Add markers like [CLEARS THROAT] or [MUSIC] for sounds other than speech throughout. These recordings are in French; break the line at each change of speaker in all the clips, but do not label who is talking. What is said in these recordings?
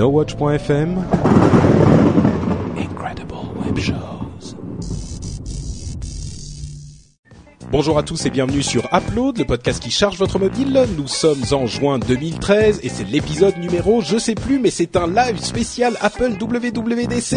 NoWatch.fm Incredible Web Shows Bonjour à tous et bienvenue sur Upload, le podcast qui charge votre mobile. Nous sommes en juin 2013 et c'est l'épisode numéro, je sais plus, mais c'est un live spécial Apple WWDC.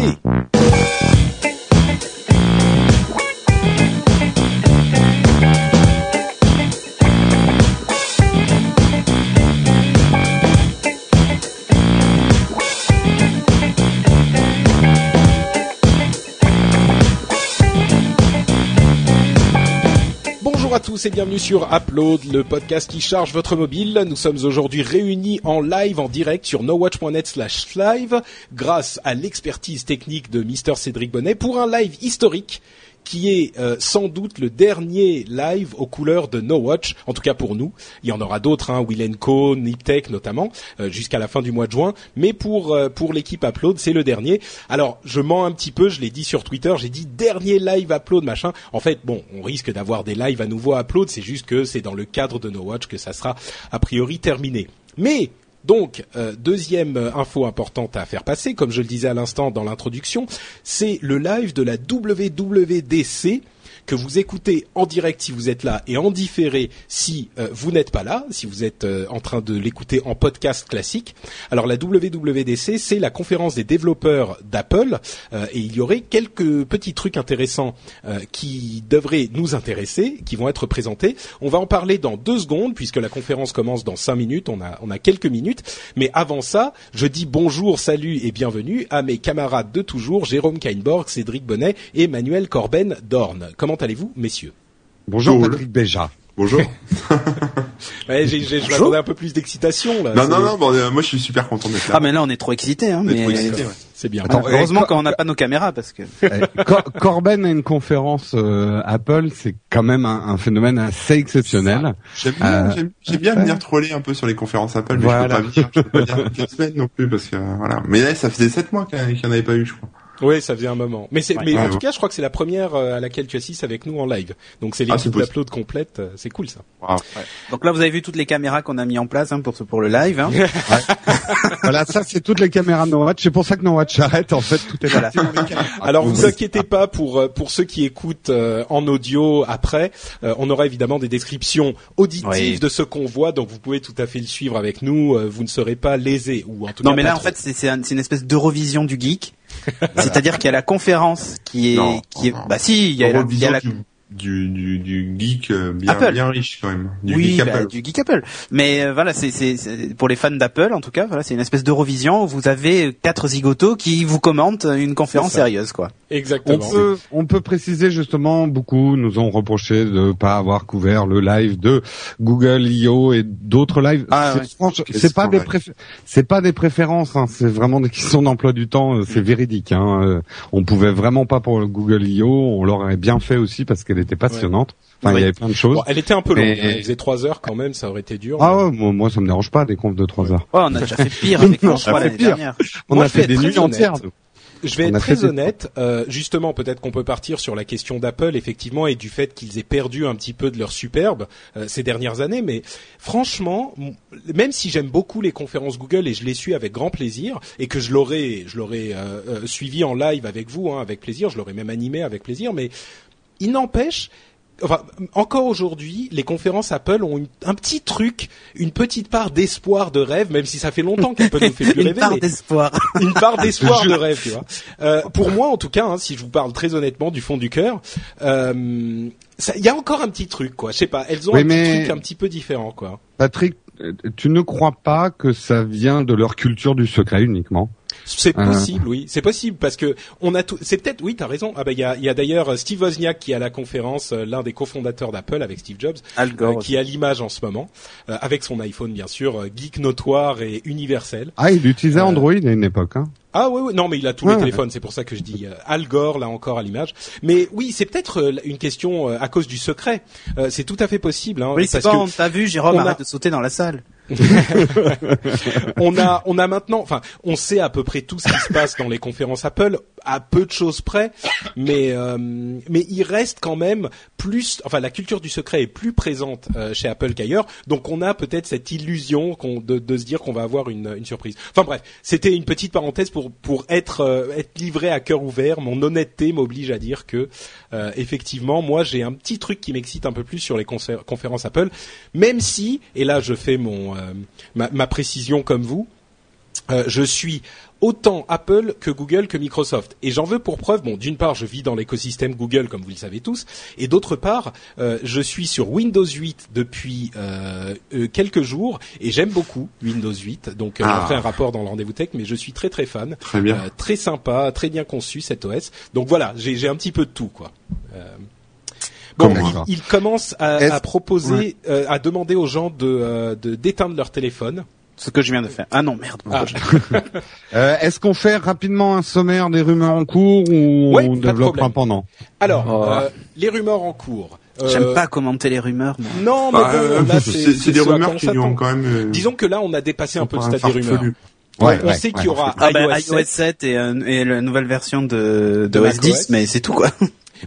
Bonjour à tous et bienvenue sur Upload, le podcast qui charge votre mobile. Nous sommes aujourd'hui réunis en live, en direct sur nowatch.net slash live, grâce à l'expertise technique de Mr. Cédric Bonnet pour un live historique qui est euh, sans doute le dernier live aux couleurs de No Watch, en tout cas pour nous. Il y en aura d'autres, hein, Will Co, Niptech notamment, euh, jusqu'à la fin du mois de juin. Mais pour euh, pour l'équipe Upload, c'est le dernier. Alors je mens un petit peu, je l'ai dit sur Twitter, j'ai dit dernier live Upload machin. En fait, bon, on risque d'avoir des lives à nouveau à Upload, c'est juste que c'est dans le cadre de No Watch que ça sera a priori terminé. Mais donc, euh, deuxième euh, info importante à faire passer, comme je le disais à l'instant dans l'introduction, c'est le live de la WWDC que vous écoutez en direct si vous êtes là et en différé si euh, vous n'êtes pas là, si vous êtes euh, en train de l'écouter en podcast classique. Alors la WWDC, c'est la conférence des développeurs d'Apple euh, et il y aurait quelques petits trucs intéressants euh, qui devraient nous intéresser, qui vont être présentés. On va en parler dans deux secondes puisque la conférence commence dans cinq minutes, on a, on a quelques minutes. Mais avant ça, je dis bonjour, salut et bienvenue à mes camarades de toujours, Jérôme Kainborg, Cédric Bonnet et Manuel Corben Dorn. Comment allez-vous, messieurs
Bonjour.
Patrick Béja.
Bonjour.
Ouais, j'ai- j'ai- Je
Bonjour.
m'attendais un peu plus d'excitation là.
non,
Ah, C'est-
non, non, bon, euh, moi je suis super content d'être là.
Ah mais là on est trop excités hein.
On est
Mais...
trop excités, ouais.
C'est bien.
Attends,
Ouais, Heureusement
eh,
qu'on n'a pas nos caméras parce que
[LAUGHS] Eh, Cor- Corben a une conférence euh, Apple, c'est quand même un, un phénomène assez exceptionnel.
J'aime bien,
Euh,
j'aime- j'aime bien venir troller un peu sur les conférences Apple, mais
Voilà.
je peux pas venir, je peux pas venir toutes les semaines non plus parce que euh, voilà. Mais là, ça faisait sept mois qu'il n'y en avait pas eu, je crois.
Oui, ça faisait un moment. Mais, c'est,
Ouais.
mais en
Ouais,
tout
ouais.
cas, je crois que c'est la première euh, à laquelle tu assistes avec nous en live. Donc c'est
Ah, c'est
l'équipe
possible.
d'upload complète. euh, C'est cool ça.
Waouh.
donc là vous avez vu toutes les caméras qu'on a mis en place hein, pour ce- pour le live. Hein.
voilà, ça c'est toutes les caméras de No Watch. C'est pour ça que No Watch arrête. En fait, tout est voilà.
Ah,
Alors vous inquiétez pas pour euh, pour ceux qui écoutent euh, en audio après, euh, on aura évidemment des descriptions auditives
Oui.
de ce qu'on voit, donc vous pouvez tout à fait le suivre avec nous. euh, vous ne serez pas lésés ou en tout
Non
cas
mais
pas
là en
trop.
fait c'est c'est un- c'est une espèce d'Eurovision du geek. C'est-à-dire qu'il y a la conférence qui est
Non,
qui est
non.
bah si il y a, la- il y a
Eurovision
la
du, du, du, du geek euh, bien,
Apple.
bien riche quand même. Du
oui,
geek
bah,
Apple.
du geek Apple. Mais euh, voilà, c'est c'est- c'est- pour les fans d'Apple en tout cas. Voilà, c'est une espèce d'Eurovision où vous avez quatre zigotos qui vous commentent une conférence
C'est ça.
sérieuse quoi.
On
exactement.
peut, on peut préciser justement, beaucoup nous ont reproché de pas avoir couvert le live de Google I.O. et d'autres lives.
Ah,
c'est
ouais.
franche-
Qu'est-ce
c'est pas
qu'on
des
a
préfé- c'est pas des préférences, hein, c'est vraiment des questions d'emploi du temps, euh,
Mm.
c'est véridique. Hein, euh, on pouvait vraiment pas pour le Google I.O., on l'aurait bien fait aussi parce qu'elle était passionnante. Enfin,
Ouais.
il y avait plein de choses.
Bon, elle était un peu longue,
Mais-
hein, elle faisait trois heures quand même, ça aurait été dur.
Ah ouais, moi, moi, ça me dérange pas des confs de 3 heures.
Ouais, on a déjà fait pire avec
Non,
Franck, je crois,
on a fait
l'année
pire.
dernière.
On
Moi,
a
je vais
fait des
être
nuits
très
entières.
honnête. Je vais
On
être
a fait
très
des-
honnête. euh, justement, peut-être qu'on peut partir sur la question d'Apple, effectivement, et du fait qu'ils aient perdu un petit peu de leur superbe euh, ces dernières années. Mais franchement, m- même si j'aime beaucoup les conférences Google et je les suis avec grand plaisir, et que je l'aurais, je l'aurais euh, euh, suivi en live avec vous, hein, avec plaisir, je l'aurais même animé avec plaisir, mais il n'empêche. Enfin, encore aujourd'hui, les conférences Apple ont une- un petit truc, une petite part d'espoir, de rêve, même si ça fait longtemps qu'Apple nous fait plus
[LAUGHS] Une
rêver.
part
mais-
d'espoir.
une part d'espoir de rêve, tu vois. Euh, pour moi, en tout cas, hein, si je vous parle très honnêtement du fond du cœur, euh, ça- il y a encore un petit truc, quoi. Je sais pas, elles ont
Oui,
un petit
mais-
truc un petit peu différent, quoi.
Patrick, euh, tu ne crois pas que ça vient de leur culture du secret uniquement
C'est
Euh.
possible, oui, c'est possible parce que on a tout. C'est peut-être, oui, t'as raison. Ah bah il y a, il y a d'ailleurs Steve Wozniak qui est à la conférence, euh, l'un des cofondateurs d'Apple avec Steve Jobs,
Al
euh,
Gore aussi.
qui a l'image en ce moment, euh, avec son iPhone bien sûr, euh, geek notoire et universel.
Ah, il utilisait
Euh,
Android à une époque. Hein.
Ah oui, oui, non, mais il a tous
Ouais,
les
ouais.
téléphones, c'est pour ça que je dis euh, Al Gore, là encore à l'image. Mais oui, c'est peut-être euh, une question euh, à cause du secret. Euh, c'est tout à fait possible, hein,
Oui, c'est
parce
pas
que
on t'a vu, Jérôme,
on a-
arrête de sauter dans la salle.
on a, on a maintenant, enfin, on sait à peu près tout ce qui se passe dans les conférences Apple. à peu de choses près, mais euh, mais il reste quand même plus, enfin la culture du secret est plus présente euh, chez Apple qu'ailleurs, donc on a peut-être cette illusion qu'on de, de se dire qu'on va avoir une, une surprise. Enfin bref, c'était une petite parenthèse pour pour être euh, être livré à cœur ouvert. Mon honnêteté m'oblige à dire que euh, effectivement, moi j'ai un petit truc qui m'excite un peu plus sur les concert- conférences Apple, même si et là je fais mon euh, ma, ma précision comme vous, euh, je suis autant Apple que Google que Microsoft. Et j'en veux pour preuve, bon, d'une part, je vis dans l'écosystème Google, comme vous le savez tous, et d'autre part, euh, je suis sur Windows 8 depuis euh, euh, quelques jours, et j'aime beaucoup Windows 8, donc euh, on
Ah.
a fait un rapport dans le rendez-vous tech, mais je suis très très fan,
Très bien.
Euh, très sympa, très bien conçu cet OS. Donc voilà, j'ai j'ai un petit peu de tout, quoi. Euh, Bon,
Comme moi.
il, il commence à,
Est-ce-
à proposer, euh, à demander aux gens de euh, de- d'éteindre leur téléphone.
Ce que je viens de faire. Ah non, merde.
Ah,
Euh, Est-ce qu'on fait rapidement un sommaire des rumeurs en cours ou
Ouais, pas
on
de
développe
problème.
un pendant
Alors,
Oh.
euh, les rumeurs en cours. Euh,
J'aime pas commenter les rumeurs. moi.
Non, mais
Bah,
bon,
euh,
là,
c'est-
c'est,
c'est
c'est
des
ce à
rumeurs
quoi on
qui
s'attend.
ont quand même. euh,
Disons que là, on a dépassé un peu le
sont pas
stade des rumeurs.
farfelues.
on sait qu'il y aura
Ah ben,
iOS,
iOS
7.
7 et, euh, et la nouvelle version de,
De
de OS
macOS.
10, mais c'est tout quoi.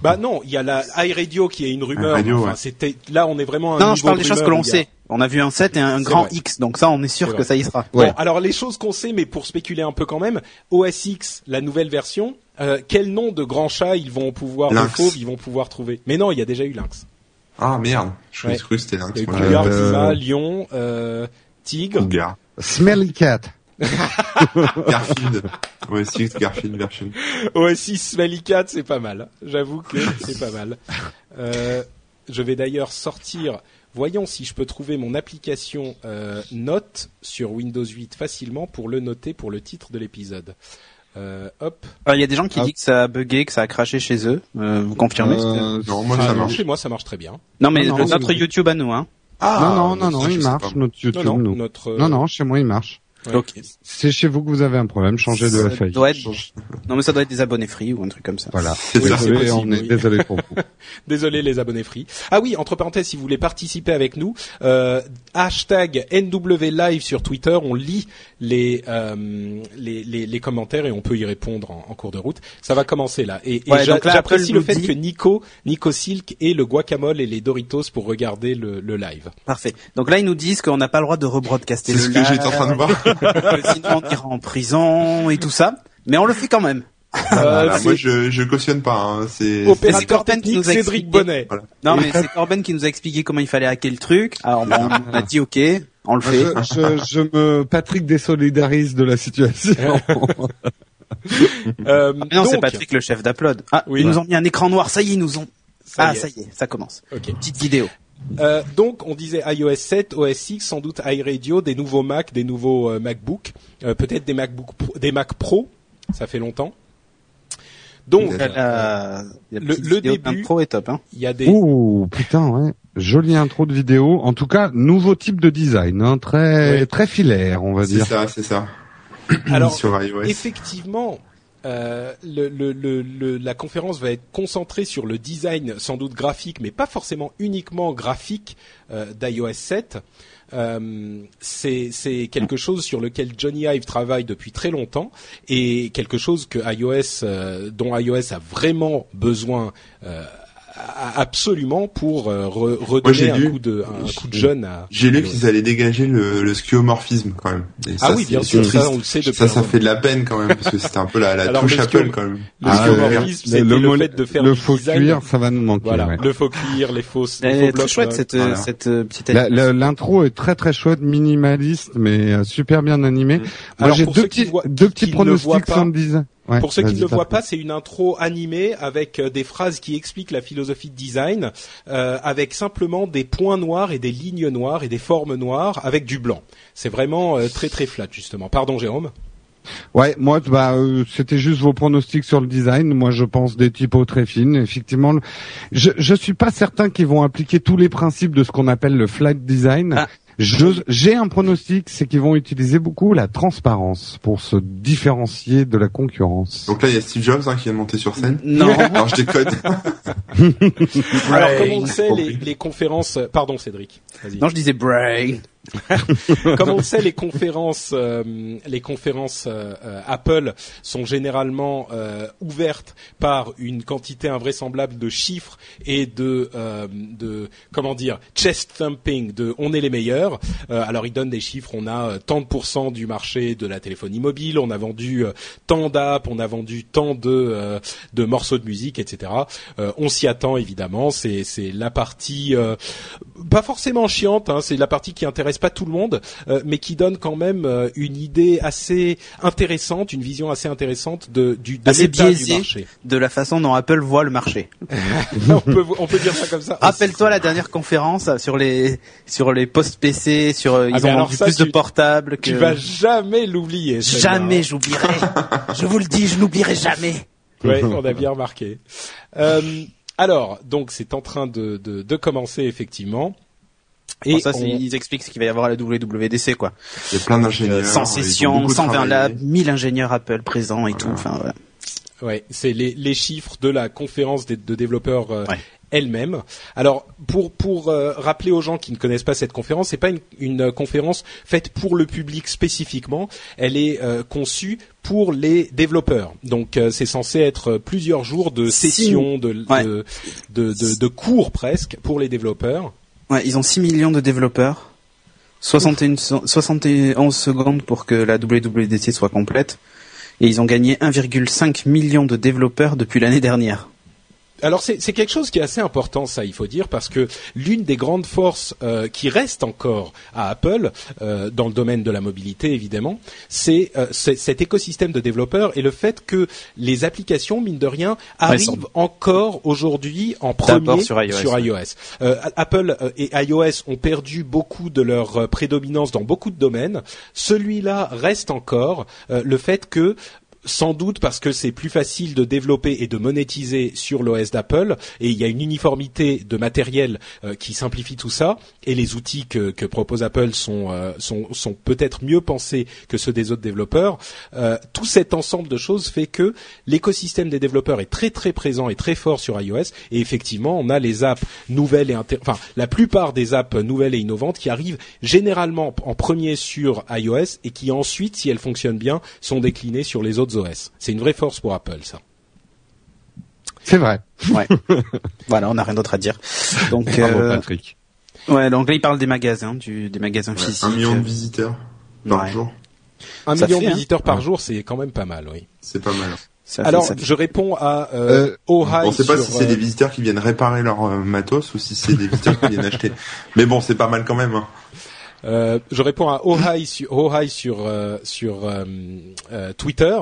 Bah non, il y a la iRadio qui est une rumeur.
iRadio,
Enfin,
ouais.
c'était là, on est vraiment à un
Non, non,
niveau
je parle des
rumeur
choses que
où
l'on
il y a-
sait. On a vu un 7 et un
C'est
grand
vrai.
X, donc ça, on est
C'est
sûr
vrai.
que ça y sera.
Bon, alors les choses qu'on sait, mais pour spéculer un peu quand même, OS X, la nouvelle version. euh, quel nom de grand chat ils vont pouvoir, de
Lynx.
fauve, ils vont pouvoir trouver Mais non, il y a déjà eu Lynx.
Ah merde, je
Ouais.
suis cru que c'était Lynx.
Il y a eu
moi,
Cougar,
j'avais-
euh,
Puma, Lion, euh, Tigre.
Cougar.
Smelly Cat.
Garfield. Ouais, si, Garfield version.
OS 6 Smelly Cat, c'est pas mal. J'avoue que c'est pas
[LAUGHS]
mal. Euh, je vais d'ailleurs sortir. Voyons si je peux trouver mon application euh, Note sur Windows 8 facilement pour le noter pour le titre de l'épisode. Euh, hop.
Alors, Il y a des gens qui
Ah.
disent que ça a bugué, que ça a craché chez eux. Euh, vous confirmez
Euh,
Non, moi
Ah
ça
non,
marche.
chez moi, ça marche très bien.
Non, mais
non,
le-
non,
notre
non.
YouTube à nous. Hein.
Ah,
non, non, non,
ça,
non,
je
il
sais
marche
pas.
notre YouTube.
non, non,
nous.
notre. euh,
non, non, chez moi il marche.
ouais.
Donc,
C'est chez vous que vous avez un problème. Changez de
ça
la feuille.
doit être- Non, mais ça doit être des abonnés free ou un truc comme ça.
Voilà.
C'est
Oui,
ça.
c'est
Désolé, on
possible,
est
oui.
désolé pour
[LAUGHS]
vous.
Désolé les abonnés free. Ah oui, entre parenthèses, si vous voulez participer avec nous, euh, hashtag NW Live sur Twitter, on lit les, euh, les, les, les commentaires et on peut y répondre en, en cours de route. Ça va commencer là. Et, et
Ouais,
j'a-
donc là,
j'apprécie
Apple
le
nous
fait
dit-
que Nico, Nico Silk et le guacamole et les Doritos pour regarder le, le live.
Parfait. Donc là, ils nous disent qu'on n'a pas le droit de rebroadcaster
C'est
le
ce que
live,
j'étais en train de voir.
que sinon on ira en prison et tout ça. Mais on le fait quand même.
Euh,
[LAUGHS] Ah, Voilà,
c'est
moi je, je cautionne pas. Hein. C'est
opérateur
c'est Corben qui
technique,
nous a
Cédric
expliqué.
Bonnet.
Non, mais c'est Corben qui nous a expliqué comment il fallait hacker le truc. Alors, bon,
Ah.
on a dit OK, on le
Je,
fait.
je- je me Patrick désolidarise de la
[LAUGHS]
situation.
Euh,
Mais non, c'est
donc,
Patrick, le chef d'Upload. Ah,
Oui.
ils nous ont mis un écran noir. Ça y est, ils nous ont.
Ça
ah,
y est.
ça y est, ça commence.
Ok.
Petite vidéo.
Euh, donc, on disait iOS 7, OS X, sans doute iRadio, des nouveaux Mac, des nouveaux euh, MacBook, euh, peut-être des MacBook, Pro- des Mac Pro. Ça fait longtemps. Donc,
Exact.
La, euh, la
Le-
petite
le
vidéo
début-
d'intro est top. Hein.
il y a des.
Ouh, putain, ouais. Jolie intro de vidéo. En tout cas, nouveau type de design, hein, très
Ouais.
très filaire, on va
c'est
dire.
ça, c'est ça.
[CLEARS THROAT] Alors,
sur iOS.
effectivement, euh, le, le- le- le- la conférence va être concentrée sur le design, sans doute graphique, mais pas forcément uniquement graphique euh, d'iOS 7. Euh, c'est c'est quelque chose sur lequel Johnny Ive travaille depuis très longtemps et quelque chose que iOS, euh, dont iOS a vraiment besoin. euh, a- absolument pour euh, re- redonner
j'ai
un
lu-
coup de un coup de
j'ai-
jeune à
J'ai lu
iOS.
qu'ils allaient dégager le, le skeuomorphisme quand même. Et
ah
ça,
oui
c'est-
bien
c'est
sûr
triste.
ça on le sait depuis
Ça,
un
ça
moment.
fait de la peine quand même parce que c'était un peu la, la
[LAUGHS] Alors,
touche
le skio-
Apple quand même.
Le
Ah,
schiomorphisme, c'était le,
mol-
fait de faire
le
du
faux
design.
cuir, ça va nous manquer.
Voilà,
ouais.
le faux cuir, les fausses, les
Elle
faux
est très
blocs.
chouette
notes.
cette,
Voilà.
cette euh, petite.
La- la- L'intro est très très chouette, minimaliste, mais euh, super bien animée. Moi,
Mm. Alors,
j'ai
pour
deux
ceux qui
petits
voient-
deux petits
qui ne voient
pronostics
pas-
sans design. Ouais,
Pour ceux qui
vas-y,
ne le
t'as-
voient pas, c'est une intro animée avec euh, des phrases qui expliquent la philosophie de design, euh, avec simplement des points noirs et des lignes noires et des formes noires avec du blanc. C'est vraiment euh, très très flat justement. Pardon Jérôme.
Ouais, moi, bah, euh, c'était juste vos pronostics sur le design. Moi, je pense des typos très fines. Effectivement, le- je je suis pas certain qu'ils vont appliquer tous les principes de ce qu'on appelle le flat design.
Ah.
Je- J'ai un pronostic, c'est qu'ils vont utiliser beaucoup la transparence pour se différencier de la concurrence.
Donc là, il y a Steve Jobs hein, qui vient de monter
[LAUGHS]
sur scène.
Non.
Alors je déconne.
Alors comme on le sait, les,
compris.
les conférences. Pardon Cédric. Vas-y.
Non, je disais brain.
[LAUGHS] Comme on le sait, les conférences, euh, les conférences euh, euh, Apple sont généralement euh, ouvertes par une quantité invraisemblable de chiffres et de, euh, de comment dire, chest thumping, de on est les meilleurs. Euh, alors ils donnent des chiffres, on a euh, tant de pourcents du marché de la téléphonie mobile, on a vendu euh, tant d'apps, on a vendu tant de, euh, de morceaux de musique, etc. Euh, on s'y attend évidemment, c'est c'est la partie euh, pas forcément chiante, hein, c'est la partie qui intéresse pas tout le monde, euh, mais qui donne quand même euh, une idée assez intéressante, une vision assez intéressante de du de
Assez
l'état du
biaisée.
marché.
de la façon dont Apple voit le marché.
[LAUGHS] on peut on peut dire ça comme ça.
Rappelle-toi la dernière conférence euh, sur les sur les postes PC, sur euh,
Ah,
ils
mais
ont
alors
vendu
ça,
plus
tu-
de portables que
Tu vas jamais l'oublier. celle-là, hein.
jamais j'oublierai. je vous le dis, je n'oublierai jamais.
Ouais, on a bien remarqué. Euh, alors, donc c'est en train de, de, de commencer effectivement.
Et ça,
on-
c'est- ils expliquent ce qu'il va y avoir à la WWDC, quoi. Euh,
Il y a plein d'ingénieurs.
Sans
ils ont
session,
beaucoup
120
travaillé.
labs, 1000 ingénieurs Apple présents et tout. Enfin, voilà.
Ouais, c'est les, les chiffres de la conférence des- de développeurs euh,
Ouais.
elle-même. Alors, pour pour euh, rappeler aux gens qui ne connaissent pas cette conférence, c'est pas une, une, euh, conférence faite pour le public spécifiquement. Elle est euh, conçue pour les développeurs. Donc, euh, c'est censé être euh, plusieurs jours de
Six-
sessions, de de,
Ouais.
de, de, de cours presque pour les développeurs.
Ouais, ils ont 6 millions de développeurs. 61, so- 71 secondes pour que la WWDC soit complète. Et ils ont gagné 1,5 million de développeurs depuis l'année dernière.
Alors c'est c'est quelque chose qui est assez important, ça, il faut dire, parce que l'une des grandes forces euh, qui reste encore à Apple, euh, dans le domaine de la mobilité évidemment, c'est euh, c'est- cet écosystème de développeurs et le fait que les applications, mine de rien, arrivent
sont-
encore aujourd'hui en
D'abord
premier
sur iOS, ouais.
Euh, A- Apple euh, et iOS ont perdu beaucoup de leur euh, prédominance dans beaucoup de domaines. Celui-là reste encore euh, le fait que sans doute parce que c'est plus facile de développer et de monétiser sur l'OS d'Apple, et il y a une uniformité de matériel euh, qui simplifie tout ça, et les outils que, que propose Apple sont, euh, sont, sont peut-être mieux pensés que ceux des autres développeurs. Euh, tout cet ensemble de choses fait que l'écosystème des développeurs est très très présent et très fort sur iOS, et effectivement on a les apps nouvelles et inter- enfin la plupart des apps nouvelles et innovantes qui arrivent généralement en premier sur iOS et qui ensuite, si elles fonctionnent bien, sont déclinées sur les autres OS. C'est une vraie force pour Apple, ça.
C'est vrai.
Voilà, on n'a rien d'autre à dire. Donc,
Bravo
euh,
Patrick.
ouais, donc là, ils parlent des magasins, du, des magasins
Ouais,
physiques.
Un million de visiteurs par
Ouais.
jour.
Un
Ça
million
fait,
de
hein.
visiteurs par jour, c'est quand même pas mal, oui.
C'est pas mal.
Ça fait-
Alors,
ça fait-
je réponds à euh,
Euh,
Ohai
on sait pas
sur,
si c'est
euh,
des visiteurs qui viennent réparer leur euh, matos ou si c'est des visiteurs qui viennent acheter. [LAUGHS] Mais bon, c'est pas mal quand même. hein.
Euh, je réponds à Ohai sur, Ohai sur, euh, sur euh, euh, Twitter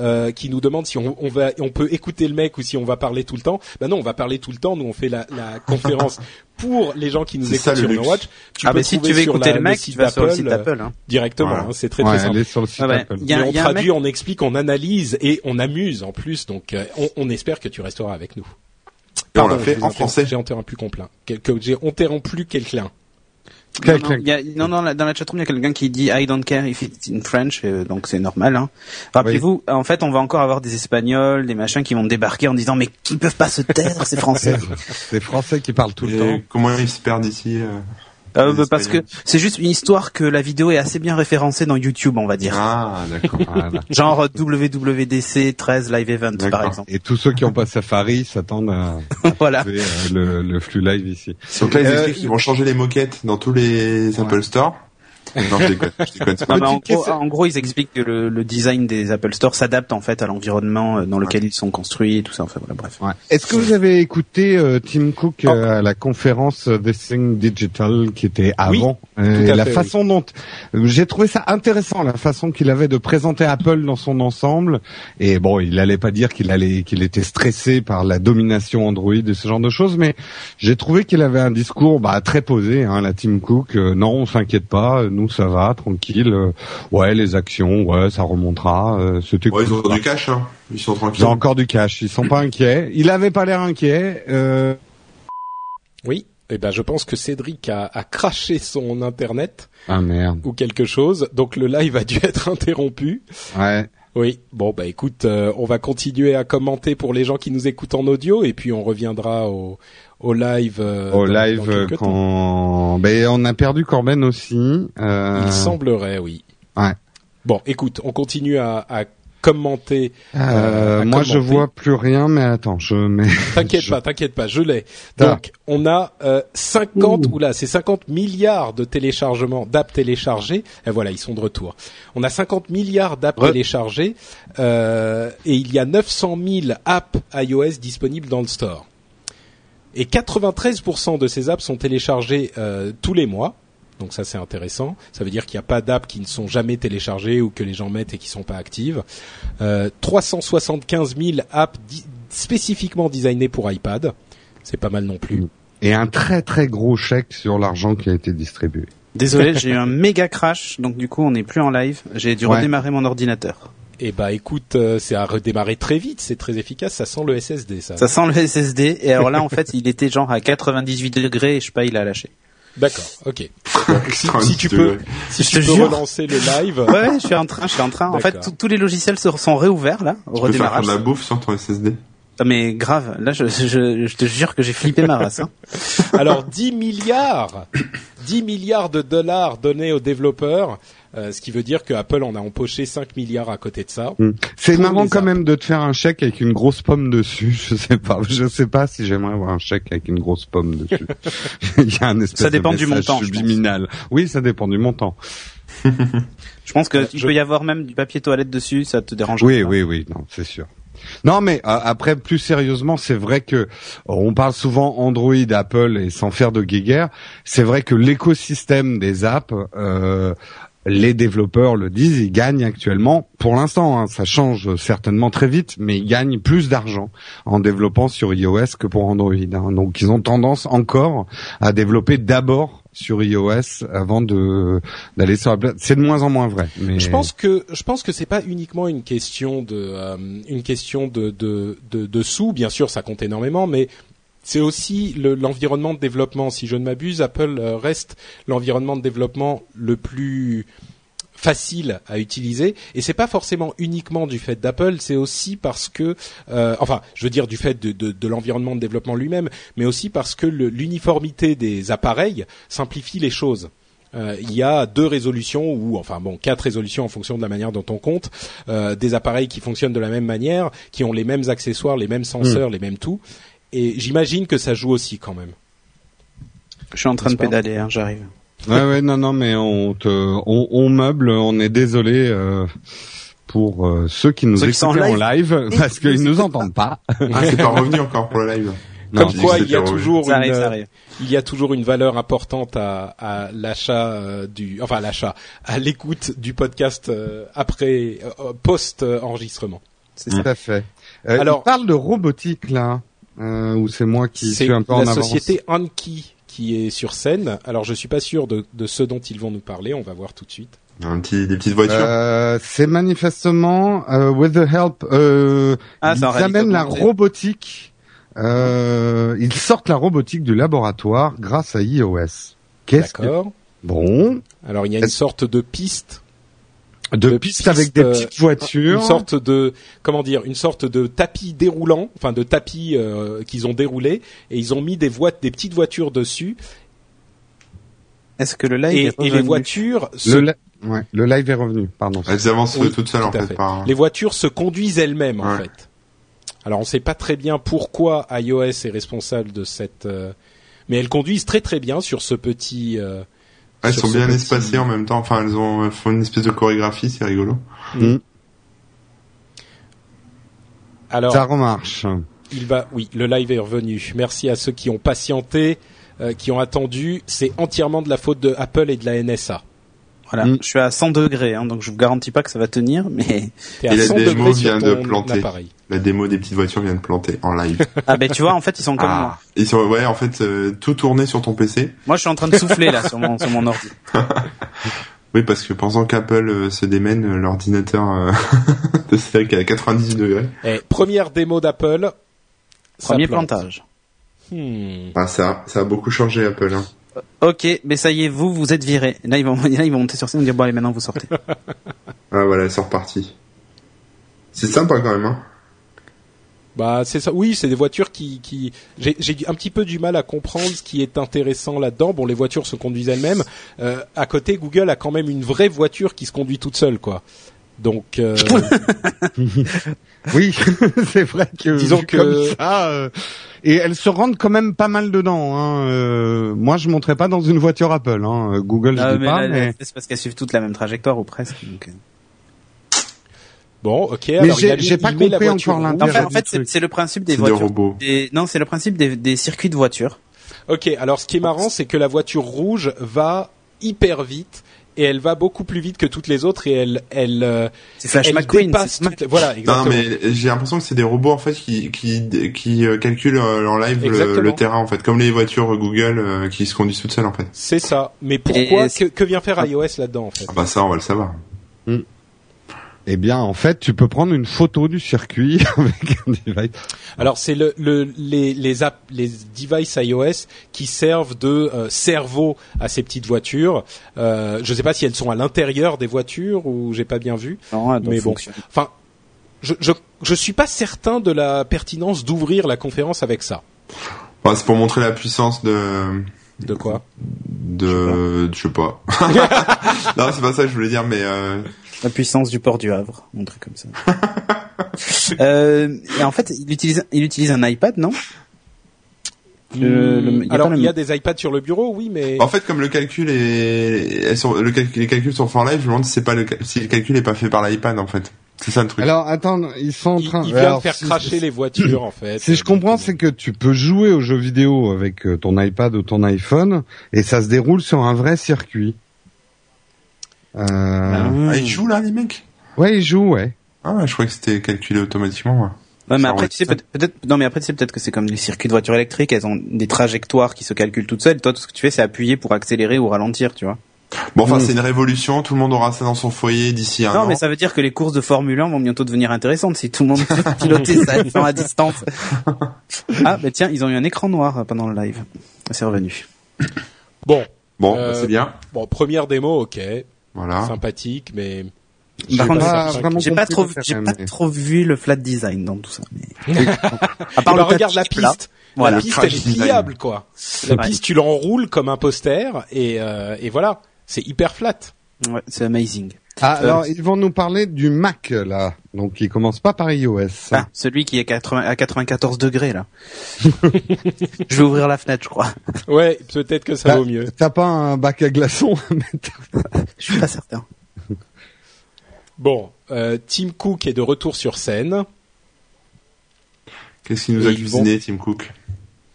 euh, qui nous demande si on, on, va, on peut écouter le mec ou si on va parler tout le temps. Ben non, on va parler tout le temps. Nous, on fait la,
[LAUGHS]
la conférence pour les gens qui nous
C'est
écoutent
ça, le
sur
luxe.
No Watch. Tu
ah,
peux
mais si
trouver
tu veux
sur
écouter
la-
le mec,
site
tu vas sur le
d'Apple,
site
euh,
d'Apple. Hein.
directement.
Voilà.
hein, c'est très très
Ouais,
simple.
elle est sur le site
Ah ouais.
Apple.
Il y a-
Mais on
un
traduit, on explique, on analyse et on amuse en plus. Donc, euh, on, on espère que tu resteras avec nous.
Et on
Pardon,
l'a
je
fait
vous
en
interromps-
français.
J'ai interrompu Complain. Que- que J'ai interrompu quelqu'un.
Clac,
Non, non,
clac.
il y a- non, non, là, dans la chatroom, il y a quelqu'un qui dit I don't care if it's in French, euh, donc c'est normal. Hein. Rappelez-vous, en fait, on va encore avoir des Espagnols, des machins qui vont débarquer en disant mais qui peuvent pas se taire, c'est français.
C'est français qui parle tout le
Euh,
Et
temps.
Comment ils se perdent ici euh
Euh,
Les
parce que
Espagnols.
c'est juste une histoire que la vidéo est assez bien référencée dans YouTube, on va dire.
Ah, d'accord.
Voilà.
Genre euh, WWDC 13 Live Event, par
D'accord.
exemple.
Et tous ceux qui ont pas Safari s'attendent à [LAUGHS]
voilà.
trouver, euh, le, le flux live ici.
Donc là, ils
Euh,
expliquent qu'ils vont changer les moquettes dans tous les Apple Store. Non, je déconne. Je déconne. c'est
[LAUGHS]
pas-
Non, mais Ah bah, en,
Petite
gros,
question.
en gros, ils expliquent que le, le design des Apple Store s'adapte en fait à l'environnement euh, dans lequel ils sont construits et tout ça. Enfin voilà, bref.
Est-ce que vous avez écouté euh, Tim Cook euh, à la conférence euh, This Thing Digital qui était avant
tout
Et
à
La
fait,
façon dont euh, j'ai trouvé ça intéressant, la façon qu'il avait de présenter Apple dans son ensemble. Et bon, il allait pas dire qu'il allait qu'il était stressé par la domination Android et ce genre de choses, mais j'ai trouvé qu'il avait un discours bah, très posé. Hein, la Tim Cook, euh, non, on s'inquiète pas, euh, nous ça va, tranquille. euh, ouais, les actions, ouais, ça remontera. euh, C'était
Ouais, ils
cool.
ont du cash, hein. Ils sont tranquilles.
Ils ont encore du cash, ils sont pas inquiets. Il avait pas l'air inquiet. Euh,
Oui. Eh ben, je pense que Cédric a, a craché son internet
Ah merde.
[LAUGHS] ou quelque chose. Donc le live a dû être interrompu.
Ouais.
Oui, bon bah écoute, euh, on va continuer à commenter pour les gens qui nous écoutent en audio et puis on reviendra au, au live. euh,
Au
dans- dans
live, euh,
quelques temps.
quand... Ben, on a perdu Corben aussi. Euh,
Il semblerait, oui.
Ouais.
Bon, écoute, on continue à, à commenter.
euh,
à
moi,
commenter.
je vois plus rien, mais attends, je mets... [LAUGHS]
T'inquiète
Je-
pas, t'inquiète pas, je l'ai.
Ah.
Donc on a euh, 50 oula, c'est 50 milliards de téléchargements d'apps téléchargées. Et voilà, ils sont de retour. On a 50 milliards d'apps
Ouais.
téléchargées euh, et il y a 900 000 apps iOS disponibles dans le store. Et 93% de ces apps sont téléchargées euh, tous les mois. Donc ça c'est intéressant. Ça veut dire qu'il n'y a pas d'apps qui ne sont jamais téléchargées ou que les gens mettent et qui sont pas actives. Euh, 375 000 apps di- spécifiquement designées pour iPad. C'est pas mal non
Mm.
plus.
Et un très très gros chèque sur l'argent qui a été distribué.
Désolé, j'ai eu un méga crash, donc du coup on n'est plus en live. J'ai dû
Ouais.
redémarrer mon ordinateur.
Et bah écoute, euh, c'est à redémarrer très vite, c'est très efficace, ça sent le SSD ça.
Ça sent le SSD, et alors là en fait il était genre à 98 degrés et je sais pas, il a lâché.
D'accord, ok. Si,
Putain,
si tu
c'est-
peux, si
Je
tu
te
peux
jure.
relancer le live,
[LAUGHS] Ouais, ouais, je suis en train, je suis en train. En fait,
D'accord.
tout- tous les logiciels se- sont réouverts là,
Tu
au
peux faire
redémarrage.
de la bouffe sur ton
[LAUGHS]
SSD.
Ah, Mais grave, là je, je, je te jure que j'ai flippé ma race. hein.
Alors 10 milliards, [COUGHS] 10 milliards de dollars donnés aux développeurs, euh, ce qui veut dire que Apple en a empoché 5 milliards à côté de ça.
C'est
Pour
marrant
les
quand
apps.
même de te faire un chèque avec une grosse pomme dessus. [LAUGHS] Je sais pas, je sais pas si j'aimerais avoir un chèque avec une grosse pomme dessus. [LAUGHS] Il y a un espèce
Ça dépend
de
du
message
montant, je pense.
subliminal. Oui, ça dépend du montant.
Je pense que il
Je-
peut y avoir même du papier toilette dessus, ça te dérange
Oui,
pas.
oui, oui, non, c'est sûr. Non, mais euh, après, plus sérieusement, c'est vrai que euh, on parle souvent Android, Apple, et sans faire de guéguerre, c'est vrai que l'écosystème des apps, euh, les développeurs le disent, ils gagnent actuellement, pour l'instant, hein, ça change certainement très vite, mais ils gagnent plus d'argent en développant sur iOS que pour Android. hein. Donc, ils ont tendance encore à développer d'abord sur iOS avant de d'aller sur la plate- C'est de moins en moins vrai. Mais...
Je pense que je pense que c'est pas uniquement une question de euh, une question de de, de de sous, bien sûr ça compte énormément, mais c'est aussi le- l'environnement de développement. Si je ne m'abuse, Apple euh, reste l'environnement de développement le plus facile à utiliser et c'est pas forcément uniquement du fait d'Apple c'est aussi parce que euh, enfin je veux dire du fait de, de, de l'environnement de développement lui-même mais aussi parce que le- l'uniformité des appareils simplifie les choses euh, il y a deux résolutions ou enfin bon quatre résolutions en fonction de la manière dont on compte euh, des appareils qui fonctionnent de la même manière qui ont les mêmes accessoires les mêmes
Hmm.
senseurs les mêmes tout et j'imagine que ça joue aussi quand même
Je suis en train de
N'est-ce pas
pédaler, hein, j'arrive.
Ouais, ouais, non, non, mais on te, on, on meuble, on est désolé euh, pour euh, ceux qui nous
Ceux qui
écoutent
sont
en
en
live, [LAUGHS]
live.
parce qu'ils nous entendent pas.
Ah, c'est pas revenu encore pour le live.
Non,
comme
je dis
quoi
que
il y a
c'était horrible.
toujours
Ça arrive,
une,
ça arrive.
il y a toujours une valeur importante à, à l'achat euh, du, enfin à l'achat, à l'écoute du podcast euh, après euh, post enregistrement.
c'est tout à fait. Euh,
Alors-
Alors, parle de robotique là, euh, ou c'est moi qui
C'est
suis un peu en
la
avance.
société Anki qui est sur scène. Alors je suis pas sûr de, de ce dont ils vont nous parler. On va voir tout de suite.
Un petit, des petites voitures.
Euh, c'est manifestement euh, with the help. Euh,
Ah,
ils
ça
amènent la robotique. Euh, ils sortent la robotique du laboratoire grâce à iOS. Qu'est-ce que
D'accord.
bon
Alors il y a une
Est-ce-
sorte de piste,
de,
De
pistes
pistes,
avec des
euh,
petites voitures.
une sorte de comment dire, une sorte de tapis déroulant, enfin de tapis euh, qu'ils ont déroulé et ils ont mis des voies, des petites voitures dessus
Est-ce que le live
et,
est
et les
revenu
voitures se
Le, li- ouais, le live est revenu, pardon.
Elles avancent euh,
oui,
toutes seules en
tout à
fait.
fait.
par-
Les voitures se conduisent elles-mêmes en
Ouais.
fait. Alors on ne sait pas très bien pourquoi iOS est responsable de cette, euh, mais elles conduisent très très bien sur ce petit. euh,
Elles
sur
sont
ce
bien
petit-
espacées en même temps. Enfin, elles ont elles font une espèce de chorégraphie, c'est rigolo.
Ah,
Mm. Alors
Ça remarche.
il va, oui, le live est revenu. Merci à ceux qui ont patienté, euh, qui ont attendu. C'est entièrement de la faute de Apple et de la NSA.
Voilà,
Mm.
je suis à 100 degrés, hein, donc je vous garantis pas que ça va tenir, mais
T'es
Et
à
la
100
démo
degrés sur
vient de
ton
planter.
appareil.
La démo des petites voitures vient de planter en live.
ah ben tu vois, en fait ils sont comme moi.
Ils sont, ouais, en fait, euh, tout tourné sur ton PC.
Moi je suis en train de souffler là sur mon sur mon ordi.
Oui, parce que pensant qu'Apple euh, se démène, euh, l'ordinateur euh, [LAUGHS] de Cédric est à 98 degrés.
Eh, première démo d'Apple. ça
[LAUGHS] Premier
plante.
plantage.
Hmm.
Ah, ça, ça a beaucoup changé Apple. Hein.
Ok, mais ça y est, vous vous êtes [LAUGHS] viré. Là ils vont là ils vont monter sur scène et dire bon allez maintenant vous sortez.
Ah voilà, c'est reparti. C'est sympa quand même. Hein.
Bah c'est ça. Oui, c'est des voitures qui qui j'ai j'ai un petit peu du mal à comprendre ce qui est intéressant là-dedans. Bon, les voitures se conduisent elles-mêmes. Euh, à côté, Google a quand même une vraie voiture qui se conduit toute seule, quoi. Donc
[LAUGHS]
euh,
Oui, [LAUGHS] c'est vrai que
Disons
vu comme
que-
ça, euh, et elles se rendent quand même pas mal dedans. Hein. euh, moi, je monterais pas dans une voiture Apple. Hein. euh, Google, je
Ah,
dis
mais
pas,
là,
mais,
c'est parce qu'elles suivent toutes la même trajectoire ou presque. donc, euh.
bon, ok.
Mais
alors, il
j'ai-
a mis-
j'ai
il
pas
met la
compris
voiture
encore
rouge.
Non, en fait,
l'intérêt.
en fait, c'est c'est le principe des
C'est des
voitures.
robots.
des- non, c'est le principe des, des circuits de voitures.
Ok. Alors, ce qui est marrant, c'est que la voiture rouge va hyper vite et elle va beaucoup plus vite que toutes les autres et elle elle euh,
C'est Flash
elle
McQueen.
dépasse
c'est Smash-
toutes les- voilà
Non
exactement.
mais j'ai l'impression que c'est des robots en fait qui qui qui euh, calculent euh, en live le,
Exactement.
le terrain en fait, comme les voitures Google euh, qui se conduisent toutes seules en fait.
C'est ça. Mais pourquoi que,
Et c'est-
que vient faire iOS là-dedans en fait
Ah bah ça on va le savoir.
eh bien, en fait, tu peux prendre une photo du circuit [LAUGHS] avec un device.
Alors c'est le, le- les les app- les devices iOS qui servent de euh, cerveau à ces petites voitures. Euh, je ne sais pas si elles sont à l'intérieur des voitures ou j'ai pas bien vu.
Non,
Mais
mais
bon. Enfin, je je je suis pas certain de la pertinence d'ouvrir la conférence avec ça.
Enfin, Bah, c'est pour montrer la puissance de
De quoi
de je sais pas. non c'est pas [LAUGHS] ça que je voulais dire mais euh,
La puissance du port du Havre, un truc comme ça. euh, et en fait, il utilise, il utilise un iPad, non Le- le-
Hmm,
il y a
Alors
pas le-
il y a des iPads sur le bureau, oui, mais
en fait comme le calcul est elles sont- le calcul- les calculs sont faits en live, je me demande si c'est pas le cal- si le calcul est pas fait par l'iPad en fait. C'est ça le truc.
Alors, attends, ils sont en
il,
train.
il vient
alors,
de faire
si-
cracher les voitures en fait. euh,
Si je comprends, c'est que tu peux jouer aux jeux vidéo avec euh, ton iPad ou ton iPhone, et ça se déroule sur un vrai circuit. Euh...
Ah, ils jouent là les mecs.
Ouais, ils jouent, ouais.
Ah, je croyais que c'était calculé automatiquement. moi.
Ouais, mais
Ça
après, tu sais,
enregistre.
peut-être, peut-être- non, mais après, tu sais, peut-être que c'est comme les circuits de voitures électriques, elles ont des trajectoires qui se calculent toutes seules. Toi, tout ce que tu fais, c'est appuyer pour accélérer ou ralentir, tu vois.
Bon, enfin,
Mm.
c'est une révolution. Tout le monde aura ça dans son foyer d'ici un
non,
an.
mais ça veut dire que les courses de Formule 1 vont bientôt devenir intéressantes si tout le monde [LAUGHS] peut piloter ça à distance. ah, bah tiens, ils ont eu un écran noir pendant le live. C'est revenu.
bon.
Bon,
Euh,
bah, c'est bien.
Bon, première démo, ok,
Voilà.
sympathique, mais
Par
pas
contre,
ça.
j'ai pas trop,
compris
j'ai
le
pas
phénomène.
trop vu le flat design dans tout ça. mais- [LAUGHS] à
Eh ben,
le
regarde la
tapis plat,
piste.
Voilà.
La piste, elle
Crash
est
design.
pliable, quoi. La
Ouais.
piste, tu l'enroules comme un poster, et, euh, et voilà. C'est hyper flat.
Ouais, c'est amazing.
Ah, alors ils vont nous parler du Mac là, donc il commence pas par iOS.
Ah, celui qui est 80 à 94
[LAUGHS]
degrés, là. je vais ouvrir la fenêtre, je crois.
Ouais, peut-être que ça
Bah,
vaut mieux.
T'as pas un bac à glaçons à mettre
Je suis pas certain.
Bon, euh, Tim Cook est de retour sur scène.
Qu'est-ce qu'il nous a
Ils
cuisiné, Tim Cook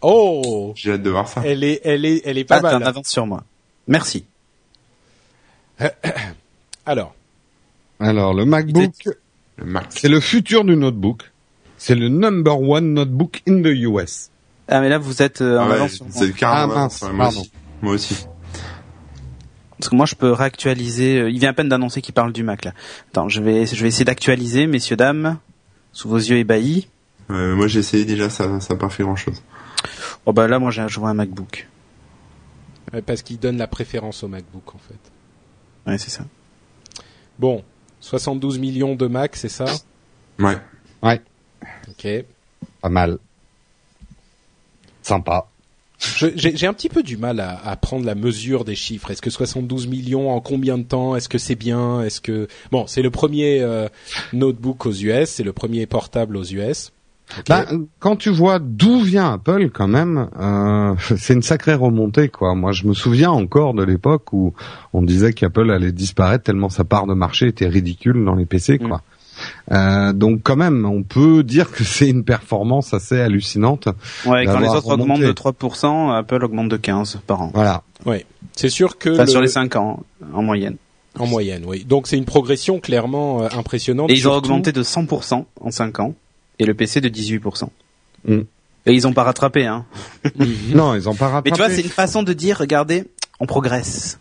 Oh,
J'ai hâte de voir ça.
elle est, elle est, elle est pas
Pas en
mal.
Ah, avance sur moi. Merci.
Alors,
Alors le MacBook,
Le Mac.
c'est le futur du notebook. C'est le number one notebook in the US.
Ah, mais là, vous êtes euh, en
Ah ouais,
avance sur moi.
c'est le
Ah,
carrément.
mince,
moi
pardon.
aussi. Moi aussi.
Parce que moi, je peux réactualiser. euh, Il vient à peine d'annoncer qu'il parle du Mac là. Attends, je vais, je vais essayer d'actualiser, messieurs dames, sous vos yeux ébahis.
Euh, moi, j'ai essayé déjà, ça ça n'a pas fait grand-chose.
Oh bah là, moi, j'ai, je vois un MacBook.
euh, parce qu'il donne la préférence au MacBook, en fait.
Ouais, c'est ça.
Bon, 72 millions de Mac, c'est ça
Ouais.
Ok.
Pas mal. Sympa.
Je- J'ai j'ai un petit peu du mal à, à prendre la mesure des chiffres. Est-ce que 72 millions en combien de temps Est-ce que c'est bien Est-ce que bon, c'est le premier euh, notebook aux US, c'est le premier portable aux US. Ok.
Bah, quand tu vois d'où vient Apple quand même, euh, [LAUGHS] c'est une sacrée remontée quoi. Moi je me souviens encore de l'époque où on disait qu'Apple allait disparaître tellement sa part de marché était ridicule dans les PC quoi.
Mm.
Euh, donc quand même on peut dire que c'est une performance assez hallucinante.
Ouais, quand les
D'avoir
autres augmentent
remonté.
de 3%, Apple augmente de 15 par an.
Voilà.
c'est sûr que
Enfin,
Euh, le-
sur les 5 ans en moyenne.
en moyenne, oui. Donc c'est une progression clairement euh, impressionnante.
Et ils ont
surtout-
augmenté de 100% en 5 ans et le PC de 18%.
Mm.
Et ils ont pas rattrapé, hein.
Non ils ont pas rattrapé.
Mais tu vois, c'est une façon de dire, regardez, on progresse.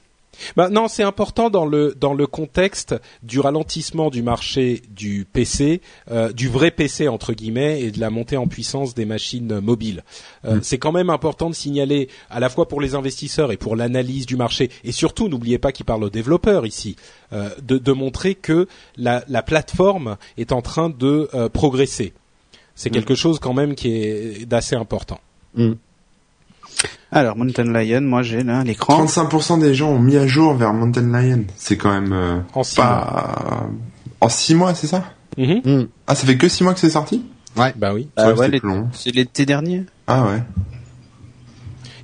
Bah non, c'est important dans le dans le contexte du ralentissement du marché du PC, euh, du vrai PC entre guillemets, et de la montée en puissance des machines mobiles. Euh, C'est quand même important de signaler à la fois pour les investisseurs et pour l'analyse du marché, et surtout n'oubliez pas qu'il parle aux développeurs ici, euh, de, de montrer que la, la plateforme est en train de euh, progresser. C'est quelque chose quand même qui est d'assez important.
Alors, Mountain Lion, moi j'ai là à l'écran.
35% des gens ont mis à jour vers Mountain Lion. C'est quand même euh,
En six mois.
pas... En 6 mois, c'est ça
Mhm.
Mm.
Ah, ça fait que 6 mois que c'est sorti
Bah oui.
Ah
Ouais,
ouais,
c'était
les-
plus long.
c'est l'été dernier.
Ah ouais.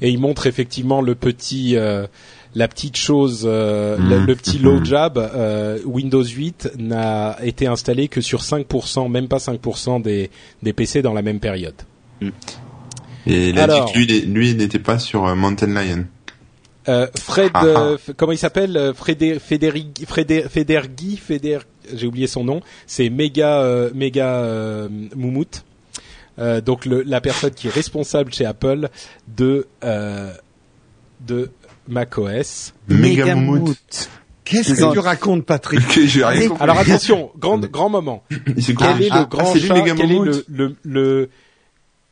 et il montre effectivement le petit euh, la petite chose euh, le,
Mhm.
le petit low jab euh, Windows 8 n'a été installé que sur 5% même pas 5% des des PC dans la même période.
Et il a
Alors.
dit que lui, il est- lui, il n'était pas sur euh, Mountain Lion.
Euh, Fred
Ah,
euh, f- comment il s'appelle Euh, Frédé- Fédérig- Frédé- Federghi Feder j'ai oublié son nom, c'est méga euh, méga euh, Moumout. Euh, donc le, la personne qui est responsable chez Apple de euh, de macOS.
Megamoot.
Qu'est-ce
Ils ont-
que tu racontes, Patrick
[LAUGHS] Ok, j'ai rien compris.
Alors attention,
[LAUGHS]
grand grand moment.
Il s'est
Quel
compris.
est
Ah,
le grand
c'est lui,
chat Quel est
Megamoot
le, le, le-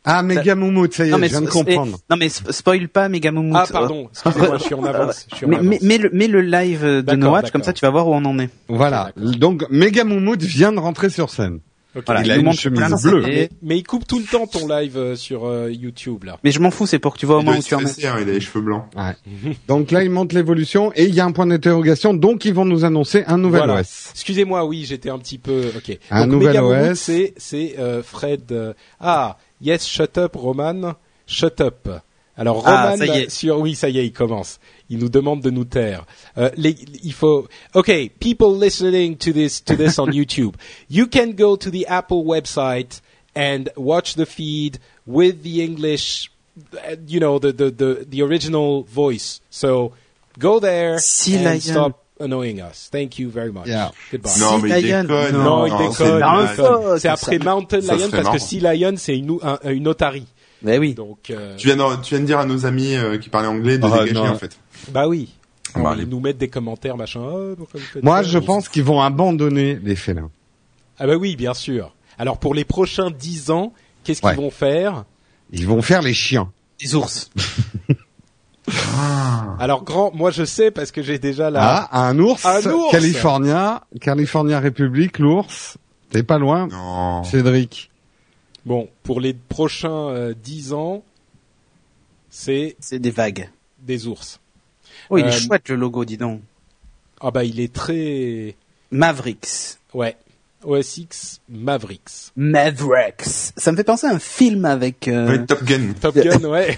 Ah, méga moumoute, ça y est,
Non mais,
je viens de
sp- sp-
comprendre.
non, mais sp- spoil pas Megamomoot.
Ah pardon, excusez-moi, je suis en avance. Je suis en
Mais,
avance.
mais, mais le, mais le live euh, de
D'accord,
No Watch,
d'accord.
comme ça tu vas voir où on en est.
Voilà. Donc, méga moumoute vient de rentrer sur scène.
Ok.
Voilà,
Il a
nous
une
montre
chemise
plein de
bleue.
CD.
Mais, mais il coupe tout le temps ton live euh, sur euh, YouTube là.
Mais je m'en fous, c'est pour que tu vois au
Il doit
moins où
être
tu en es.
stressé, hein, il a les cheveux blancs. [LAUGHS]
Donc là, il monte l'évolution et il y a un point d'interrogation. Donc, ils vont nous annoncer un nouvel
Voilà.
OS.
Excusez-moi, oui, j'étais un petit peu. Ok.
Un
Donc,
nouvel
Megamomoot,
OS.
C'est c'est euh, Fred. euh, Ah yes, shut up Roman, shut up. Alors
Ah,
Roman
ça y est.
sur oui ça y est il commence. Il nous demande de nous taire. Euh, les- il faut. Ok, people listening to this to this on YouTube, you can go to the Apple website and watch the feed with the English, uh, you know the the the, the original voice. So go there
Si,
and
Lion.
stop annoying us. Thank you very much.
Yeah.
Goodbye.
Non, mais il
Lion.
déconne.
Non,
Non, il
c'est
déconne.
marrant,
il
mal.
ça.
déconne.
comme
C'est après Mountain
Ça
Lion
serait
parce
marrant.
que Sea Lion c'est une, ou- un- une otarie.
Bah oui.
Donc euh,
Tu viens, de, tu viens de dire à nos amis euh, qui parlaient anglais de
Ah,
dégager
non.
en fait.
bah oui.
Ah, bah, allez.
ils nous mettent des commentaires machin. Ah, pourquoi vous faites
Moi,
ça
je pense qu'ils vont abandonner les félins.
Ah bah oui, bien sûr. Alors pour les prochains 10 ans, qu'est-ce qu'ils
Ouais.
vont faire
Ils vont faire les chiens.
[LAUGHS]
Des ours.
Ah. Alors grand, moi je sais parce que j'ai déjà la
Ah, un ours,
Un ours.
California, California République, l'ours. T'es pas loin,
Non.
Cédric.
Bon, pour les prochains euh, 10 ans, c'est
C'est des vagues.
des ours.
Oh, il
Euh,
est chouette le logo, dis donc.
Ah bah il est très
Mavericks.
ouais. OS X Mavericks.
Mavericks. Ça me fait penser à un film avec euh,
Ouais, Top Gun.
Top Gun, ouais.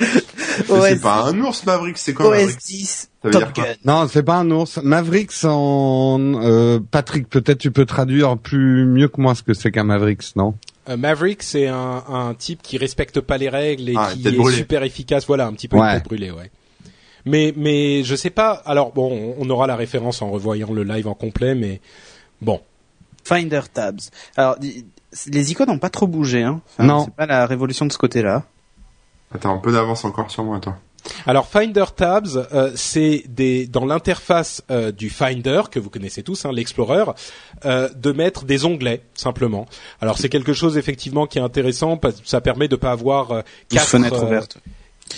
Mais
OS,
C'est pas un ours, Maverick, c'est quoi
OS
Maverick
10
Ça veut dire
Top
quoi
Gun.
Non, c'est pas un ours. Mavericks en euh, Patrick, peut-être tu peux traduire plus mieux que moi ce que c'est qu'un Mavericks, non
[LAUGHS] Euh, Maverick, c'est un, un type qui respecte pas les règles et
Ah,
qui
tête
est
brûlée.
super efficace. Voilà, un petit peu une
Ouais.
tête brûlée, ouais. Mais mais je sais pas. Alors bon, on aura la référence en revoyant le live en complet, mais bon.
Finder Tabs. Alors, di- les icônes n'ont pas trop bougé. Hein.
Non.
C'est pas la révolution de ce côté-là.
Attends, un peu d'avance encore sur moi, toi.
Alors Finder Tabs, euh, c'est des dans l'interface euh, du Finder que vous connaissez tous, hein, l'Explorer, euh, de mettre des onglets simplement. Alors c'est quelque chose effectivement qui est intéressant parce que ça permet de pas avoir euh, quatre
fenêtres
euh,
ouvertes.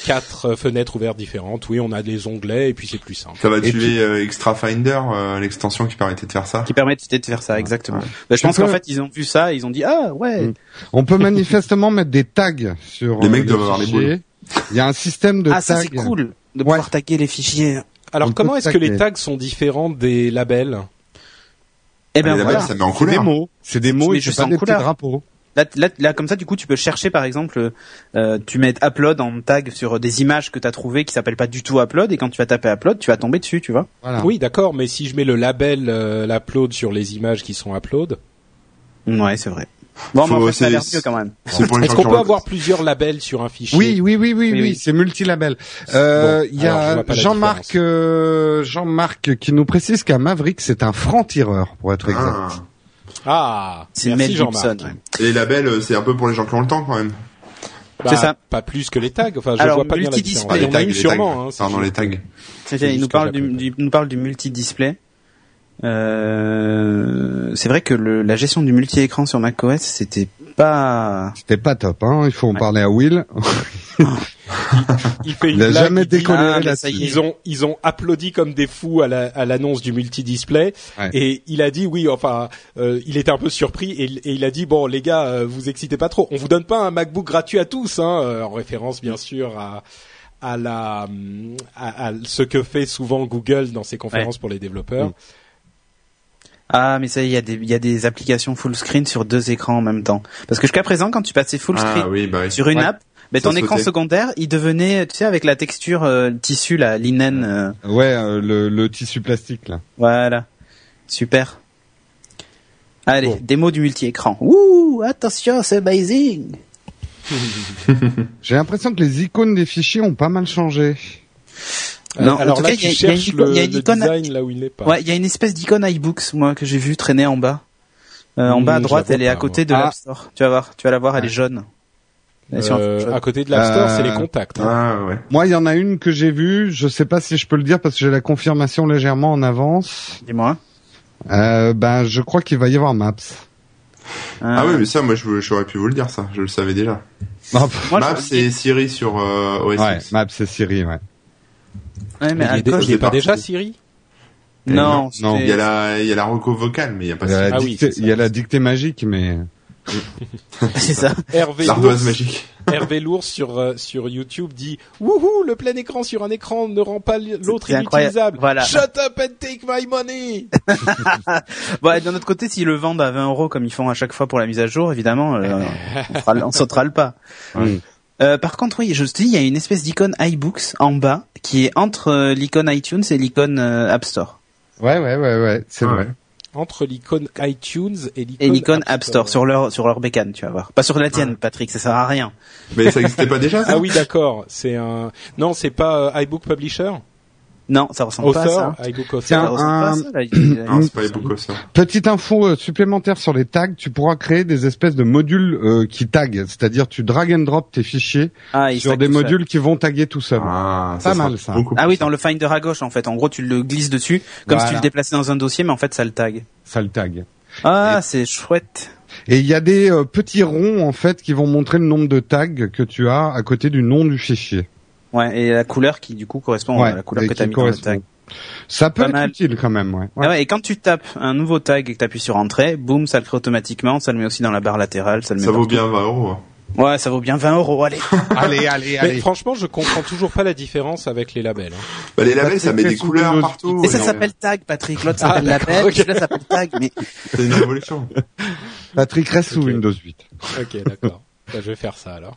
quatre euh, fenêtres ouvertes différentes. Oui, on a des onglets et puis c'est plus simple.
Ça va
Et
tuer euh, Extra Finder, euh, l'extension qui permettait de faire ça.
Qui permet de de faire ça, exactement.
ouais.
Bah, je
Tu
pense qu'en
peux-
fait, ils ont vu ça, ils ont dit, ah ouais,
Mm. On
[LAUGHS]
peut manifestement mettre des tags sur
Les
euh,
mecs doivent avoir les
fichiers. Il y a un système de
ah ça
tags.
c'est cool de
Ouais.
pouvoir taguer les fichiers.
Alors
On
comment
peut
est-ce que les
tacler.
tags sont différents des labels
Eh
Mais
ben
là-bas,
voilà.
Ah, ça met
C'est
en
des
couleur.
mots. C'est des mots
Mais
et
juste
c'est pas
en
des
couleur.
petits drapeaux.
Là, là, là, comme ça, du coup, tu peux chercher, par exemple, euh, tu mets upload en tag sur des images que t'as trouvées qui s'appellent pas du tout upload, et quand tu vas taper upload, tu vas tomber dessus, tu vois.
Voilà.
Oui, d'accord, mais si je mets le label euh, l'upload sur les images qui sont upload,
Ouais, c'est vrai. Bon,
Faut-
mais en fait, ça a l'air
c'est-
mieux quand même.
C'est pour les
est-ce
gens
qu'on
qui
peut
ont-
avoir plusieurs labels sur un fichier
Oui, oui, oui, oui,
Oui,
oui,
oui.
c'est multilabel. Euh,
Bon,
Il y
alors, je vois
a
pas la
Jean-Marc,
différence.
euh, Jean-Marc qui nous précise qu'un Maverick c'est un franc tireur pour être exact.
Ah.
Ah,
C'est Mel
merci
Gibson.
Jean-Marc.
ouais.
Et les labels, euh, c'est un peu pour les gens qui ont le temps quand même.
Bah,
ça.
Pas plus que les tags. Enfin, je
Alors,
vois pas bien la
multidisplay.
différence. Il y
Enfin,
Ah,
en a une
les
sûrement.
tags.
hein, c'est
Pardon,
juste-
les tags.
C'est-à-dire,
C'est
il nous
juste que
parle du,
j'appelle.
du- il nous parle du multi-display. Euh, c'est vrai que le- la gestion du multi-écran sur macOS, c'était pas.
C'était pas top, hein. Il faut en
Ouais.
parler à Will. [LAUGHS]
Il fait une
Il a
blague,
jamais
il dit-
décollé
Ah, mais
là
ça y est.
Ils ont ils ont applaudi comme des fous à la- à l'annonce du multi-display
Ouais.
et il a dit oui enfin euh, il était un peu surpris et, il- et il a dit bon les gars euh, vous excitez pas trop on vous donne pas un MacBook gratuit à tous hein euh, en référence bien sûr à à la hum, à, à ce que fait souvent Google dans ses conférences pour les développeurs
Mm. Ah, mais ça, y est, il y a des, il y a des applications full screen sur deux écrans en même temps. Parce que jusqu'à présent, quand tu passais full screen
Ah oui, bah oui.
sur une
Ouais.
app, ben
Ça
ton écran
sautait.
secondaire, il devenait, tu sais, avec la texture euh, tissu, la linen, euh,
Ouais, euh, le, le tissu plastique là.
voilà. Super. Allez,
Bon.
démo du multi-écran. Ouh, attention, c'est amazing.
J'ai l'impression que les icônes des fichiers ont pas mal changé.
Euh,
Non, en
alors
tout
là
cas, il
tu
y a- il y a une
cherches
icône-
le,
il y a une
le
icône à-
design là où il n'est pas
Ouais, il y a une espèce d'icône iBooks, moi, que j'ai vu traîner en bas. Euh, en
Hmm,
bas à
je
droite,
la vois
elle est à
pas,
côté de
moi. Ah.
l'App Store. Tu vas voir, tu vas la voir, elle est
Ouais.
jaune. Elle est sur un fond
Euh,
jaune.
à côté de l'App Store c'est les
Euh,
contacts
bah,
hein.
Ah ouais.
Moi, il y en a une que j'ai vue. Je sais pas si je peux le dire parce que j'ai la confirmation légèrement en avance.
Dis-moi. hein.
Euh, ben, je crois qu'il va y avoir Maps.
Ah
Euh,
oui, mais ça, moi, je- j'aurais pu vous le dire, ça. Je le savais déjà.
Ah, pff,
Moi, je-
Maps et Siri sur euh, OS
[LAUGHS] ouais,
X.
Maps c'est Siri, ouais.
Ouais, mais
il
à
est, dé-
gauche-
il est pas
partout.
déjà Siri
Non,
non,
Il y a la, il y a la reco vocale, mais il y a pas
Il y a
Siri.
la,
Ah oui,
dictée,
c'est ça.
il y a la dictée magique, mais
[LAUGHS] c'est ça.
Hervé
L'ardoise
Lours.
magique.
Hervé Lours sur euh, sur YouTube dit wouhou le plein écran sur un écran ne rend pas li- l'autre
C'est incroyable.
inutilisable.
Voilà.
Shut up and take my money. [LAUGHS]
Bon, Bah, et d'un autre côté, s'ils le vendent à 20 euros comme ils font à chaque fois pour la mise à jour,
[LAUGHS]
évidemment, euh, on, fera- on sautera le pas.
Ouais.
Euh, par contre, oui, je te dis, il y a une espèce d'icône iBooks en bas qui est entre euh, l'icône iTunes et l'icône euh, App Store
ouais, ouais, ouais, ouais, c'est
Ouais.
vrai.
Entre l'icône iTunes et l'icône
et
Oh,
l'icône App Store sur leur sur leur bécane, tu vas voir. Pas sur la tienne,
Ouais.
Patrick, ça sert à rien.
Mais ça existait pas
[LAUGHS]
déjà, ça
Ah oui d'accord c'est un non c'est pas euh, iBook Publisher
Non, ça ressemble pas à ça. hein.
author iBook
Ça
author.
Tiens.
ressemble pas à ça, là, la-
Non, c'est pas Ebook ça.
Petite info euh, supplémentaire sur les tags, tu pourras créer des espèces de modules euh, qui taguent, c'est-à-dire tu drag and drop tes fichiers
Ah, il
sur
sac
des
tout seul.
modules qui vont taguer tout seul.
Ah,
Pas
sera
mal, ça.
beaucoup
Ah oui,
plus
dans le Finder à gauche en fait. En gros, tu le glisses dessus comme si tu
Voilà.
le déplaçais dans un dossier, mais en fait, ça le tag.
Ça le tag.
Ah, c'est chouette.
Et il y a des euh, petits ronds en fait qui vont montrer le nombre de tags que tu as à côté du nom du fichier.
Ouais, et la couleur qui du coup correspond à la couleur
et
que
qui
t'as mis dans le
correspond.
tag.
Ça peut
Pas
être
mal.
utile quand même, ouais.
Ah ouais, et quand tu tapes un nouveau tag et que t'appuies sur entrée, boum, ça le crée automatiquement, ça le met aussi dans la barre latérale, ça le met
Ça vaut
partout.
bien 20 euros. hein.
Ouais, ça vaut bien 20 euros, allez.
allez, allez,
Mais
allez.
franchement je comprends toujours pas la différence avec les labels. hein.
Bah, les labels, ça met
fait
des
sous
couleurs
Windows.
partout.
Et ça
genre,
s'appelle tag, Patrick. L'autre s'appelle
Ah,
label,
d'accord, ok.
celui-là s'appelle tag, mais
C'est une révolution.
Patrick reste sous
Ok.
Windows 8.
Ok
[LAUGHS]
d'accord Bah, je vais faire ça alors.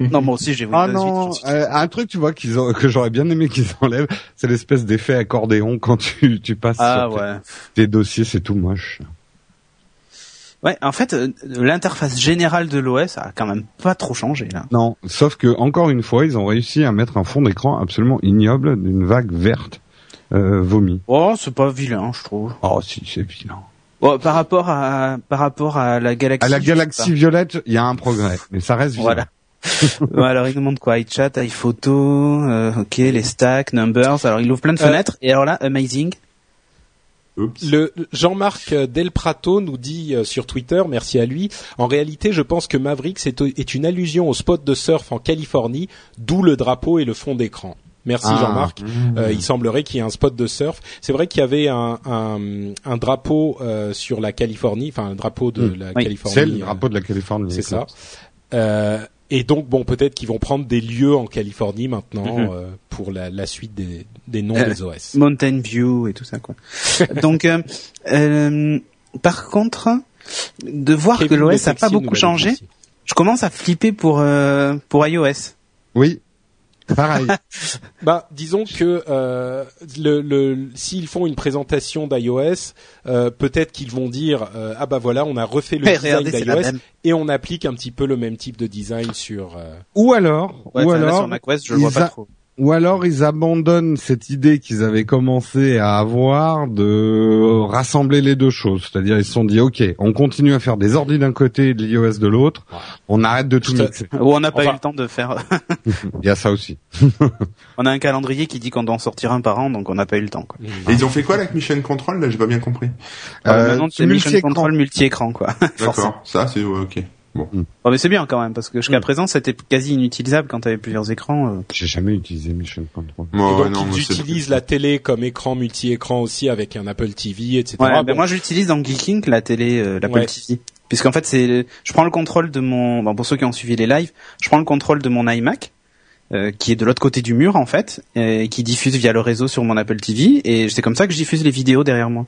non, moi aussi j'ai Windows
Ah non,
8, je suis-
euh, un truc tu vois qu'ils ont, que j'aurais bien aimé qu'ils enlèvent, c'est l'espèce d'effet accordéon quand tu, tu passes
Ah
sur tes-
ouais.
tes dossiers, c'est tout moche.
Ouais, en fait, euh, l'interface générale de l'OS a quand même pas trop changé là.
Non, sauf que encore une fois, ils ont réussi à mettre un fond d'écran absolument ignoble d'une vague verte euh, vomi.
Oh, c'est pas vilain, je trouve.
Oh si, c'est vilain.
Bon, par rapport à par rapport à la galaxie.
À la
je sais
galaxie violette, il y a un progrès, mais ça reste vilain.
Voilà. Ouais, alors il nous montre quoi iChat, iPhoto, euh, ok, les stacks, numbers. Alors il ouvre plein de
Euh,
fenêtres. Et alors là, amazing.
Oups.
Le Jean-Marc Del Prato nous dit euh, sur Twitter, merci à lui. En réalité, je pense que Mavericks est, est une allusion au spot de surf en Californie, d'où le drapeau et le fond d'écran. Merci
Ah.
Jean-Marc. Euh, il semblerait qu'il y ait un spot de surf. C'est vrai qu'il y avait un, un, un drapeau euh, sur la Californie, enfin un drapeau de
Mm.
la
Oui,
Californie.
C'est le
euh,
drapeau de la Californie.
c'est ça. Euh, et donc bon, peut-être qu'ils vont prendre des lieux en Californie maintenant
Mhm.
euh, pour la, la suite des, des noms
Euh,
des OS.
Mountain View et
[LAUGHS]
tout ça quoi. Donc euh, euh, par contre, de voir que
Kevin
l'OS
Desaxis
a pas
nous l'a
beaucoup
dit
changé,
aussi.
je commence à flipper pour euh, pour iOS. [LAUGHS]
Oui. Pareil.
Bah, disons que euh, le, le, s'ils font une présentation d'iOS, euh, peut-être qu'ils vont dire euh, ah bah voilà, on a refait le
Eh,
design
regardez, c'est la
d'iOS
même.
et on applique un petit peu le même type de design sur. euh,
ou alors,
Ouais,
ou
enfin, là, sur
alors,
macOS, je le vois
ils
pas
a-
trop.
ou alors ils abandonnent cette idée qu'ils avaient commencé à avoir de rassembler les deux choses. C'est-à-dire ils se sont dit ok, on continue à faire des ordi d'un côté et de l'iOS de l'autre, on arrête de tout
Je te-
mixer.
Ou on n'a pas
Enfin-
eu le temps de faire. [LAUGHS]
Il y a ça aussi.
on a un calendrier qui dit qu'on doit en sortir un par an, donc on n'a pas eu le temps. Quoi.
Ah.
Et ils ont fait quoi là, avec Mission Control Là, j'ai pas bien
[LAUGHS]
compris.
Ah, bah,
Euh,
maintenant, c'est
multi-écran.
Mission Control multi-écran, quoi. Forcément.
D'accord. Ça, c'est ouais, ok.
Bon, mais c'est bien quand même, parce que jusqu'à présent, c'était quasi inutilisable quand tu avais plusieurs écrans. euh.
J'ai jamais utilisé Mission Control.
Moi,
Et
ouais,
donc,
non, moi,
ils
c'est-
utilisent la télé comme écran multi-écran aussi avec un Apple TV, etc.
Ouais,
Bon,
ben moi j'utilise dans Geeking la télé, euh, l'Apple
Ouais.
TV, puisqu'en fait c'est, je prends le contrôle de mon, bon, pour ceux qui ont suivi les lives, je prends le contrôle de mon iMac euh, qui est de l'autre côté du mur en fait, et qui diffuse via le réseau sur mon Apple TV, et c'est comme ça que je diffuse les vidéos derrière moi.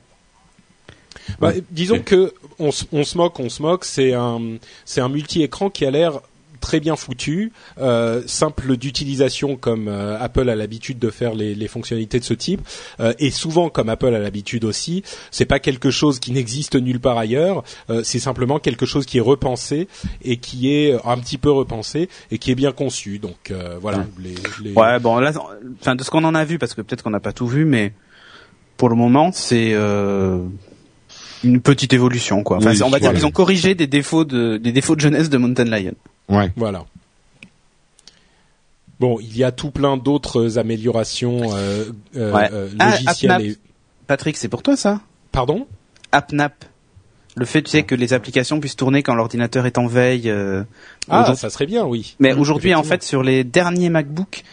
Bah, disons que on, s- on se moque, on se moque. C'est un c'est un multi-écran qui a l'air très bien foutu, euh, simple d'utilisation comme euh, Apple a l'habitude de faire les, les fonctionnalités de ce type, euh, et souvent comme Apple a l'habitude aussi. C'est pas quelque chose qui n'existe nulle part ailleurs. euh, c'est simplement quelque chose qui est repensé et qui est euh, un petit peu repensé et qui est bien conçu. Donc euh, voilà. Les, les-
Ouais, bon là, enfin de ce qu'on en a vu, parce que peut-être qu'on n'a pas tout vu, mais pour le moment c'est euh, une petite évolution quoi. Enfin,
Oui,
c'est- on va dire
voilà.
qu'ils ont corrigé des défauts de, des défauts de jeunesse de Mountain Lion.
Ouais.
Voilà. Bon, il y a tout plein d'autres améliorations euh, euh,
Ouais.
euh,
Ah,
logicielles
AppNap.
et-
Patrick, c'est pour toi ça
Pardon
AppNap. Le fait, tu sais, que les applications puissent tourner quand l'ordinateur est en veille. euh,
Ah,
aujourd'hui.
ça serait bien, oui.
Mais aujourd'hui, en
effectivement.
fait, sur les derniers MacBook,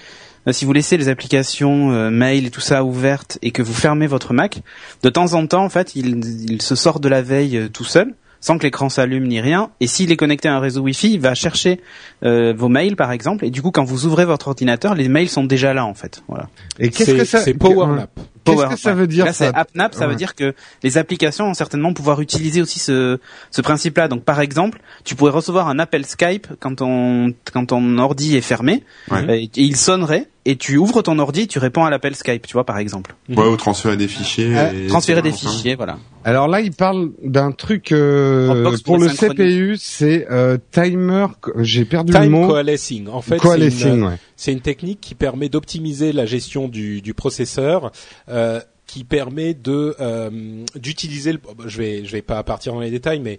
euh, si vous laissez les applications euh, mail et tout ça ouvertes et que vous fermez votre Mac, de temps en temps, en fait, il, il se sort de la veille euh, tout seul, sans que l'écran s'allume ni rien. Et s'il est connecté à un réseau Wi-Fi, il va chercher euh, vos mails, par exemple. Et du coup, quand vous ouvrez votre ordinateur, les mails sont déjà là, en fait. Voilà.
Et qu'est-ce
C'est
que ça
c'est PowerNap.
Qu'est-ce
Power,
que ça
ouais.
veut dire
Là,
ça
c'est AppNap, ça
Ouais.
veut dire que les applications vont certainement pouvoir utiliser aussi ce, ce principe-là. Donc, par exemple, tu pourrais recevoir un appel Skype quand ton, quand ton ordi est fermé,
Ouais.
euh, et il sonnerait, et tu ouvres ton ordi, et tu réponds à l'appel Skype, tu vois, par exemple.
Ouais, ou transférer des fichiers.
Ah,
Euh,
et-
Transférer des
enfin.
fichiers, voilà.
Alors là, il parle d'un truc euh,
Dropbox
pour
pour
le
synchroniser.
CPU, c'est euh, timer. co- J'ai perdu le
Time
mot.
coalescing. En fait, c'est
Coalescing,
une,
ouais.
c'est une technique qui permet d'optimiser la gestion du, du processeur, euh, qui permet de euh, d'utiliser. Le, bon, je vais je vais pas partir dans les détails, mais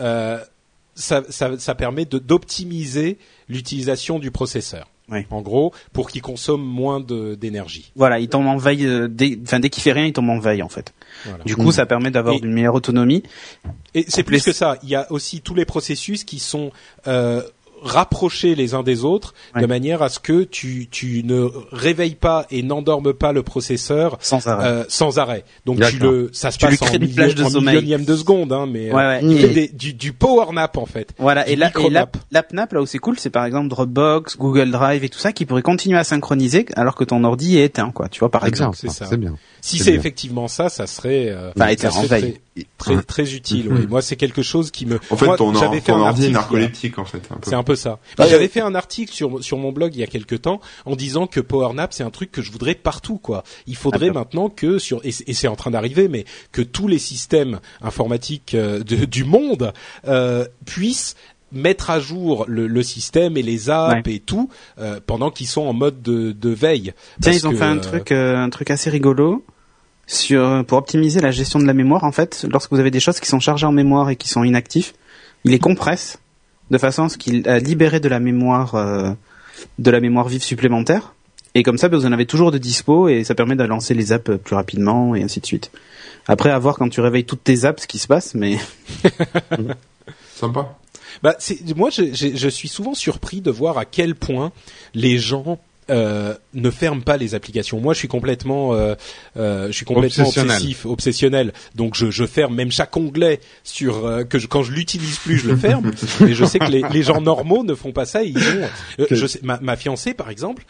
euh, ça, ça, ça permet de d'optimiser l'utilisation du processeur.
Oui.
En gros, pour qu'il consomme moins de- d'énergie.
Voilà, il tombe en veille, euh, dès, enfin, dès qu'il fait rien, il tombe en veille, en fait.
Voilà.
Du coup, ça permet d'avoir
Et-
une meilleure autonomie.
Et c'est plus
Complexe.
que ça. Il y a aussi tous les processus qui sont euh, rapprochés les uns des autres, de
Ouais.
manière à ce que tu, tu ne réveilles pas et n'endormes pas le processeur
Sans arrêt.
euh, sans arrêt. Donc tu
D'accord.
le, ça se
Tu lui
passe en,
crées des
million-
plages de
en
sommeil.
millionième de seconde, hein, mais euh,
Ouais, ouais.
tu fais
Et-
des- du, du power nap en fait.
Voilà,
Du
et, la, et
micro-nap.
l'app- l'AppNap, là où c'est cool, c'est par exemple Dropbox, Google Drive et tout ça qui pourrait continuer à synchroniser alors que ton ordi est éteint, quoi, tu vois, par
C'est bien,
exemple.
c'est
ça,
ça.
c'est bien.
Si
C'est
c'est
bien.
effectivement ça, ça serait, euh,
Enfin,
ça
éteint en
serait
veille.
très, très, très utile.
Mm.
oui. Moi, c'est quelque chose qui me.
En fait,
Moi,
ton, or-
j'avais fait
ton
un
ordi est
article,
narcoleptique, en fait. un peu.
C'est un peu ça.
Ouais,
J'avais
ouais.
fait un article sur sur mon blog il y a quelque temps en disant que PowerNap c'est un truc que je voudrais partout quoi. Il faudrait
D'accord.
maintenant que sur et c'est et c'est en train d'arriver mais que tous les systèmes informatiques euh, de- du monde euh, puissent mettre à jour le, le système et les apps et tout euh, pendant qu'ils sont en mode de, de veille.
Tiens,
Parce
ils ont
que,
fait un
euh,
truc, euh, un truc assez rigolo sur pour optimiser la gestion de la mémoire. En fait, lorsque vous avez des choses qui sont chargées en mémoire et qui sont inactives, il les compresse de façon à ce qu'il à libérer de la mémoire euh, de la mémoire vive supplémentaire. Et comme ça, ben, vous en avez toujours de dispo et ça permet de lancer les apps plus rapidement et ainsi de suite. Après, à voir quand tu réveilles toutes tes apps ce qui se passe, mais
Sympa.
Bah, c'est, moi, je, je- je suis souvent surpris de voir à quel point les gens euh, ne ferment pas les applications. Moi, je suis complètement, euh, euh, je suis complètement
Obsessionnel.
obsessif, obsessionnel. Donc, je, je ferme même chaque onglet sur euh, que je, quand je l'utilise plus, je le ferme. Mais je sais que les, les gens normaux ne font pas ça. et Ils ont, euh, je sais, ma, ma fiancée, par exemple,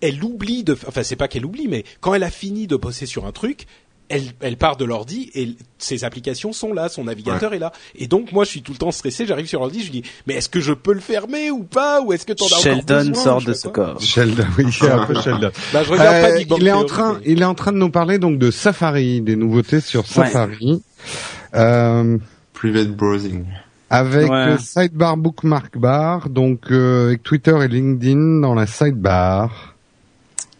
elle oublie de, enfin, c'est pas qu'elle oublie, mais quand elle a fini de bosser sur un truc. Elle, elle part de l'ordi et l- ses applications sont là, son navigateur est là. Et donc moi je suis tout le temps stressé, j'arrive sur l'ordi, je dis mais est-ce que je peux le fermer ou pas ou est-ce que t'en as encore
Sheldon
besoin
sort
Je
de
sais
ce
pas.
corps.
Sheldon, oui, c'est un peu Sheldon.
Bah, je regarde pas
Euh,
Big Bang
il est en
Theory,
train,
mais-
il est en train de nous parler donc de Safari, des nouveautés sur Safari, euh,
Private browsing.
avec
Ouais.
euh, sidebar bookmark bar, donc euh, avec Twitter et LinkedIn dans la sidebar.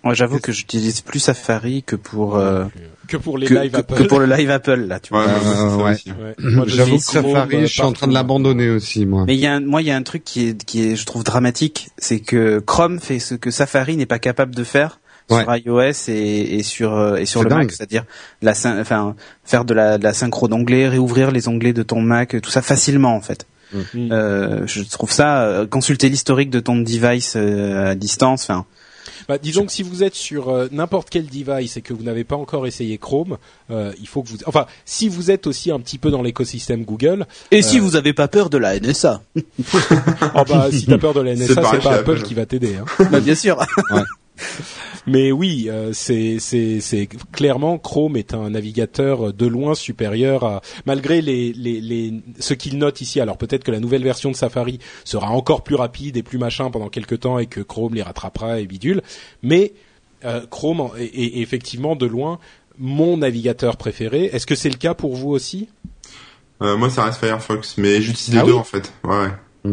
Ouais, j'avoue que j'utilise plus Safari que pour euh,
Que pour les
que,
live
que-
Apple.
que pour le live Apple là, tu vois.
Ouais,
Euh,
c'est ça
ouais.
aussi.
Ouais. Moi, je
J'avoue que
suis Chrome,
Safari,
euh,
je suis en train de
partout.
l'abandonner aussi, moi.
Mais il y a un, moi, il y a un truc qui est, qui est, je trouve dramatique, c'est que Chrome fait ce que Safari n'est pas capable de faire sur
Ouais.
iOS et, et sur euh, et sur
C'est
le
dingue.
Mac, c'est-à-dire la, syn- enfin, faire de la, de la synchro d'onglets, réouvrir les onglets de ton Mac, tout ça facilement en fait.
Mm.
Euh, je trouve ça euh, consulter l'historique de ton device euh, à distance, enfin,
Bah, disons que si vous êtes sur euh, n'importe quel device et que vous n'avez pas encore essayé Chrome, euh, il faut que vous. Enfin, si vous êtes aussi un petit peu dans l'écosystème
[LAUGHS]
Google,
Et
si
vous avez pas peur de la [LAUGHS] NSA
oh bah, si t'as peur de la NSA, c'est
C'est
pas
pareil
Apple,
chez Apple.
qui va t'aider. hein.
Bah, Bien sûr.
Mais oui, euh, c'est c'est c'est clairement Chrome est un navigateur de loin supérieur à malgré les les les ce qu'il note ici. Alors peut-être que la nouvelle version de Safari sera encore plus rapide et plus machin pendant quelques temps et que Chrome les rattrapera et bidule. Mais euh, Chrome en- est, est effectivement de loin mon navigateur préféré. Est-ce que c'est le cas pour vous aussi
Euh, moi, ça reste Firefox, mais j'utilise les
Ah
deux
oui
en fait. Ouais.
Bah,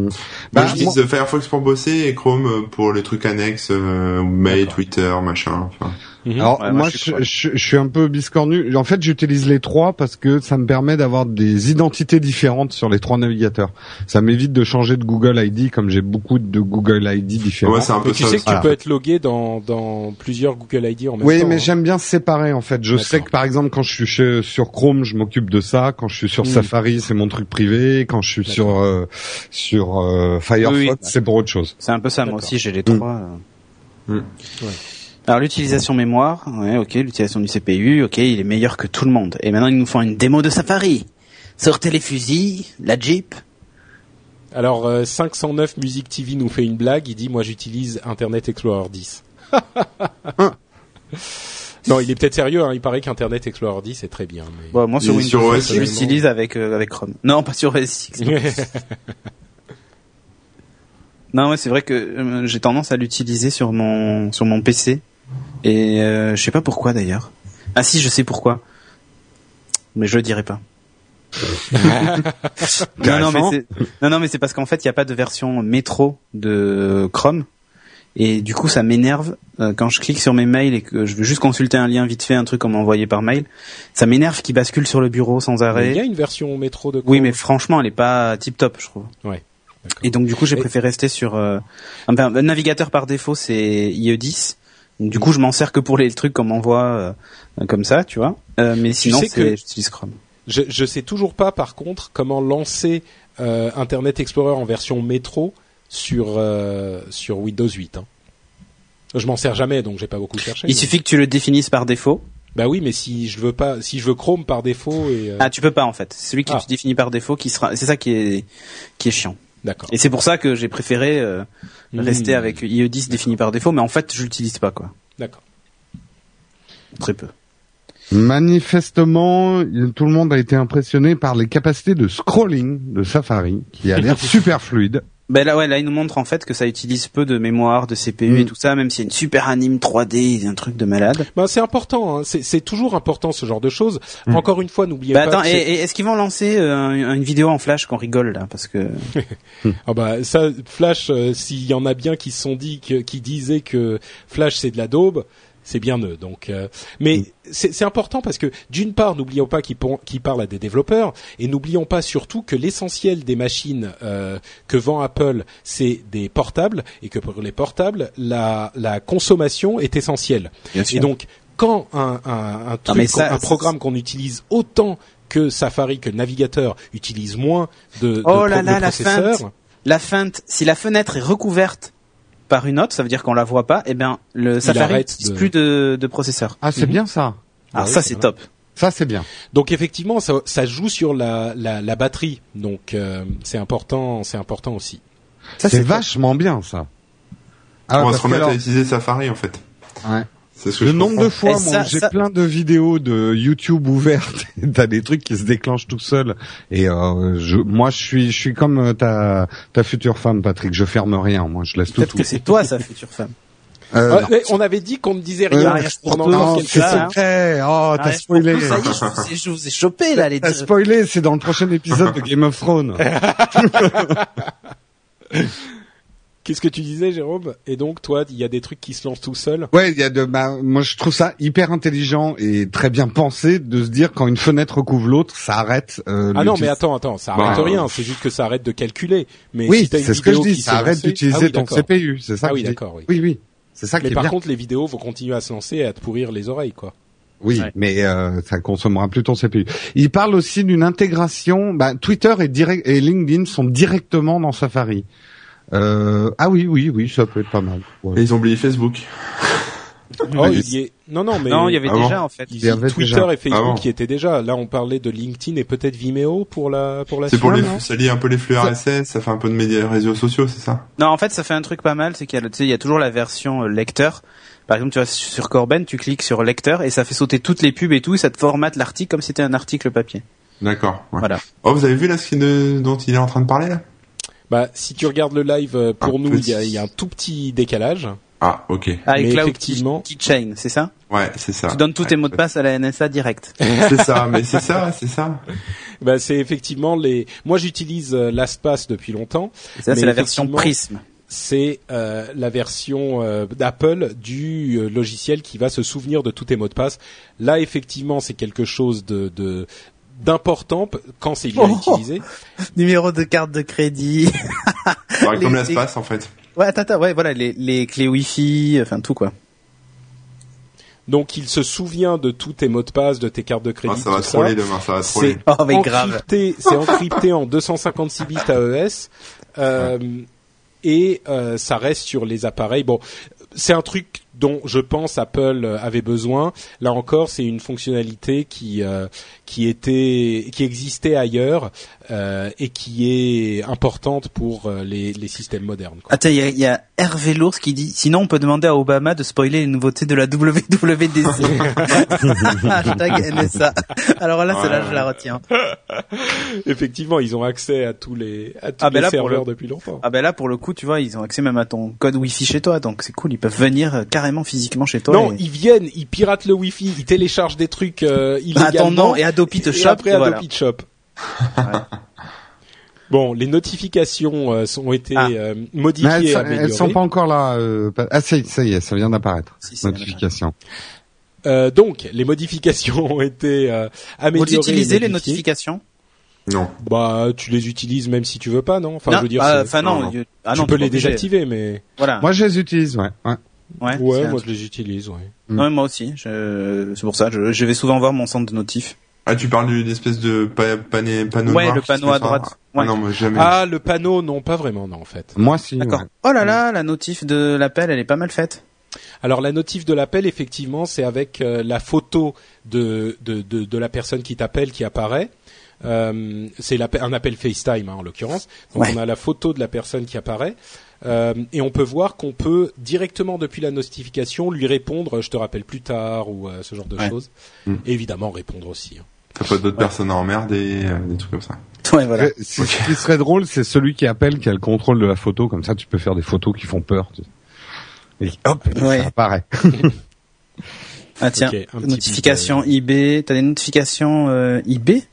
moi, j'utilise Firefox pour bosser et Chrome euh, pour les trucs annexes, euh, mail,
D'accord.
Twitter, machin. Enfin.
Alors
Ouais, moi,
moi,
je suis
je, je- je suis un peu biscornu. En fait, j'utilise les trois parce que ça me permet d'avoir des identités différentes sur les trois navigateurs. Ça m'évite de changer de Google ID comme j'ai beaucoup de Google ID différents.
Ouais, c'est un peu
Mais tu
ça
sais que
aussi.
tu
Voilà.
peux être logué dans dans plusieurs Google ID en même
oui,
temps.
mais
hein.
j'aime bien séparer en fait. Je
D'accord.
sais que par exemple quand je suis chez- sur Chrome, je m'occupe de ça. Quand je suis sur
Mm.
Safari, c'est mon truc privé. Quand je suis sur euh, sur euh, Firefox,
Oui, oui.
c'est pour autre chose.
C'est un peu ça, moi
D'accord.
aussi j'ai les
Mm.
trois. euh.
Mm.
Ouais.
Alors l'utilisation mémoire, ouais, ok, l'utilisation du CPU, ok, il est meilleur que tout le monde. Et maintenant ils nous font une démo de Safari. Sortez les fusils, la Jeep.
Alors euh, 509 Music TV nous fait une blague. Il dit moi j'utilise Internet Explorer
[LAUGHS]
10.
Hein.
non, il est peut-être sérieux. Hein. Il paraît qu'Internet Explorer 10 est très bien. mais- [LAUGHS]
Bon, moi sur
Et
Windows,
sur OS,
je l'utilise avec euh, avec Chrome. Non, pas sur OS X.
Mm.
Non, ouais, c'est vrai que euh, j'ai tendance à l'utiliser sur mon sur mon PC. Et euh, je sais pas pourquoi d'ailleurs. Ah si, je sais pourquoi. Mais je le dirai pas. non, non, mais
Intéressant.
c'est, non, non, mais c'est parce qu'en fait, il n'y a pas de version métro de Chrome. Et du coup, ça m'énerve euh, quand je clique sur mes mails et que je veux juste consulter un lien vite fait, un truc qu'on m'a envoyé par mail. Ça m'énerve qu'il bascule sur le bureau sans
Mais il y
arrêt.
a une version métro de.
Oui,
Chrome.
mais franchement, elle est pas tip top, je trouve.
Ouais.
Et donc du coup, j'ai
Et-
préféré rester sur euh, enfin, le navigateur par défaut, c'est IE10. Donc, Du coup, je m'en sers que pour les trucs qu'on m'envoie euh, comme ça, tu vois. Euh, mais sinon,
sais
c'est-
que-
j'utilise Chrome.
Je, je sais toujours pas par contre comment lancer euh, Internet Explorer en version métro sur euh, sur Windows 8. hein. Je m'en sers jamais, donc j'ai pas beaucoup cherché.
Il
mais-
suffit que tu le définisses par défaut.
Bah oui, mais si je veux pas, si je veux Chrome par défaut et euh,
Ah, tu peux pas en fait. C'est celui qui
Ah.
tu définis par défaut qui sera. C'est ça qui est qui est chiant.
d'accord.
Et c'est pour ça que j'ai préféré euh, rester
Mmh.
avec IE10 défini par défaut, mais en fait, je l'utilise pas quoi.
D'accord.
Très peu.
Manifestement, il- tout le monde a été impressionné par les capacités de scrolling de Safari, qui a l'air super fluide.
Ben là, ouais, là, il nous montre en fait que ça utilise peu de mémoire, de CPU et
Mhm.
Mm.
tout ça, même s'il y a une super anime 3D, un truc de malade.
Ben, c'est important, hein. c'est, c'est toujours important ce genre de choses.
Mm.
Encore une fois, n'oubliez
Bah
pas.
attends,
que
et,
c'est-
et est-ce qu'ils vont lancer euh, un- une vidéo en flash qu'on rigole là Parce que
Ah bah ça, Flash, euh, s'il y en a bien qui se sont dit que, qui disaient que Flash c'est de la daube, c'est bien eux. Donc, euh, mais
Mm.
c'est, c'est important parce que d'une part, n'oublions pas qu'ils, pon- qu'ils parlent à des développeurs et n'oublions pas surtout que l'essentiel des machines euh, que vend Apple, c'est des portables et que pour les portables, la, la consommation est essentielle.
bien
Et donc, quand un, un, un, truc
mais
qu'on-
ça-
un programme qu'on utilise autant que Safari, que le navigateur utilise moins de, de,
Oh là
pro- de
là, la
processeurs,
feinte. la feinte, si la fenêtre est recouverte par une autre, ça veut dire qu'on la voit pas. Et ben le Safari
arrête
n'utilise
de-
plus de, de processeur.
Ah, c'est
Mhm.
bien ça.
Alors
oui,
Ah, ça
c'est
c'est
vrai.
top.
Ça, c'est bien.
donc effectivement, ça, ça joue sur la, la, la batterie. Donc euh, c'est important, c'est important aussi.
Ça
C'est
top.
vachement bien ça. Ah,
On va
parce
se remettre
que alors,
à utiliser Safari en fait.
Ouais.
C'est ce que
Le
je
nombre de fois,
Et
moi,
ça-
j'ai
ça-
plein de vidéos de YouTube ouvertes. [LAUGHS] t'as des trucs qui se déclenchent tout seul. Et euh, je, moi, je suis, je suis comme euh, ta, ta future femme, Patrick. Je ferme rien. Moi, je laisse tout.
Peut-être
tout.
que c'est toi sa future femme.
Euh,
Ah, mais on avait dit qu'on ne disait
Euh,
rien
rien, je
pendant
propose
encore
non,
quelques
c'est
chose, hein.
secret. Oh,
Ah,
t'as
je
spoilé.
comprends, Ça y est, je vous ai- je vous ai chopé là les
T'as
deux.
spoilé. Ah,
[LAUGHS]
C'est dans le prochain épisode de Game of Thrones.
Qu'est-ce que tu disais, Jérôme Et donc, toi, il y a des trucs qui se lancent tout seuls.
Ouais, il y a de, bah, moi je trouve ça hyper intelligent et très bien pensé de se dire quand une fenêtre recouvre l'autre, ça arrête. euh,
Ah non, mais
l'utilis-
attends, attends, ça
Bah,
arrête
euh,
rien. C'est juste que ça arrête de calculer. Mais
Oui,
si t'as une
c'est ce que je
vidéo
dis.
qui
Ça
s'est
arrête
lancée-
d'utiliser
Ah oui,
ton
d'accord.
CPU, c'est ça
Ah
que
oui,
je dis.
d'accord, oui.
Oui, oui. C'est ça
Mais
Ah, qui est
par
bien.
contre, les vidéos vont continuer à se lancer et à te pourrir les oreilles, quoi.
Oui,
Ouais.
mais euh, ça consommera plus ton CPU. Il parle aussi d'une intégration. bah, Twitter et, direct, et LinkedIn sont directement dans Safari. Euh, ah oui, oui, oui, ça peut être pas mal. Ouais.
Et ils ont oublié Facebook.
Oh,
mais-
il y est. Non, non, mais
Non, il y avait
Ah bon
déjà en fait.
il
il y avait
Twitter
déjà.
et Facebook
Ah bon.
qui étaient déjà. Là, on parlait de LinkedIn et peut-être Vimeo pour la pour la
C'est pour
suite,
les,
non
ça lie un peu les flux
Ça-
RSS, ça fait un peu de médias, réseaux sociaux, c'est ça
Non, en fait, ça fait un truc pas mal, c'est qu'il y, a le- tu sais, il y a toujours la version euh, lecteur. Par exemple, tu vas sur Corben, tu cliques sur lecteur et ça fait sauter toutes les pubs et tout, et ça te formate l'article comme si c'était un article papier.
D'accord. ouais.
Voilà.
Oh, vous avez vu la skin de- dont il est en train de parler là
Bah, si tu regardes le live, euh, pour
Un
nous, il
petit-
y, a, il y a un tout petit décalage.
Ah, ok.
Avec
Mais
Cloud
effectivement-
Keychain, c'est ça
Ouais, c'est ça.
Tu donnes tous
Ah, Ouais,
tes mots de passe à la NSA direct.
[LAUGHS] C'est ça, mais c'est ça, c'est ça.
Bah, c'est effectivement les. Moi, j'utilise euh, LastPass depuis longtemps.
Ça,
Mais
c'est la version
effectivement-
Prism.
C'est euh, la version euh, d'Apple du euh, logiciel qui va se souvenir de tous tes mots de passe. Là, effectivement, c'est quelque chose de de- d'important p- quand c'est bien
Oh
utilisé.
Numéro de carte de crédit.
Faudrait
Les-
Comme
les-
la passe en fait.
ouais, attends, attends, ouais, voilà, les, les clés Wi-Fi, enfin tout quoi.
Donc, il se souvient de tous tes mots de passe, de tes cartes de
Ah,
crédit,
ça
tout
va
ça.
troller demain, ça va troller.
C'est
Oh, mais grave.
encrypté, c'est encrypté en 256 bits AES euh, et euh, ça reste sur les appareils. Bon, c'est un truc dont je pense Apple euh, avait besoin. Là encore, c'est une fonctionnalité qui euh, qui était qui existait ailleurs euh, et qui est importante pour euh, les, les systèmes modernes. quoi.
Attends, il y a, il y a Hervé Lours qui dit Sinon, on peut demander à Obama de spoiler les nouveautés de la
[LAUGHS]
WWDC. Hashtag NSA. Alors là, celle-là,
Ouais.
je la retiens.
Effectivement, ils ont accès à tous les à tous
Ah,
les
ben là, pour
serveurs
le-
depuis longtemps.
Ah ben là, pour le coup, tu vois, ils ont accès même à ton code Wi-Fi chez toi, donc c'est cool. Ils peuvent venir euh, carrément physiquement chez toi.
Non,
et...
ils viennent, ils piratent le Wi-Fi, ils téléchargent des trucs euh,
Bah, attends,
illégalement.
non, et Adopi te
et
chope.
après
et voilà.
Adobe Shop. [LAUGHS] Bon, les notifications euh, sont- ont été
Ah.
euh,
Mais elles,
modifiées, et
sont-
améliorées.
elles sont pas encore là. euh, pas- ah si, ça y est, ça vient d'apparaître.
Si, si,
Notification.
Euh, donc, les modifications [LAUGHS] ont été euh,
Vous
améliorées. et
utilisez les
modifiées.
notifications
Non.
Bah, tu les utilises même si tu veux pas, non Enfin,
Non,
je veux dire,
bah,
c'est-
enfin non,
non,
je- ah
tu
non,
peux
t'es pas
les
obligé.
désactiver, mais
Voilà.
Moi, je les utilise. Ouais. ouais.
ouais, c'est
ouais, moi
un truc.
je les utilise, ouais.
Ouais, moi aussi. Je... C'est pour ça. Je... je vais souvent voir mon centre de notif.
Ah, tu parles d'une espèce de pa- pané- panneau
Ouais,
noir
le
qui se
panneau à
fait ça
droite.
Ah,
Ouais.
non, moi jamais.
Ah, le panneau, non, pas vraiment, non, en fait.
Moi, si.
D'accord.
ouais.
Oh là là, la notif de l'appel, elle est pas mal faite. [LAUGHS]
Alors la notif de l'appel, effectivement, c'est avec euh, la photo de, de, de, de la personne qui t'appelle qui apparaît. Euh, c'est l'appel- un appel FaceTime hein, en l'occurrence. Donc
Ouais.
on a la photo de la personne qui apparaît. Euh, et on peut voir qu'on peut directement depuis la notification lui répondre euh, je te rappelle plus tard ou euh, ce genre de
Ouais.
choses.
Mm.
Et évidemment répondre aussi. hein.
T'as pas d'autres personnes à emmerder, euh, des trucs comme ça.
Ouais, voilà.
Euh, c'est- Ce qui serait drôle, c'est celui qui appelle, qui a le contrôle de la photo. Comme ça, tu peux faire des photos qui font peur. tu sais. Et hop,
Ouais.
ça apparaît.
Ah tiens,
Ok, un petit
notification IB. T'as des notifications euh, IB
Oui,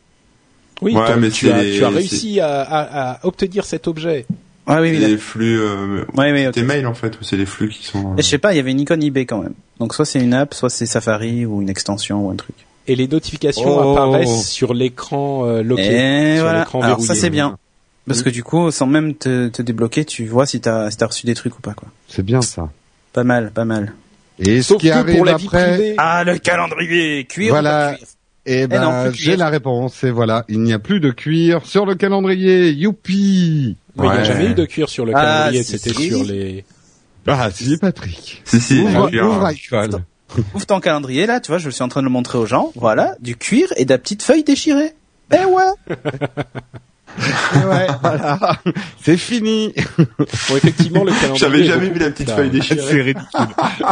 Ouais,
toi,
mais
tu, as,
c'est-
tu as réussi à, à- à obtenir cet objet.
Ah oui, oui.
Les
d'accord.
flux, euh,
Ouais, oui. ok.
tes mails en fait, ou c'est les flux qui sont. euh,
Mais Je sais pas, il y avait une icône IB quand même. Donc soit c'est une app, soit c'est Safari ou une extension ou un truc.
Et les notifications
Oh.
apparaissent sur l'écran euh, loqué.
Et
sur
voilà.
l'écran
Alors ça
verrouillé.
c'est bien. Parce que du coup, sans même te, te débloquer, tu vois si t'as si t'as reçu des trucs ou pas quoi.
C'est bien ça.
Pas mal, pas mal.
Et ce
Sauf
qui
que
arrive
pour la vie
après,
privée,
Ah le calendrier cuir.
Voilà.
ou pas cuir
eh ben,
non, plus
j'ai
cuir.
la réponse. Et voilà, il n'y a plus de cuir sur le calendrier. Youpi
Mais il n'y a
Ouais.
jamais eu de cuir sur le
Ah,
calendrier,
si,
c'était
si.
sur les...
Ah, si, Patrick.
Si, si,
Ouvre,
les flux,
ouvre
hein.
iPhone.
Ouvre ton calendrier là, tu vois, je le suis en train de le montrer aux gens. Voilà, du cuir et de la petite feuille déchirée. Eh ouais.
Eh ouais, voilà. [LAUGHS] C'est fini.
Bon, effectivement,
[LAUGHS]
le calendrier...
J'avais
est
jamais
beaucoup
vu la
plus
petite
tard.
feuille déchirée.
ridicule.
[LAUGHS]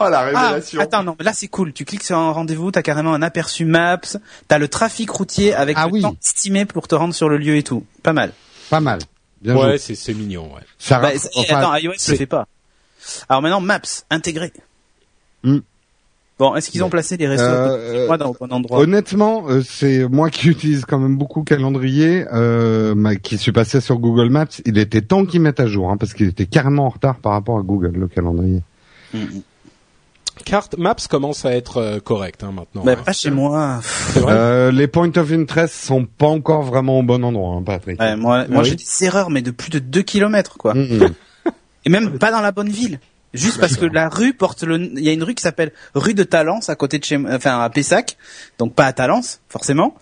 Oh, la
Ah,
révélation.
attends, non, mais là c'est cool. Tu cliques sur un rendez-vous, t'as carrément un aperçu maps, t'as le trafic routier avec
Ah
le
oui.
temps estimé pour te rendre sur le lieu et tout. Pas mal.
Pas mal. Bien joué.
Ouais, c'est c'est mignon, ouais.
Ça
Bah,
rappe-
c'est-
Ah, enfin,
attends, iOS le
c'est-
fait pas. Alors maintenant, Maps intégré. Bon, est-ce qu'ils ont placé les ressources
Euh,
de-
Hmm. euh,
moi dans au bon endroit
Honnêtement, euh, c'est moi qui utilise quand même beaucoup calendrier, euh, ma- qui suis passé sur Google Maps. Il était temps qu'ils mettent à jour, hein, parce qu'il était carrément en retard par rapport à Google le calendrier.
Hmm,
Carte Maps commence à être euh, correct hein, maintenant.
Bah,
hein.
pas chez moi.
C'est vrai
Euh, les points of interest sont pas encore vraiment au bon endroit, hein, Patrick.
Ouais, moi, moi
Ah oui
j'ai des erreurs, mais de plus de 2 kilomètres, quoi.
Mm, mm.
Et même pas dans la bonne ville. Juste parce que la rue porte le, il y a une rue qui s'appelle rue de Talence à côté de chez, enfin à Pessac, donc pas à Talence forcément.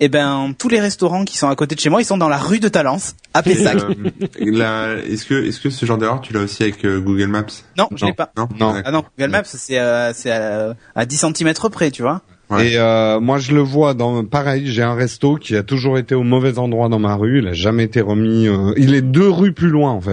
Et ben tous les restaurants qui sont à côté de chez moi, ils sont dans la rue de Talence à [LAUGHS] Pessac.
Euh, la- est-ce que, est-ce que ce genre d'erreur, tu l'as aussi avec euh, Google Maps
non, je l'ai pas.
Non.
Non.
Ouais.
Ah non, Google Maps, c'est euh, c'est à, à 10 cm près, tu vois.
Ouais.
Et euh, moi, je le vois dans pareil. J'ai un resto qui a toujours été au mauvais endroit dans ma rue. Il a jamais été remis. euh, il est deux rues plus loin en fait.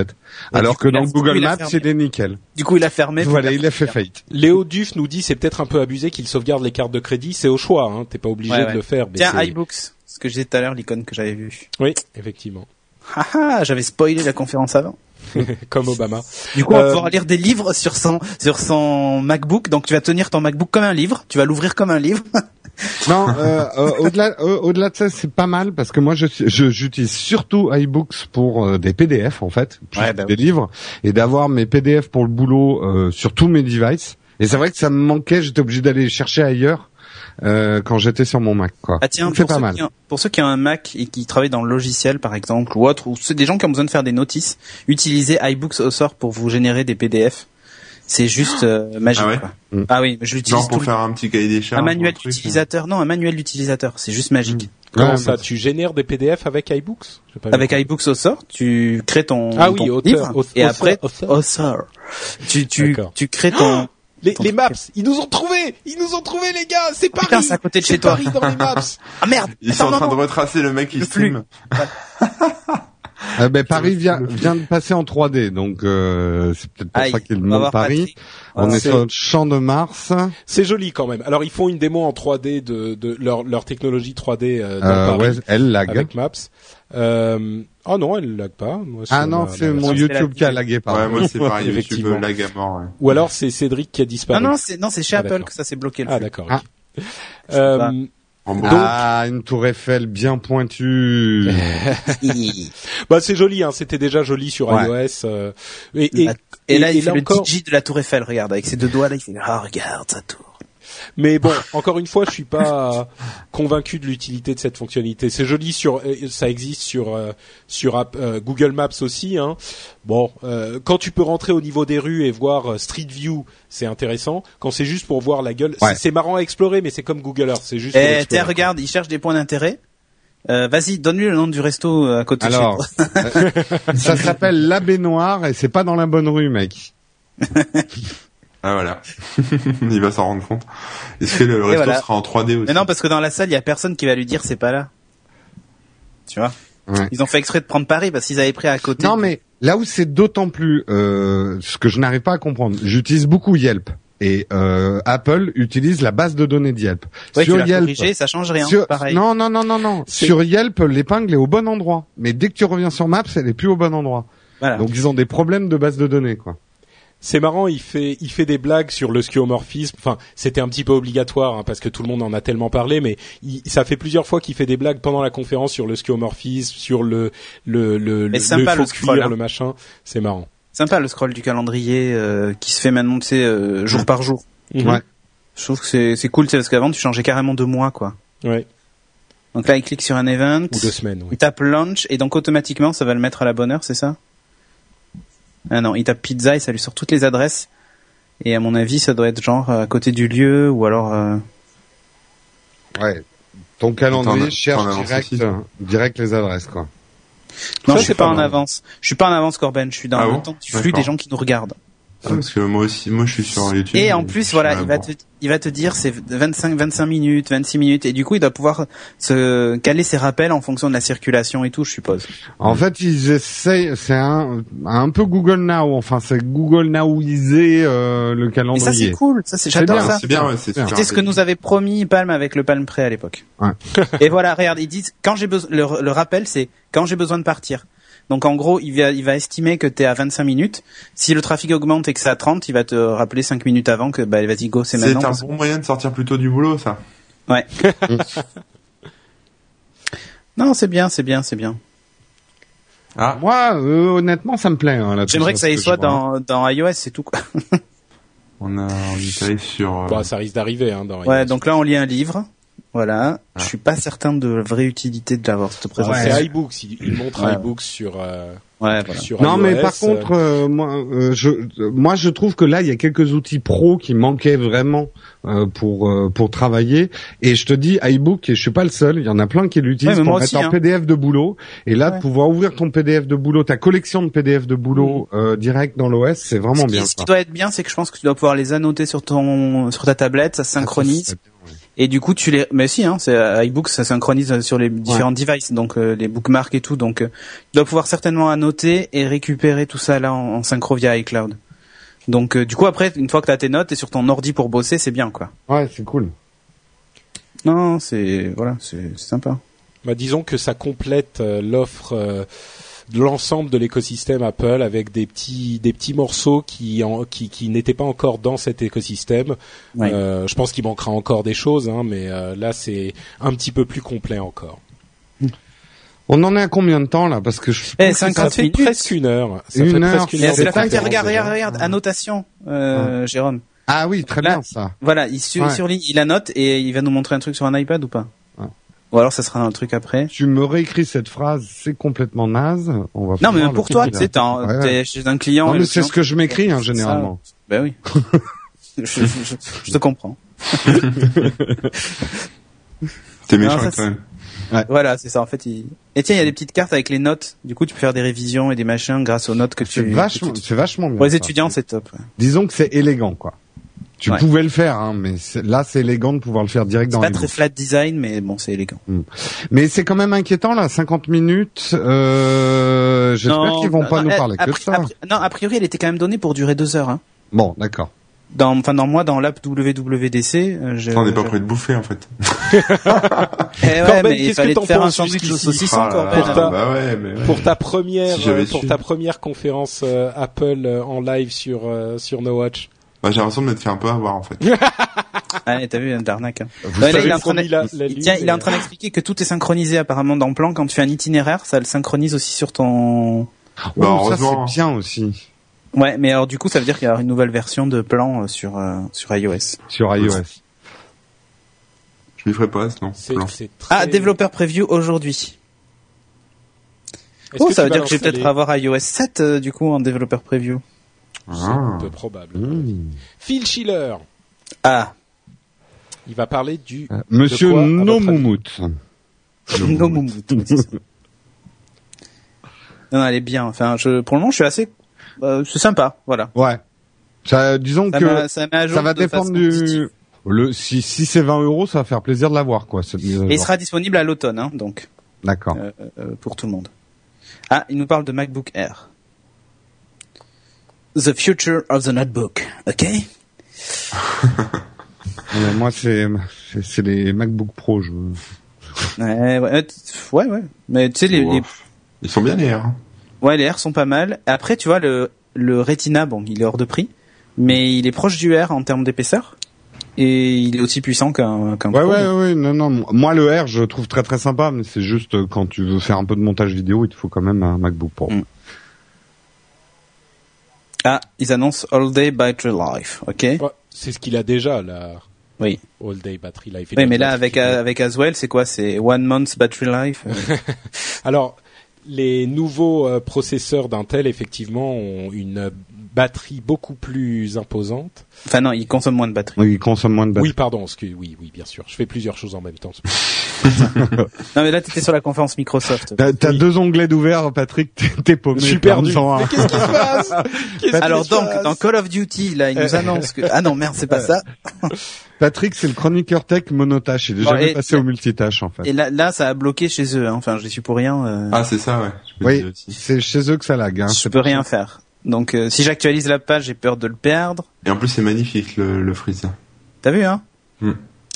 Ouais,
Alors
du
que
coup, il
dans
a- du coup,
Google
il a
Maps,
fermé.
il est nickel.
Du coup, il a fermé. puis
voilà,
il a-
il a fait faillite.
Léo Duff nous dit c'est peut-être un peu abusé qu'il sauvegarde les cartes de crédit. C'est au choix, hein. t'es pas obligé
Ouais,
de
ouais.
le faire. mais
Tiens,
c'est-
iBooks, ce que je disais tout à l'heure, l'icône que j'avais vue. [LAUGHS]
Oui, effectivement,
Ah ah, j'avais spoilé la conférence avant.
comme Obama.
Du coup, on
Euh,
va pouvoir lire des livres sur son, sur son MacBook. Donc, tu vas tenir ton MacBook comme un livre. Tu vas l'ouvrir comme un livre.
Non, euh,
[LAUGHS]
euh, au-delà euh, au-delà de ça, c'est pas mal parce que moi je suis- je- j'utilise surtout iBooks pour euh, des PDF en fait, plus
Ouais,
que
bah
des livres et d'avoir mes PDF pour le boulot euh, sur tous mes devices. Et c'est vrai que ça me manquait, j'étais obligé d'aller les chercher ailleurs euh, quand j'étais sur mon Mac quoi.
Ah, tiens,
Donc, c'est
pour
pas
ceux,
mal.
qui ont, pour ceux qui ont un Mac et qui travaillent dans le logiciel, par exemple, ou autre, ou ceux des gens qui ont besoin de faire des notices, utilisez iBooks au sort pour vous générer des PDF. C'est juste euh, magique.
Ah ouais
quoi.
Mm.
ah oui, je l'utilise
Genre
tout
pour
le
faire un petit cahier des
temps. Un
charges.
manuel
pour truc, euh.
d'utilisateur. Non, un manuel d'utilisateur. C'est juste magique.
Comment
Ouais,
ça
mais-
Tu génères des PDF avec iBooks J'ai pas vu.
Avec iBooks au sort, tu crées ton,
Ah oui,
ton
auteur,
livre,
auteur,
et après,
auteur.
au sort, tu, tu,
D'accord.
tu crées
Ah,
ton,
les,
ton
les
truc.
maps, ils nous ont trouvés, ils nous ont trouvés les gars, c'est Paris.
putain, c'est à côté de
C'est
chez toi.
Paris dans les
[LAUGHS]
maps.
Ah merde!
Ils
Attends,
sont en
non,
train
non.
de retracer le mec qui
Le flux.
stream.
Euh, ben, Paris vient, vient de passer en 3D, donc euh, c'est peut-être pour
Aïe,
ça qu'il
on va
demande
voir
Paris.
Patrick.
On
Voilà.
est sur le champ de Mars.
C'est joli quand même. Alors ils font une démo en 3D de, de leur, leur technologie 3D euh, dans
Euh,
Paris
ouais, elle lag.
avec Maps. Euh, oh non, elle lag pas. Moi, sur
Ah non,
la-
c'est
la-
mon
c'est la
YouTube qui a lagué par
Ouais, moi
[LAUGHS]
[LAUGHS]
c'est pareil, YouTube
Effectivement.
euh, lag à mort. ouais.
Ou alors c'est Cédric qui a
Non,
disparu.
non, c'est, non, c'est chez
Ah,
Apple
d'accord.
que ça s'est bloqué. le
ah
flux.
d'accord.
Ah.
ok. Euh,
En bon.
Ah, une tour Eiffel bien pointue.
Eh,
[LAUGHS]
bah c'est joli, hein. C'était déjà joli sur
Ouais.
iOS. euh, et, et-
Ah, Et là,
et-
il
et
fait
là
le
encore-
DJ de la Tour Eiffel, regarde, avec ses deux doigts là, il fait, ah, regarde, ça tourne.
mais bon, encore une fois, je suis pas convaincu de l'utilité de cette fonctionnalité. C'est joli sur, euh, ça existe sur euh, sur App- euh, Google Maps aussi. Hein. Bon, euh, quand tu peux rentrer au niveau des rues et voir euh, Street View, c'est intéressant. Quand c'est juste pour voir la gueule,
Ouais.
c'est- c'est marrant à explorer, mais c'est comme Google Earth, c'est juste. pour
Eh,
explorer.
tiens, regarde, il cherche des points d'intérêt. Euh, vas-y, donne-lui le nom du resto euh, à côté de chez
Alors, euh,
toi.
ça s'appelle la baignoire et c'est pas dans la bonne rue, mec.
Ah voilà. [LAUGHS] Il va s'en rendre compte. Est-ce que le resto
voilà.
sera en 3D aussi
Mais non, parce que dans la salle, il y a personne qui va lui dire, c'est pas là. Tu vois?
Ouais.
Ils ont fait exprès de prendre Paris parce qu'ils avaient pris à côté.
Non, mais là où c'est d'autant plus euh, ce que je n'arrive pas à comprendre, j'utilise beaucoup Yelp et euh, Apple utilise la base de données d'Yelp.
Ouais, tu
Sur
l'as
Yelp,
corrigé, ça change rien.
Sur-
Hein, Pareil.
Non, non, non, non, non.
C'est-
Sur Yelp, l'épingle est au bon endroit. Mais dès que tu reviens sur Maps, elle est plus au bon endroit.
Voilà.
Donc ils ont des problèmes de base de données, quoi.
C'est marrant, il fait, il fait des blagues sur le skeuomorphisme. Enfin, c'était un petit peu obligatoire hein, parce que tout le monde en a tellement parlé, mais il- ça fait plusieurs fois qu'il fait des blagues pendant la conférence sur le skeuomorphisme, sur le le le
Mais sympa,
faux
le scroll,
cuir,
hein.
le machin. C'est marrant.
Sympa le scroll du calendrier euh, qui se fait maintenant, tu sais, euh, jour par jour.
Mhm.
Ouais.
Je trouve que c'est, c'est cool, tu sais, parce qu'avant, tu changeais carrément de mois, quoi.
Ouais.
Donc là, il clique sur un event,
Ou deux semaines. Oui.
il tape lunch, et donc automatiquement, ça va le mettre à la bonne heure, c'est ça Ah non, il tape pizza et ça lui sort toutes les adresses. Et à mon avis, ça doit être genre euh, à côté du lieu, ou alors... euh,
Ouais. Ton calendrier
T'en-
cherche
t'en avances
direct, euh,
aussi, toi.
direct les adresses, quoi.
Non,
Ça,
je suis
c'est
pas,
pas
en
mal.
avance. Je suis pas en avance, Corben, je suis dans
Ah
le
bon
temps du flux
D'accord.
des gens qui nous regardent.
Ah, Parce que moi aussi, moi je suis sur YouTube.
Et en plus,
Je
voilà,
suis
il va,
bon.
te, il va te dire c'est 25, 25 minutes, 26 minutes, et du coup, il doit pouvoir se caler ses rappels en fonction de la circulation et tout, je suppose.
En fait, ils essayent, c'est un, un peu Google Now, enfin, c'est Google Nowiser euh, le
Et ça, c'est
calendrier.
cool, ça, c'est,
C'est
j'adore
bien,
ça.
Ah, C'est bien, ouais, c'est
C'était
super
C'était ce que nous avait promis Palm avec le Palm [LAUGHS] Prêt à l'époque.
Ouais.
Et voilà, regarde, ils disent quand j'ai besoin. Le, le rappel, c'est quand j'ai besoin de partir. Donc en gros, il va, il va estimer que tu es à 25 minutes. Si le trafic augmente et que c'est à 30, il va te rappeler 5 minutes avant que bah, vas-y, go, c'est
C'est
maintenant.
un bon moyen de sortir plus tôt du boulot, ça.
Non, c'est bien, c'est bien, c'est bien.
Ah,
Moi, euh, honnêtement, ça me plaît. hein, la
J'aimerais que ça y
touche,
soit
parce
dans, dans iOS, c'est tout. Quoi.
on, a, on est allé sur... euh,
Bah, ça risque d'arriver. Hein, dans
Ouais, donc là, on lit un livre. Voilà. Je suis pas certain de la vraie utilité d'avoir cette
Ah,
présentation.
c'est iBooks. Ils ils montrent
Ouais.
iBooks sur, euh,
Ouais, voilà.
sur
Non, mais
iOS,
par contre, euh, moi, euh, je, euh, moi, je trouve que là, il y a quelques outils pro qui manquaient vraiment euh, pour euh, pour travailler. Et je te dis, iBook, et je suis pas le seul. Il y en a plein qui l'utilisent
Ouais, mais
pour
moi
mettre
aussi,
en
hein.
PDF de boulot. Et là,
Ouais.
de pouvoir ouvrir ton PDF de boulot, ta collection de PDF de boulot euh, direct dans l'OS, c'est
Mm. Ce
vraiment
qui,
bien.
ce qui
ça.
doit être bien, c'est que je pense que tu dois pouvoir les annoter sur ton, sur ta tablette, ça se synchronise. Et du coup, tu les, mais si, hein, c'est euh, iBooks, ça synchronise euh, sur les différents devices, donc euh, les bookmarks et tout, donc euh, tu dois pouvoir certainement annoter et récupérer tout ça là en, en synchro via iCloud. Donc euh, du coup, après, une fois que t'as tes notes et sur ton ordi pour bosser, c'est bien quoi.
Ouais, c'est cool.
Non, c'est voilà, c'est c'est sympa.
Bah, disons que ça complète euh, l'offre euh, de l'ensemble de l'écosystème Apple avec des petits des petits morceaux qui en, qui, qui n'étaient pas encore dans cet écosystème.
Ouais.
Euh, je pense qu'il manquera encore des choses, hein, mais euh, là c'est un petit peu plus complet encore.
On en est à combien de temps là Parce que je
Eh,
Ça
50
fait
minutes.
presque une heure. Ça
Une
fait
heure,
presque une
c'est-
heure.
Et
de
c'est la fin,
conférence
regarde, regarde,
déjà.
regarde, annotation, euh, Jérôme.
ah oui, très
Là-
bien ça.
Voilà, il sur,
Ouais.
surligne, il annote et il va nous montrer un truc sur un iPad ou pas
Ouais.
Ou alors ça sera un truc après
Tu me réécris cette phrase, c'est complètement naze. On va
Non, mais
pouvoir
même
le
pour toi,
couper,
tu
là.
sais, t'es en-
Ouais, ouais.
t'es chez un client.
Non,
et
mais
le
c'est
client-
ce que je m'écris hein,
Ça,
généralement. [LAUGHS]
Ben oui. je, je- je- je te comprends.
T'es méchant
Non, ça,
avec toi-même.
Voilà, c'est ça. En fait, il... et tiens, il y a des petites cartes avec les notes. Du coup, tu peux faire des révisions et des machins grâce aux notes que
C'est
tu.
vachement,
que tu-
c'est vachement bien.
Pour les
ça.
étudiants, c'est top.
Disons que c'est élégant, quoi. Tu
Ouais.
pouvais le faire, hein, mais c'est- là c'est élégant de pouvoir le faire direct
C'est
dans
pas
les
très flat design, mais bon, c'est élégant.
Mais c'est quand même inquiétant là, 50 minutes. Euh, J'espère
Non,
qu'ils vont
non,
pas
non,
nous
eh,
parler
a
que de
pri-
ça.
a pri- non, a priori, elle était quand même donnée pour durer deux heures. Hein.
Bon, d'accord.
Dans, enfin, dans moi, dans l'app WWDC, euh, je.
On n'est pas
je-
prêt de bouffer, en fait.
Eh ouais,
Corben,
mais il
qu'est-ce que
fallait
t'en
te faire un
penses
sandwich au
jusqu'ici
saucisson,
Ah là
Corben.
là,
Pourtant-
Bah ouais, mais... ouais.
Pour ta première
Si j'avais
euh, pour
su.
ta première conférence euh, Apple euh, en live sur euh, sur No Watch.
Bah, j'ai l'impression de m'être fait un peu avoir, en fait.
Ouais, t'as vu, d'arnaque. Hein.
Vous
Ouais, là,
savez
il est en
ce
train
qu'on
de-
dit là, la
il-
lune,
tiens, il est
mais-
en train d'expliquer que tout est synchronisé apparemment dans le plan. Quand tu fais un itinéraire, ça le synchronise aussi sur ton.
Oh,
Bah,
ça
heureusement.
c'est bien aussi
Ouais, mais alors du coup, ça veut dire qu'il y aura une nouvelle version de plan euh, sur euh, sur iOS.
sur
Bah,
iOS.
Je lui ferai pas, sinon.
C'est
Plan.
c'est très...
Ah, développeur preview aujourd'hui.
Est-ce
Oh,
que
ça
tu
veut
vas
dire que je vais
l'installer
peut-être avoir iOS 7 euh, du coup en développeur preview.
Ah.
C'est peu probable.
Mmh.
Phil Schiller,
Ah,
il va parler du
Euh, Monsieur
De
Ah, bah,
quoi, à votre avis
Nomoumout.
[LAUGHS] no moumoute, ouais, c'est ça. Non, elle est bien. Enfin, je, pour le moment, je suis assez. euh, c'est sympa, voilà.
Ouais. Ça, disons
Ça
que
euh,
m'a- ça, met à jour
ça va
de façon
dépendre
positive.
du. Le, si si c'est 20 euros, ça va faire plaisir de l'avoir, quoi. Cette mise à
Et il
jour.
sera disponible à l'automne, hein, donc.
D'accord.
euh, euh, pour tout le monde. Ah, il nous parle de MacBook Air. The future of the notebook, ok
Ouais, Moi, c'est c'est- c'est les MacBook Pro. Je...
Ouais, ouais, euh, t- ouais, ouais. Mais tu sais, les, les-
Ils sont bien, les R. hein.
ouais, les R sont pas mal. Après, tu vois, le, le Retina, bon, il est hors de prix, mais il est proche du R en termes d'épaisseur, et il est aussi puissant qu'un qu'un
Ouais,
Pro.
ouais, ouais, non, non. Moi, le R, je le trouve très, très sympa, mais c'est juste euh, quand tu veux faire un peu de montage vidéo, il te faut quand même un MacBook Pro.
Mm. Ah, ils annoncent All Day Battery Life, ok
Ouais, c'est ce qu'il a déjà là.
Oui.
All day battery life.
Oui, mais là, avec, euh, avec Aswell, c'est quoi C'est One Month
[LAUGHS]
Battery Life euh,
alors les nouveaux euh, processeurs d'Intel effectivement ont une euh, batterie beaucoup plus imposante.
Enfin, non, il consomme moins de batterie.
Oui, il consomme
Bah,
moins de batterie.
Oui, pardon, excuse, oui, oui, bien sûr. Je fais plusieurs choses en même temps.
Non, mais là, t'étais sur la conférence Microsoft.
T'as t'as
Oui.
deux onglets d'ouvert, Patrick, t'es- t'es paumé.
Je suis perdu.
T'as raison, hein.
Mais qu'est-ce qui se
[LAUGHS]
passe Qu'est-ce qui
Alors
se
donc,
passe
dans Call of Duty, là, il
Euh,
nous annonce que... Ah non, merde, c'est pas ça.
Patrick, c'est le chroniqueur tech monotache. Il est
Bon,
jamais
et-
passé au multitâche, en fait.
Et là, là ça a bloqué chez eux. hein. Enfin, je les suis pour rien. euh,
Ah, c'est ça, ouais. Je me
Oui.
disais aussi.
C'est chez eux que ça lag, hein.
je peux rien faire. Donc, euh, si j'actualise la page, j'ai peur de le perdre.
Et en plus, c'est magnifique, le, le freeze.
T'as vu, hein
Ah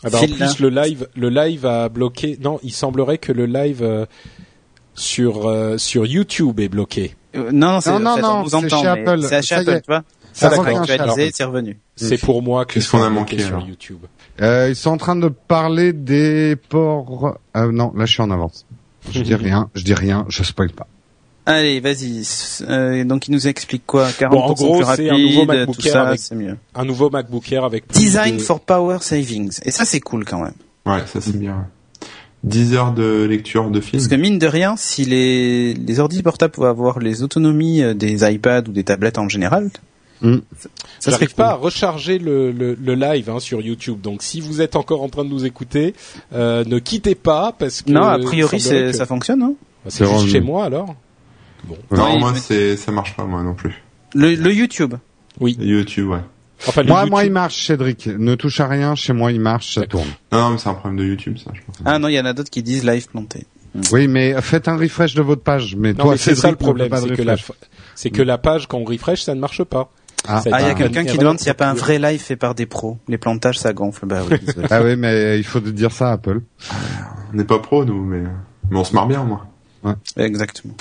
bah, en
Phil, là.
plus le live, le live a bloqué. Non, il semblerait que le live euh, sur euh, sur YouTube est bloqué.
Euh, non, non, c'est,
Non, non,
c'est-
non,
on vous
c'est
entend,
chez
mais
Apple.
C'est chez
Ça y
Apple,
est.
tu vois.
Ça
Ah,
Ça
d'accord.
revient,
actualisé, c'est revenu.
C'est pour moi que
Qu'est-ce qu'on a
c'est bloqué
manqué,
sur
alors
YouTube.
Euh, ils sont en train de parler des ports. Ah non, là je suis en avance. Je dis rien, je dis rien, je spoil pas.
Allez, vas-y. s- euh, donc, il nous explique quoi 40%
en gros,
plus
c'est
rapide,
un nouveau MacBook
tout
Air
ça,
avec-
c'est mieux.
Un nouveau MacBook Air avec plus
Design
de-
for power savings. Et ça, c'est cool quand même.
Ouais, ça c'est bien. 10 heures de lecture de film.
Parce que mine de rien, si les, les ordi portables pouvaient avoir les autonomies euh, des iPads ou des tablettes en général,
Mm.
ça- ça serait
J'arrive
cool.
pas à recharger le, le, le live hein, sur YouTube. Donc si vous êtes encore en train de nous écouter, euh, ne quittez pas parce que
Non, a
il
priori,
semblerait
c'est-
que-
ça fonctionne. Hein
Bah, c'est juste
revenu.
chez moi alors.
Non,
Oui,
moi
mais-
c'est ça marche pas moi non plus.
le, le YouTube.
YouTube, ouais.
Enfin le
Moi,
YouTube.
moi, il marche, Cédric. Ne touche à rien. Chez moi, il marche, ça tourne.
Non, non, mais c'est un problème de YouTube ça, je pense.
Ah non, il y en a d'autres qui disent live planté.
Oui, mais faites un refresh de votre page. Mais
Non
toi,
mais c'est
Cédric,
ça le
ne fais
problème,
pas de
c'est que la
refresh.
c'est que la page quand on refresh ça ne marche pas.
Ah,
ça a
Ah, il y a
Ah.
quelqu'un qui
Ah.
demande s'il n'y a pas un vrai live fait par des pros. Les plantages, ça gonfle. Bah oui, désolé.
ah oui, mais il faut dire ça à Apple.
On n'est pas pro nous, mais mais on se marre bien moi.
[LAUGHS] Exactement.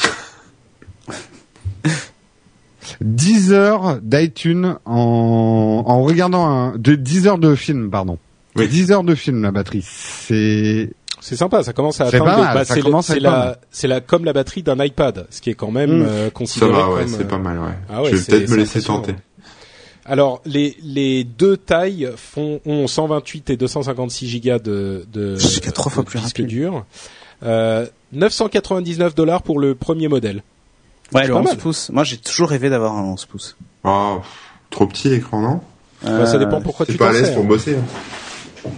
10 heures d'iTunes en, en regardant un, de 10 heures de film, pardon.
Oui.
10 heures de film, la batterie. C'est,
C'est sympa, ça commence à
C'est
atteindre
pas
le-
mal,
bah,
ça
c'est le-
commence à
c'est
être pas
la
mal.
c'est la comme la batterie d'un iPad, ce qui est quand même
Mm.
euh,
Ça
considéré
va, ouais,
comme,
c'est
euh,
pas mal, ouais.
Ah ouais,
je vais
c'est-
peut-être me
c'est
laisser
impressionnant.
tenter.
Alors les les deux tailles font ont 128 et 256 gigas de de,
Jusqu'à trois fois
de
plus
disque
rapide.
dur. Euh, 999 dollars pour le premier modèle.
Ouais, le
pas
11
mal.
pouces. Moi, j'ai toujours rêvé d'avoir un 11 pouces.
Oh, pff, trop petit l'écran, non
Bah, ça
Euh,
dépend pourquoi
T'es
tu
pas
t'en
à l'aise
sers.
pour bosser. hein.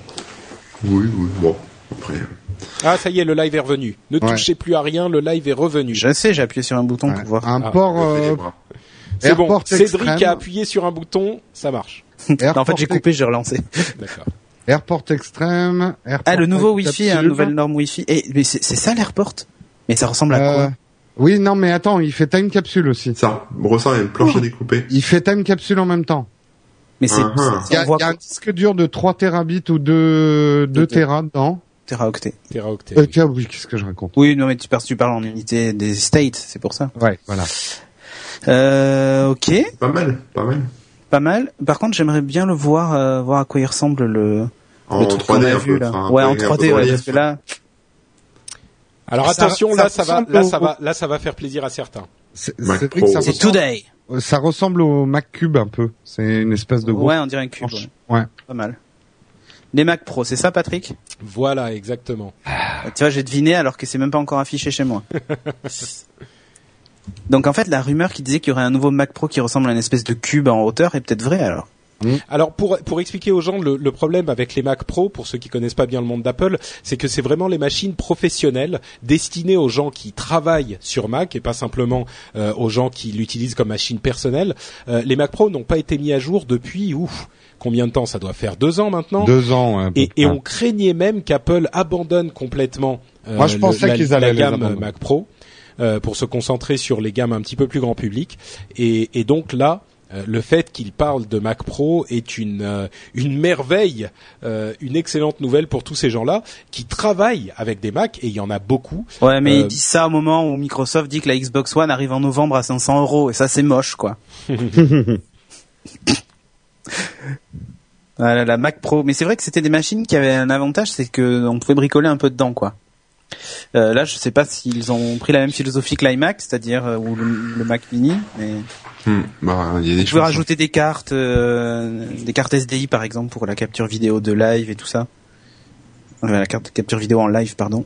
Oui, oui, bon. Après, euh,
Ah ça y est, le live est revenu. Ne
Ouais.
touchez plus à rien, le live est revenu.
Je sais, j'ai appuyé sur un bouton
Ouais,
pour voir.
un
Ah,
port,
on va faire
euh,
les bras.
C'est bon.
Airport
Cédric
Extreme.
a appuyé sur un bouton, ça marche.
Non, en fait, j'ai
Airport-
coupé, j'ai relancé.
D'accord.
Airport Extrême. Airport
Ah, le nouveau Wi-Fi,
Capsule.
un nouvelle norme Wi-Fi. Et mais c'est c'est ça l'airport Mais ça ressemble à quoi
Euh, oui, non, mais attends, il fait time capsule aussi.
Ça ressemble à une planche à découper.
Il fait time capsule en même temps.
Mais c'est
Ah, ah.
uh-huh. Il y
c'est-
a,
on voit
il y a un disque dur de 3 terabits ou 2, 2
Ok.
téra dedans.
teraoctets.
Teraoctet.
Euh, tiens, oui, qu'est-ce que je raconte
Oui, non, mais tu parles, tu parles en unité des states, c'est pour ça.
Ouais, voilà.
Euh, ok,
Pas mal, pas mal.
pas mal. Par contre, j'aimerais bien le voir, euh, voir à quoi il ressemble le,
En
le truc qu'on
3D
a
un
vu
peu.
là.
enfin,
ouais, en
avec un peu
3D,
de
ouais,
relief.
parce que là,
Alors
Ça-
attention,
ça
là ça va,
ressemble
là
au-
ça va, là ça va faire plaisir à certains.
C'est
Mac
c'est vrai
Pro.
que ça
c'est
ressemble,
today.
ça ressemble au Mac Cube un peu. C'est une espèce de gros.
Ouais, on dirait un cube.
Franche.
ouais.
Ouais.
Pas mal. Les Mac Pro, c'est ça, Patrick
Voilà, exactement.
Euh, Tu vois, j'ai deviné alors que c'est même pas encore affiché chez
[LAUGHS]
moi. Donc en fait, la rumeur qui disait qu'il y aurait un nouveau Mac Pro qui ressemble à une espèce de cube en hauteur est peut-être vraie alors.
Alors pour pour expliquer aux gens le, le problème avec les Mac Pro, pour ceux qui connaissent pas bien le monde d'Apple, c'est que c'est vraiment les machines professionnelles destinées aux gens qui travaillent sur Mac et pas simplement euh, aux gens qui l'utilisent comme machine personnelle. Euh, les Mac Pro n'ont pas été mis à jour depuis ouf combien de temps Ça doit faire deux ans maintenant.
Deux ans. ouais, à peu
Et, et
près.
on craignait même qu'Apple abandonne complètement euh,
Moi, je
le-
pensais
la,
qu'ils
la
allaient les
gamme
abandonner.
Mac Pro euh, pour se concentrer sur les gammes un petit peu plus grand public. Et, et donc là, euh, le fait qu'il parle de Mac Pro est une, euh, une merveille, euh, une excellente nouvelle pour tous ces gens-là qui travaillent avec des Macs, et il y en a beaucoup.
Ouais, mais
Euh,
ils disent ça au moment où Microsoft dit que la Xbox One arrive en novembre à 500 euros, et ça c'est
[LAUGHS]
moche, quoi. Voilà, la Ah Mac Pro, mais c'est vrai que c'était des machines qui avaient un avantage, c'est que on pouvait bricoler un peu dedans, quoi. Euh, là, je sais pas s'ils ont pris la même philosophie que l'iMac, c'est-à-dire euh, ou le, le Mac Mini, mais
Hmm, Bah, il y a des
ils pouvaient
choses.
rajouter des cartes, euh, des cartes SDI par exemple pour la capture vidéo de live et tout ça. Euh, la carte de capture vidéo en live, pardon.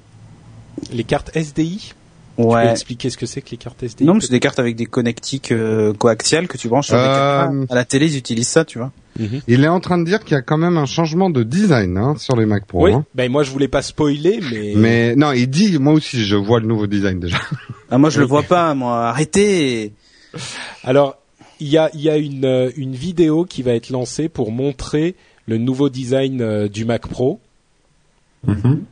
Les cartes SDI. Tu peux
Ouais.
expliquer ce que c'est que les cartes SDI
Non, mais c'est des cartes avec des connectiques euh, coaxiales que tu branches sur des
Euh,
caméras. À la télé, ils utilisent ça, tu vois.
Mhm.
Il est en train de dire qu'il y a quand même un changement de design hein, sur les Mac Pro.
Oui.
hein.
Ben moi, je voulais pas spoiler, mais.
Mais non, il dit, moi aussi, je vois le nouveau design déjà.
Ah, moi, je le vois pas, moi. Arrêtez
Alors, il y a, il y a une, euh, une vidéo qui va être lancée pour montrer le nouveau design euh, du Mac Pro.
Mhm.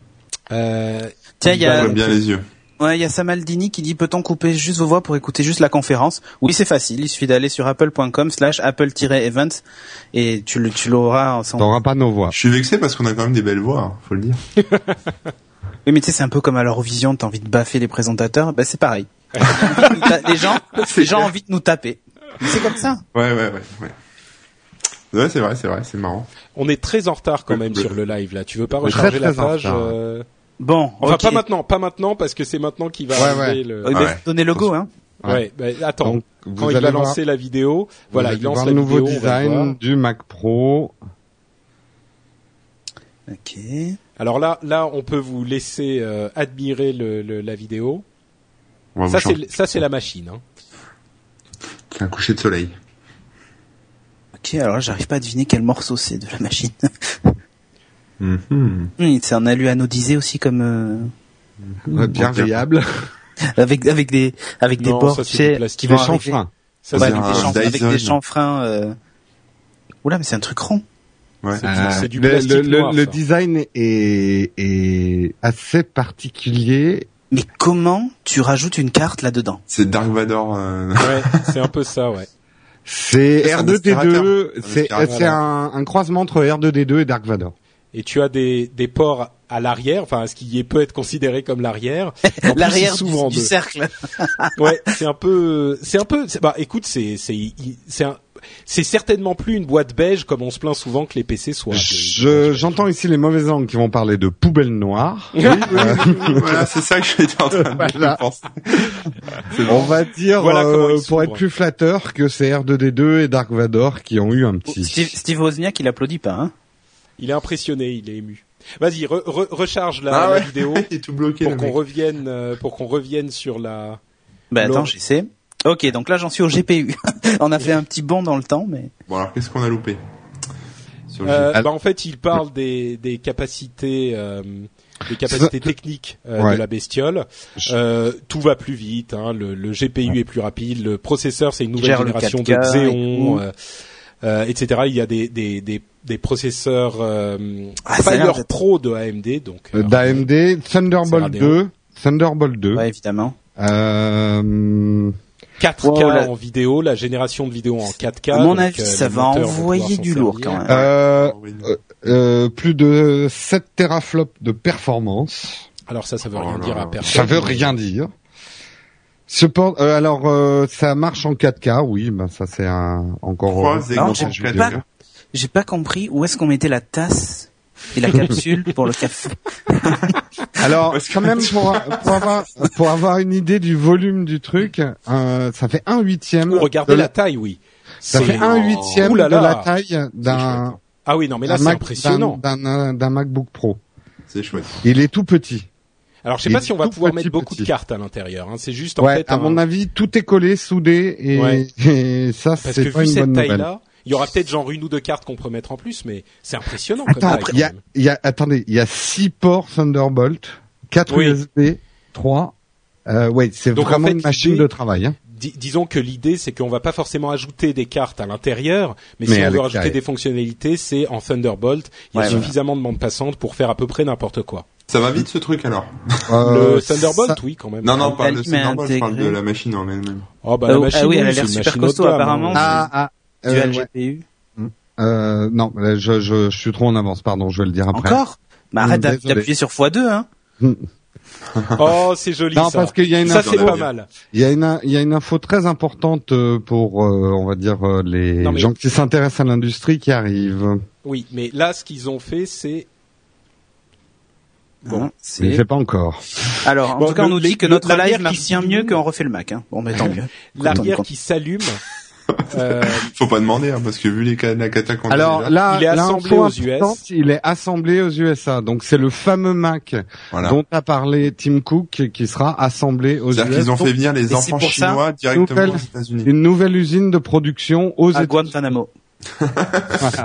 Ah,
Euh,
Tiens, il y a,
J'aime bien les yeux.
ouais, il y a Samaldini qui dit peut-on couper juste vos voix pour écouter juste la conférence Oui, c'est facile. Il suffit d'aller sur apple.com slash apple-event et tu le, tu l'auras sans.
T'auras pas nos voix.
Je suis vexé parce qu'on a quand même des belles voix, hein, faut le dire.
Oui, mais tu sais, c'est un peu comme à l'Eurovision, t'as envie de baffer les présentateurs, bah c'est pareil. les gens, les gens ont envie de nous taper. Mais c'est comme ça.
Ouais, ouais, ouais. ouais. Ouais, c'est vrai, c'est vrai, c'est marrant.
On est très en retard quand même sur le live là. Tu veux pas
Très,
recharger la
très en
page
retard.
euh,
Bon,
Enfin
ok.
pas maintenant, pas maintenant parce que c'est maintenant qu'il va
Ouais,
arriver le.
Euh, bah,
Ouais.
Donnez le go, hein.
Ouais, bah, attends.
Donc, vous
quand il
allez
va
voir-
lancer la vidéo,
vous
voilà,
allez
il lance
voir
la
le nouveau
vidéo. on va le voir.
design du Mac Pro.
hein. Ok.
Alors là, là, on peut vous laisser euh, admirer le, le- la vidéo.
On va vous
Ça
chanter.
c'est ça c'est la machine. Hein.
C'est un coucher de soleil.
Ok, alors j'arrive pas à deviner quel morceau c'est de la machine. [LAUGHS]
Mhm.
Oui, c'est un alu anodisé aussi comme euh,
Mmh.
Ouais, bien
Ok.
riable.
avec avec des avec des
Non,
bords
ça,
tu
c'est
sais,
du plastique.
qui
Des
vont arriver.
chanfreins.
Ça
Ouais,
du
c'est
avec,
un
des chanfreins, avec
Dyson.
des chanfreins. euh. Oula, mais c'est un truc rond.
Ouais.
C'est du- c'est du
Euh, le,
plastique
le- le-
noir,
le
ça.
design est, est assez particulier.
Mais comment tu rajoutes une carte là-dedans
C'est Dark Vador. euh,
Ouais, c'est un peu ça, ouais.
C'est
C'est un
R2D2,
aspirateur.
c'est
Un
c'est un, un croisement entre R2D2 et Dark Vador.
Et tu as des, des ports à l'arrière, enfin ce qui est- peut être considéré comme l'arrière. En plus,
[LAUGHS] L'arrière
il
du,
s'ouvre en
du
deux.
cercle.
Ouais, c'est un peu, c'est un peu, c'est- bah écoute, c'est c'est il- c'est un- c'est certainement plus une boîte beige comme on se plaint souvent que les PC
[LAUGHS]
soient.
Je j'entends ici les mauvais angles qui vont parler de Euh, poubelle noire.
Oui, oui, oui, oui, [LAUGHS] voilà, c'est ça que j'étais en train
Voilà.
de penser.
On va dire
Voilà comment
euh,
ils
pour
s'ouvrent.
être plus flatteur que c'est R2D2 et Dark Vador qui ont eu un petit.
Steve, Steve Wozniak, il applaudit pas. Hein
Il est impressionné, il est ému. Vas-y, re- re- recharge la,
Ah
la
ouais. [LAUGHS]
vidéo
Il est tout bloqué.
pour
le
qu'on
mec.
revienne, euh, pour qu'on revienne sur la.
bah
Non.
attends, j'essaie. Ok, donc là j'en suis au GPU. [LAUGHS] On a fait un petit bond dans le temps, mais
Bon alors qu'est-ce qu'on a loupé Sur le
Euh,
Ah.
bah en fait, il parle des des capacités. euh, des capacités techniques euh,
Ouais.
de la bestiole.
Je-
Euh, tout va plus vite, hein, le, le GPU est plus rapide, le processeur c'est une nouvelle
Gère le
génération
4K
de Xeon,
et
euh, euh, etc. Il y a des, des, des, des processeurs euh,
Ah, ça a l'air
Fiber
d'être-
Pro de AMD, donc
Euh,
euh,
D'AMD,
C'est
Thunderbolt
radéo.
2, Thunderbolt
Mmh.
2.
ouais, évidemment.
Euh,
4K
Wow, Oh, là-
en vidéo, la génération de vidéo en 4K.
à mon
donc,
avis,
euh,
ça
les
va
moteurs vont
envoyer
pouvoir
du
s'en
lourd
servir.
quand même.
euh,
euh,
euh, plus de 7 teraflops de performance.
Alors ça, ça veut
Oh
rien
là
dire
là.
à personne.
Ça veut rien dire. Support, euh, alors euh, ça marche en 4K, oui, ben ça c'est un encore.
Trois écrans
Non,
j'ai
c'est-
pas-
vidéo.
J'ai pas compris où est-ce qu'on mettait la tasse et la capsule pour le café.
Alors
Parce que-
quand
[LAUGHS]
même pour, pour avoir pour avoir une idée du volume du truc, euh, ça fait un huitième.
Ou Oh, regardez
de
la taille, oui.
Ça
C'est-
fait un huitième
Ouh là
de
là.
la taille d'un
Ah oui, non mais là
d'un
c'est
Mac-
impressionnant.
d'un- d'un d'un MacBook Pro.
C'est chouette.
Il est tout petit.
Alors je sais pas
Il
si on va
est tout
pouvoir
petit,
mettre beaucoup de
petit.
cartes à l'intérieur. Hein. C'est juste en
Ouais,
fait
à
un-
mon avis, tout est collé, soudé, et,
Ouais.
[LAUGHS] et ça
Parce que
c'est pas
vu
une
cette
bonne nouvelle.
taille-là, il y aura peut-être genre une ou deux cartes qu'on peut mettre en plus, mais c'est impressionnant. comme
Attends,
taille,
il y a,
quand même.
il y a, attendez, il y a 6 ports Thunderbolt, 4
Oui.
USB, 3. Euh, ouais, c'est
Donc, en
vraiment
fait,
une machine
l'idée-
de travail. Hein.
Di- disons que l'idée, c'est qu'on va pas forcément ajouter des cartes à l'intérieur, mais, si
Mais à
on veut
l'extérieur.
rajouter des fonctionnalités, c'est en Thunderbolt. Il y a
Ouais,
suffisamment de bandes passantes pour faire à peu près n'importe quoi.
Ça va vite ce truc alors
le
Euh,
Thunderbolt,
ça-
oui, quand même.
Non non, pas
elle
le
qui m'a
Thunderbolt, je parle
intégré.
de la machine en elle-même.
Oh bah
Ah
la
oui,
machine,
ah oui, elle a
oui,
l'air
c'est une
super
machine
costaud,
haut de gamme,
apparemment.
hein.
Ah, ah, euh,
Dual
ouais.
GPU.
Euh, non, là, je, je, je suis trop en avance, pardon, je vais le dire après.
Encore Bah
Hum,
arrête
Euh,
d'a-
désolé.
d'appuyer sur x2 hein.
Oh, c'est joli
non,
ça.
parce qu'il y a une,
Ça
info,
c'est
Dans la
pas
gamme.
mal.
il y a une, il y a une info très importante euh, pour, euh, on va dire, euh, les
Non, mais-
gens qui s'intéressent à l'industrie qui arrivent.
Oui, mais là, ce qu'ils ont fait, c'est Bon.
Hein, c'est-
Mais j'ai pas encore.
Alors, en
Bon,
tout cas, on
le-
nous dit
le-
que notre
l'arrière
live
qui
marche bien
s'illume.
mieux qu'on refait le Mac. Hein. Bon, mais tant mieux.
l'arrière
Content,
qui
[LAUGHS]
s'allume. Euh,
Faut pas demander hein, parce que vu les cas de la cata qu'on a
Alors
déjà,
là,
Il est
l'info
assemblé aux US.
importante, Il est assemblé aux USA, donc c'est le fameux Mac
voilà.
dont a parlé Tim Cook qui sera assemblé aux
C'est-à-dire
US.
qu'ils ont fait venir les
c'est
enfants
pour ça,
chinois directement
nouvelle-
aux États-Unis.
une nouvelle usine de production aux
Ah,
content. À
États-Unis.
[LAUGHS]
Guantanamo.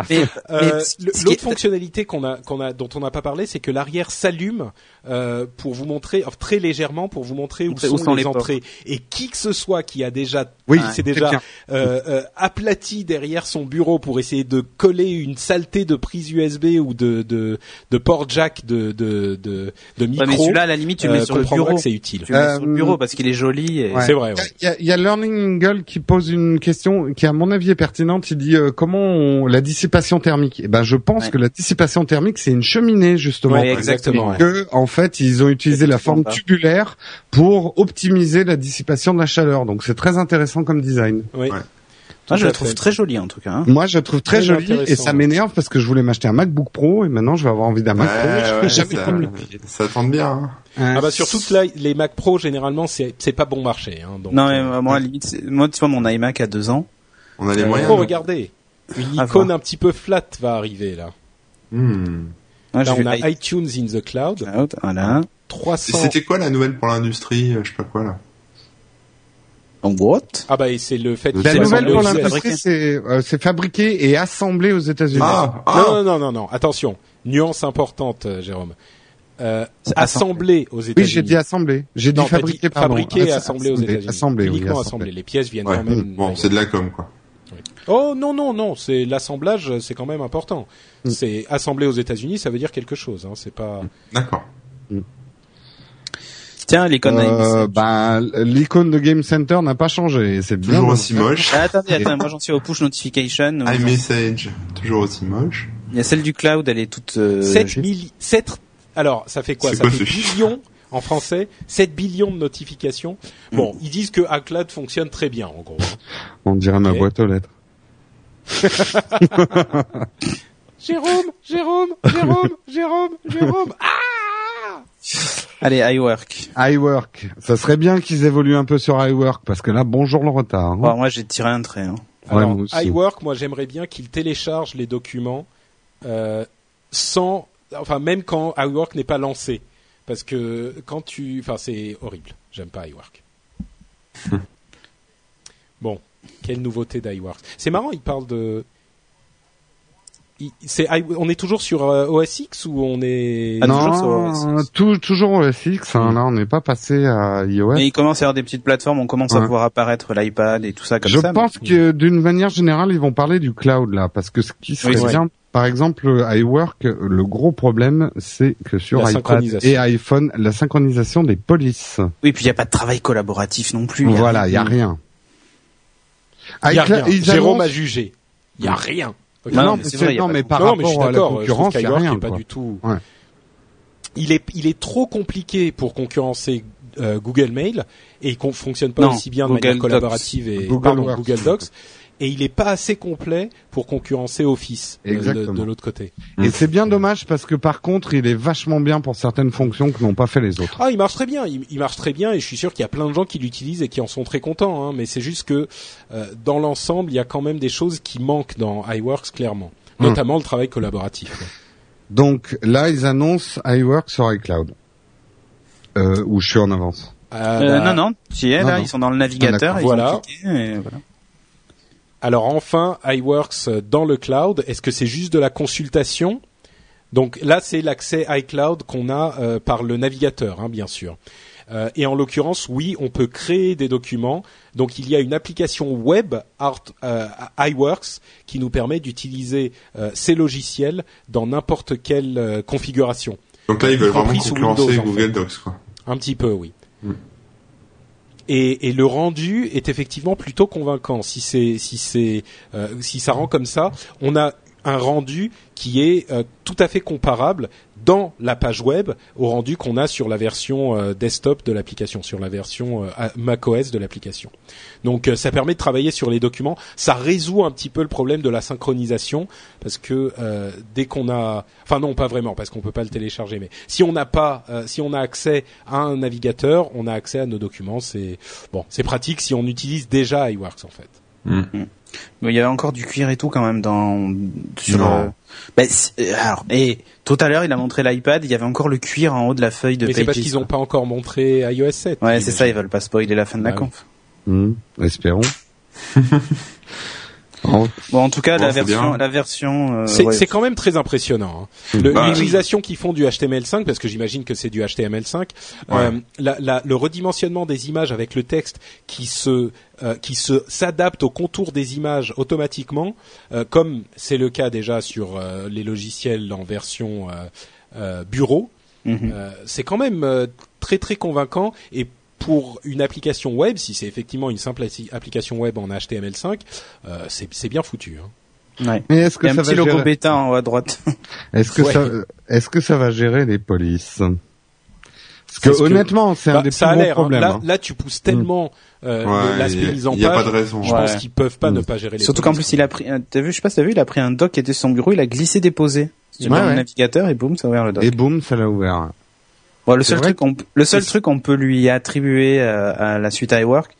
mais,
Euh,
mais ce-
le-
ce qui
L'autre
est-
fonctionnalité qu'on a, qu'on a, dont on n'a pas parlé, c'est que l'arrière s'allume euh, pour vous montrer, enfin, très légèrement, pour vous montrer où,
Où
sont, les,
portes.
entrées. Et qui que ce soit qui a déjà,
Oui,
Ah,
qui s'est
c'est
déjà
bien.
euh, euh, aplati derrière son bureau pour essayer de coller une saleté de prise USB ou de de, de port jack de de de, de
Ouais,
micro,
mais celui-là, à la limite, tu le
euh,
mets sur le
comprendra
bureau.
que c'est utile.
Tu le mets sur le
Euh,
bureau parce qu'il est joli. Et...
ouais.
C'est vrai. ouais.
Il y a, il y a Learning Angle qui pose une question qui, à mon avis, est pertinente. Il dit euh, comment on- la dissipation thermique. Eh ben, je pense
Ouais.
que la dissipation thermique, c'est une cheminée justement.
Ouais, exactement.
Que en fait, ils ont utilisé la forme
pas.
tubulaire pour optimiser la dissipation de la chaleur. Donc c'est très intéressant comme design.
Oui.
Ouais.
Moi, je
à
le trouve
fait.
très joli en tout cas. hein.
Moi, je le trouve très,
Très
joli et
intéressant,
ça
ouais.
m'énerve parce que je voulais m'acheter un MacBook Pro et maintenant je vais avoir envie d'un Mac Pro.
Ouais,
Je peux
ouais,
jamais
ça,
prendre le-
ça tente bien. hein.
Ah bah surtout que là, les Mac Pro généralement c'est c'est pas bon marché. Hein, donc,
non, mais
euh,
euh, moi, à la limite, c'est- moi, tu vois, mon iMac à deux ans.
On a les
euh,
moyens.
Oh
donc.
regardez, une
À
icône
voir.
un petit peu flat va arriver là.
Hmm.
Moi,
Là
Ah, j'ai
on a
vu
iTunes in the cloud,
iCloud, voilà.
300.
C'était quoi la nouvelle pour l'industrie euh, Je sais pas quoi là.
Donc, Oh, what
Ah bah et c'est le fait.
La
La
qu'ils
nouvelle
soient
pour
dans le
fabriqué.
l'industrie, c'est euh, c'est fabriqué et assemblé aux États-Unis.
Ah, ah
Non, non, non, non, non. Attention, nuance importante, euh, Jérôme. Euh,
C'est
assemblé aux
oui,
États-Unis.
j'ai dit assemblé. J'ai dit
Non, t'as
fabriqué, pardon.
fabriqué et
As-
assemblé aux États-Unis.
Assemblé, oui,
Uniquement
assemblé.
assemblé. Les pièces viennent
Ouais,
quand même.
Bon, c'est de la com quoi.
Oh non non non, c'est l'assemblage, c'est quand même important.
Mm.
C'est assemblé aux États-Unis, ça veut dire quelque chose. Hein. C'est pas.
D'accord.
Tiens, l'icône
Euh,
iMac.
ben, l'icône de Game Center n'a pas changé. C'est bien
Toujours
dans-
aussi moche.
Ah, attendez, attendez, moi j'en suis au push notification. où
Ah,
ils ont-
iMessage, toujours aussi moche.
Il y a celle du cloud, elle est toute. euh,
7
je-
milli- 7 alors ça fait quoi
C'est
ça
quoi
fait
ce
billions en français 7 billions de notifications bon ils disent que iCloud fonctionne très bien en gros hein.
On dirait ma
Ok.
boîte aux lettres.
Jérôme Jérôme Jérôme Jérôme Jérôme ah
Allez, iWork.
iWork. Ça serait bien qu'ils évoluent un peu sur iWork parce que là, bonjour le retard. hein.
Bon, moi j'ai tiré un trait. hein.
Ouais,
alors
moi aussi.
iWork moi j'aimerais bien qu'ils téléchargent les documents euh, sans enfin même quand iWork n'est pas lancé parce que quand tu enfin c'est horrible j'aime pas
[LAUGHS]
iWork bon quelle nouveauté d'iWork c'est marrant ils parlent de il- c'est i- on est toujours sur euh, OS X ou on est
Ah, toujours sur
non,
OS.
tou- toujours OS X. hein. Là, on n'est pas passé à iOS.
Mais il commence à y avoir des petites plateformes, on commence à
Ouais.
pouvoir apparaître l'iPad et tout ça comme
Je
ça. mais-
pense que d'une manière générale, ils vont parler du cloud là, parce que ce qui serait
Oui, c'est
bien, par exemple, euh, iWork, euh, le gros problème, c'est que sur
La
iPad
synchronisation.
et iPhone, la synchronisation des polices.
Oui, puis il n'y a pas de travail collaboratif non plus. y a-
Voilà, il y a rien.
Il y a
iCloud-
rien.
ils
Jérôme
annoncent-
a jugé il y a rien Ok.
Non,
Non, mais
mais c'est
c'est-
vrai, y a
non,
pas
mais
de-
par
Non, non, mais je
rapport
suis
à la
d'accord. euh,
concurrence,
je trouve
il y a
qu'IWork
rien.
est pas
quoi.
du tout.
Ouais.
Il est, il est trop compliqué pour concurrencer euh, Google Mail et il con- fonctionne pas
Non,
aussi bien de
Google
manière
Docs.
collaborative et
Google
pardon,
Works.
Google Docs. Et il est pas assez complet pour concurrencer Office euh, de,
Exactement.
de l'autre côté.
Et c'est bien dommage parce que par contre, il est vachement bien pour certaines fonctions que n'ont pas fait les autres.
Ah, il marche très bien. Il, il marche très bien et je suis sûr qu'il y a plein de gens qui l'utilisent et qui en sont très contents. hein. Mais c'est juste que euh, dans l'ensemble, il y a quand même des choses qui manquent dans iWorks clairement,
Hmm.
notamment le travail collaboratif. quoi.
Donc là, ils annoncent iWork sur iCloud. Euh, où je suis en avance.
Ah,
Euh,
bah,
non, non, tu y es,
Non,
là,
non.
ils sont dans le navigateur.
Ah,
et ils
d'accord.
ont cliqué, et voilà.
Alors enfin, iWorks euh, dans le cloud, est-ce que c'est juste de la consultation Donc là, c'est l'accès iCloud qu'on a euh, par le navigateur, hein, bien sûr. Euh, et en l'occurrence, oui, on peut créer des documents. Donc il y a une application web Art, euh, iWorks qui nous permet d'utiliser euh, ces logiciels dans n'importe quelle euh, configuration.
Donc là, ils veulent
Y compris
vraiment
sous
concurrencer
Windows, en
Google Docs quoi.
Un petit peu, oui.
Mm.
Et, et le rendu est effectivement plutôt convaincant. Si c'est si c'est euh, si ça rend comme ça, on a un rendu qui est euh, tout à fait comparable dans la page web au rendu qu'on a sur la version euh, desktop de l'application, sur la version euh, à- macOS de l'application. Donc euh, ça permet de travailler sur les documents. Ça résout un petit peu le problème de la synchronisation parce que euh, dès qu'on a, enfin non pas vraiment parce qu'on peut pas le télécharger, mais si on n'a pas, euh, si on a accès à un navigateur, on a accès à nos documents. C'est bon, c'est pratique si on utilise déjà iWorks en fait.
Mais il y avait encore du cuir et tout quand même dans sur.
Non.
euh, ben, si- euh, alors, et tout à l'heure, il a montré l'iPad, il y avait encore le cuir en haut de la feuille de
mais c'est parce
Pages,
qu'ils ont
quoi.
pas encore montré iOS 7.
Ouais, c'est ça, ils
j'imagine.
veulent pas spoiler la fin de la
Bah
Ah oui.
conf.
Hmm, espérons. En-
Bon, en tout cas,
Bon,
la,
c'est
version,
bien.
la version, euh,
C'est
ouais. Hmm.
c'est quand même très impressionnant. hein. Le-
Bah,
L'utilisation qu'ils font du HTML5, parce que j'imagine que c'est du HTML5, euh, la- la- le redimensionnement des images avec le texte qui se euh, qui se s'adapte au contour des images automatiquement, euh, comme c'est le cas déjà sur euh, les logiciels en version euh, euh, bureau.
Mhm.
Euh, c'est quand même euh, très très convaincant et pour une application web, si c'est effectivement une simple assi- application web en HTML5, euh, c'est c'est bien foutu. hein.
Ouais.
Mais est-ce que
Il y a un
ça
petit
va
logo
gérer
bêta en haut à droite.
Est-ce que
Ouais.
ça est-ce que ça va gérer les polices Parce que
C'est ce que-
honnêtement, c'est un
Bah,
des plus
ça a
gros
l'air. hein.
problèmes.
Là,
hein.
là, tu pousses tellement euh,
Ouais,
l'aspect
y a-
mise en
y a pas
page.
de raison.
Je
Mm. Ouais.
pense qu'ils peuvent pas
Mm.
ne pas gérer les.
Surtout qu'en
polices.
plus, il a pris, un- t'as vu, je sais pas si t'as vu, il a pris un doc qui était sur son bureau, il a glissé déposé sur
Ouais,
le
ouais.
navigateur et boum, ça a ouvert le doc.
hein. Et boum, ça l'a ouvert.
Bon, le
C'est
seul
vrai
truc, qu'on, le seul
c'est-
truc qu'on peut lui attribuer euh, à la suite iWork,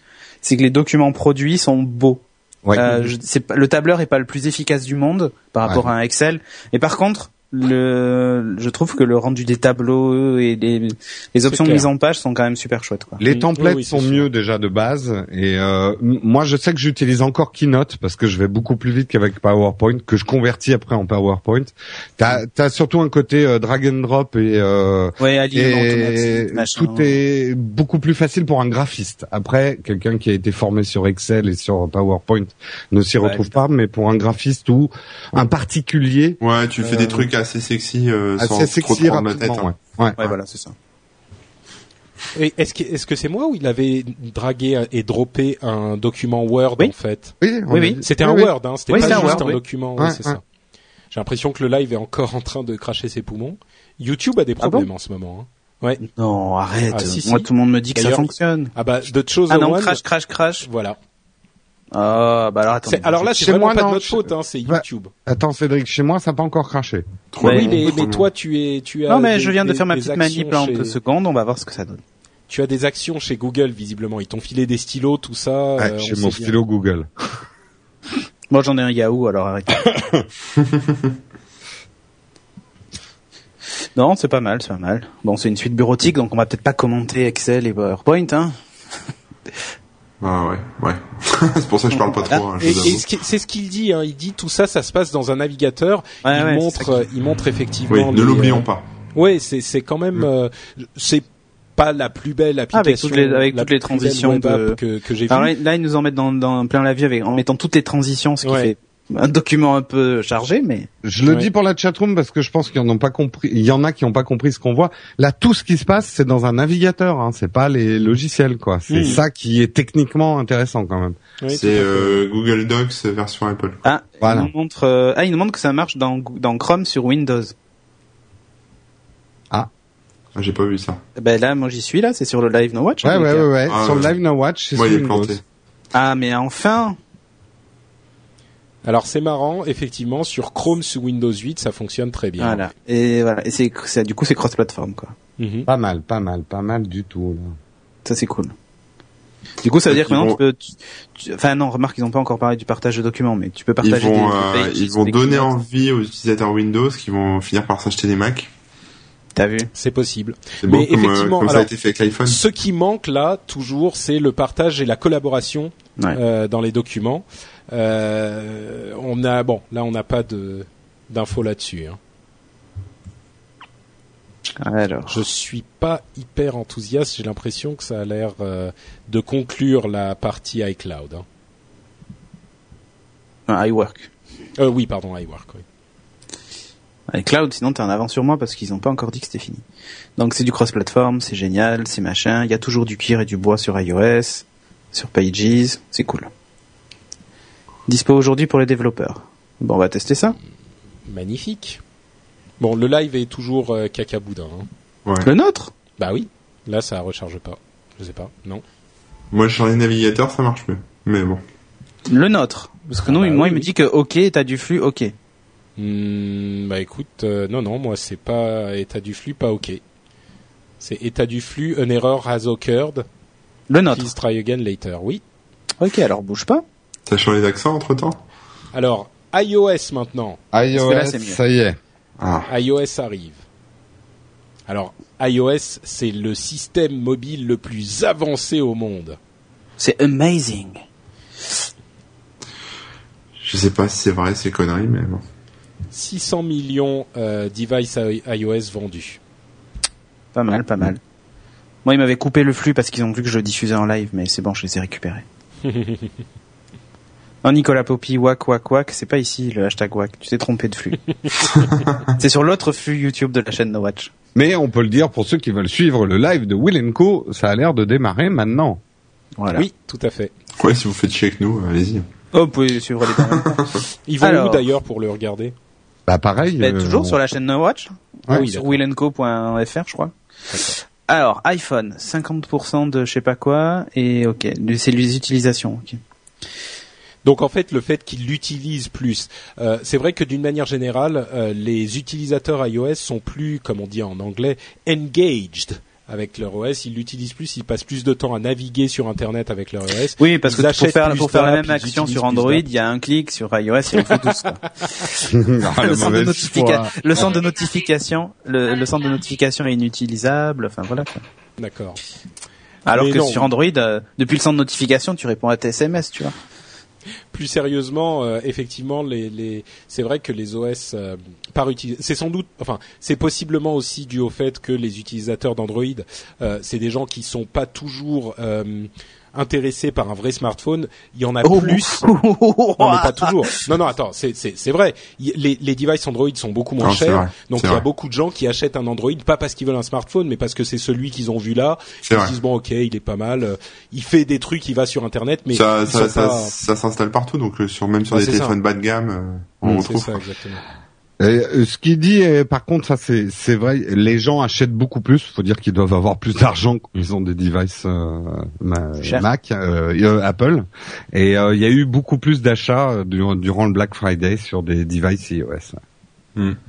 c'est que les documents produits sont beaux.
Ouais.
Euh, je- c'est pas- le tableur est pas le plus efficace du monde par rapport
Ouais.
à un Excel. Et par contre, le, je trouve que le rendu des tableaux et les, les options de
clair.
mise en page sont quand même super chouettes. Quoi.
Mm.
Les templates
Oui, oui, c'est
sont
sûr.
mieux déjà de base et euh, m- moi je sais que j'utilise encore Keynote parce que je vais beaucoup plus vite qu'avec PowerPoint que je convertis après en PowerPoint. T'as as surtout un côté euh, drag and drop et, euh,
Ouais, alignement
et
automatique, machin.
tout est beaucoup plus facile pour un graphiste. Après quelqu'un qui a été formé sur Excel et sur PowerPoint ne s'y
Ouais,
retrouve pas, mais pour un graphiste ou un particulier
Ouais, tu fais
Euh,
des trucs assez sexy euh, sans
assez
trop te
sexy
prendre la tête.
rapidement.
hein.
ouais. Ouais.
Ouais, voilà, c'est ça.
Et Est-ce que est-ce que c'est moi ou il avait dragué et droppé un document Word
Oui.
en fait
Oui, on
Oui,
a
oui.
dit-
C'était un
oui.
Word, hein, c'était
Oui,
pas
c'est un
juste
Word,
un
oui.
document.
Ouais,
oui, c'est
ouais.
ça. J'ai l'impression que le live est encore [LAUGHS] en train de cracher ses poumons. YouTube a des
Ah bon
problèmes en ce moment. hein. Ouais.
Non, arrête.
Ah, si,
Moi,
si.
tout le monde me dit que ça
D'ailleurs,
fonctionne.
Ah bah de choses
Ah
au
non,
one,
crash, crash, crash.
Voilà.
Ah, bah alors attends.
C'est- Alors là, c'est
Chez
vraiment
moi,
pas
non,
de notre
je-
faute, hein, c'est
Bah,
YouTube.
Attends Cédric, chez moi ça n'a pas encore craché.
Trop
Ouais,
oui,
long,
mais,
trop
mais
long.
toi, tu es, tu as.
non, mais
des-
je viens de
des-
faire ma
des
petite
actions
manip là en
chez-
deux secondes, on va voir ce que ça donne.
Tu as des actions chez Google visiblement. Ils t'ont filé des stylos, tout ça.
Ah,
euh,
chez
on
mon
sait bien.
stylo Google.
Moi j'en ai un Yahoo, alors
[LAUGHS]
arrête. non, c'est pas mal, c'est pas mal. Bon, c'est une suite bureautique, donc on va peut-être pas commenter Excel et PowerPoint. Hein.
Ah ouais, ouais. [LAUGHS] c'est pour ça que je parle pas trop. hein, je
Et,
vous avoue.
et ce qui- c'est ce qu'il dit. Hein. Il dit tout ça, ça se passe dans un navigateur.
Ah Ouais,
il
ouais, c'est
montre,
ça Mm.
euh, il montre effectivement.
Oui, ne
les,
l'oublions
euh,
pas.
Ouais, c'est c'est quand même euh, c'est pas la plus belle application
Ah, Avec toutes les- avec
la
toutes les
plus belle
transitions
web
de- Ah
app que que j'ai
Alors
vu.
là, là, ils nous en mettent dans, dans plein la vie avec, en mettant toutes les transitions, ce qui
Ouais.
fait un document un peu chargé, mais
Je le
Ouais.
dis pour la chatroom parce que je pense qu'ils n'ont pas compris. Il y en a qui n'ont pas compris ce qu'on voit. Là, tout ce qui se passe, c'est dans un navigateur. Hein. C'est pas les logiciels, quoi. C'est
Mhm.
ça qui est techniquement intéressant quand même.
Oui, tout à
C'est
fait.
euh, Google Docs version Apple.
ah,
Voilà.
ils nous montrent, euh, ah, ils nous montrent que ça marche dans, Go- dans Chrome sur Windows.
Ah, J'ai pas vu ça.
Ben là, moi j'y suis là, c'est sur le Live No Watch.
Ouais,
avec,
ouais,
euh,
ouais, ouais.
Ah,
Sur
ouais.
Live Now Watch, c'est
Moi,
sur
il est
Windows.
planté.
Ah, mais enfin.
Alors c'est marrant, effectivement, sur Chrome sous Windows 8, ça fonctionne très bien.
Voilà. Et voilà. Et c'est, c'est- du coup, c'est cross-platform, quoi.
Mhm.
Pas mal, pas mal, pas mal du tout. Là.
Ça, c'est cool. Du coup, ça veut
Ils
dire que maintenant,
vont-
tu peux, tu- tu- enfin, non, remarque, ils n'ont pas encore parlé du partage de documents, mais tu peux
Ils
partager
vont,
des,
euh,
des pages,
ils vont
des
donner
documents.
envie aux utilisateurs Windows qui vont finir par s'acheter des Macs.
T'as vu?
C'est possible.
C'est beau
Mais
comme, euh,
effectivement,
comme ça a
alors-
été fait avec l'iPhone.
Ce qui manque là, toujours, c'est le partage et la collaboration
Ouais.
euh, dans les documents. Euh, on a bon, là on n'a pas de d'infos là-dessus. hein.
Alors.
Je suis pas hyper enthousiaste. J'ai l'impression que ça a l'air euh, de conclure la partie iCloud. hein.
Ah, iWork.
Euh, oui, pardon, iWork. Oui.
iCloud, sinon, t'es en avance sur moi parce qu'ils n'ont pas encore dit que c'était fini. Donc, c'est du cross-platform, c'est génial, c'est machin. Il y a toujours du cuir et du bois sur iOS, sur Pages. C'est cool. Dispo aujourd'hui pour les développeurs. Bon, on va tester ça.
Magnifique. Bon, le live est toujours euh, cacaboudin. hein.
Ouais.
Le nôtre?
Bah oui. Là, ça recharge pas. Je sais pas. Non.
Moi, sur les navigateurs, ça marche mieux. Mais bon.
Le nôtre. Parce que
Ah
nous,
bah
moi,
oui,
il me
oui.
dit que OK, t'as du flux, OK.
Hmm, bah écoute, euh, non, non, moi c'est pas état du flux, pas OK. C'est état du flux, an error has occurred.
Le nôtre.
Please try again later. Oui.
OK, alors bouge pas.
T'as changé d'accent entre temps
Alors, iOS maintenant.
iOS,
que là, c'est mieux.
Ah, ça y est.
Ah.
iOS arrive. Alors, iOS, c'est le système mobile le plus avancé au monde.
C'est amazing.
Je sais pas si c'est vrai, ces conneries, mais bon.
600 millions euh, devices i- iOS vendus.
Pas mal, pas mal. Moi, ils m'avaient coupé le flux parce qu'ils ont vu que je le diffusais en live, mais c'est bon, je les ai récupérés. Non, Nicolas Poppy, wack, wack, wack, c'est pas ici le hashtag wack. Tu t'es trompé de flux. c'est sur l'autre flux YouTube de la chaîne No Watch.
Mais on peut le dire pour ceux qui veulent suivre le live de Will Co. Ça a l'air de démarrer maintenant.
Voilà.
Oui, tout à fait.
Ouais, si vous faites chier avec nous, euh, allez-y.
Oh, vous pouvez suivre les
Ils vont
Alors.
où d'ailleurs pour le regarder
Bah pareil.
Ben,
euh,
toujours
on-
sur la chaîne No Watch,
Ouais,
oui,
sur
d'accord.
willandco.fr, je crois. Alors, iPhone, 50% de je sais pas quoi, et ok, c'est les utilisations. ok.
Donc en fait, le fait qu'ils l'utilisent plus, euh, c'est vrai que d'une manière générale, euh, les utilisateurs iOS sont plus, comme on dit en anglais, engaged avec leur OS. Ils l'utilisent plus, ils passent plus de temps à naviguer sur Internet avec leur OS.
Oui, parce
Ils
que pour
achètent
faire,
plus
pour faire la
d'app, ils
même action
utilisent
sur
plus
Android,
d'app.
il y a un clic, sur iOS, et on fout
[LAUGHS]
tous. quoi.
Ah,
le,
le
centre de
mauvais
notifica-
choix.
le centre de notification, le, le centre de notification est inutilisable. Enfin voilà. quoi.
D'accord.
Alors
Mais
que
non.
sur Android, euh, depuis le centre de notification, tu réponds à tes SMS, tu vois.
plus sérieusement, euh, effectivement, les, les- c'est vrai que les OS euh, par utilis- c'est sans doute, enfin, c'est possiblement aussi dû au fait que les utilisateurs d'Android, euh, c'est des gens qui sont pas toujours euh, intéressés par un vrai smartphone. Il y en
Oh,
a Ah, plus. Non,
ah.
mais pas toujours. Non, non, attends, c'est, c'est, c'est vrai. Y- les, les devices Android sont beaucoup moins
Non, c'est vrai,
chers. Donc,
c'est
il y a
vrai.
beaucoup de gens qui achètent un Android, pas parce qu'ils veulent un smartphone, mais parce que c'est celui qu'ils ont vu là.
C'est
Ils se
vrai.
disent, bon, ok, il est pas mal. euh, il fait des trucs, il va sur Internet, mais
ça,
ils
ça,
sont
ça,
pas-
ça s'installe partout, donc euh, sur même sur
Ah,
des
c'est ça.
téléphones bas de gamme, euh, on
Mm, c'est
retrouve.
ça, exactement.
Et, euh, ce qu'il dit, euh, par contre, ça c'est c'est vrai, les gens achètent beaucoup plus. Faut dire qu'ils doivent avoir plus d'argent quand ils ont des devices euh, ma-
Cher.
Mac, euh, et, euh, Apple. Et euh, il y a eu beaucoup plus d'achats euh, du- durant le Black Friday sur des devices iOS. [LAUGHS]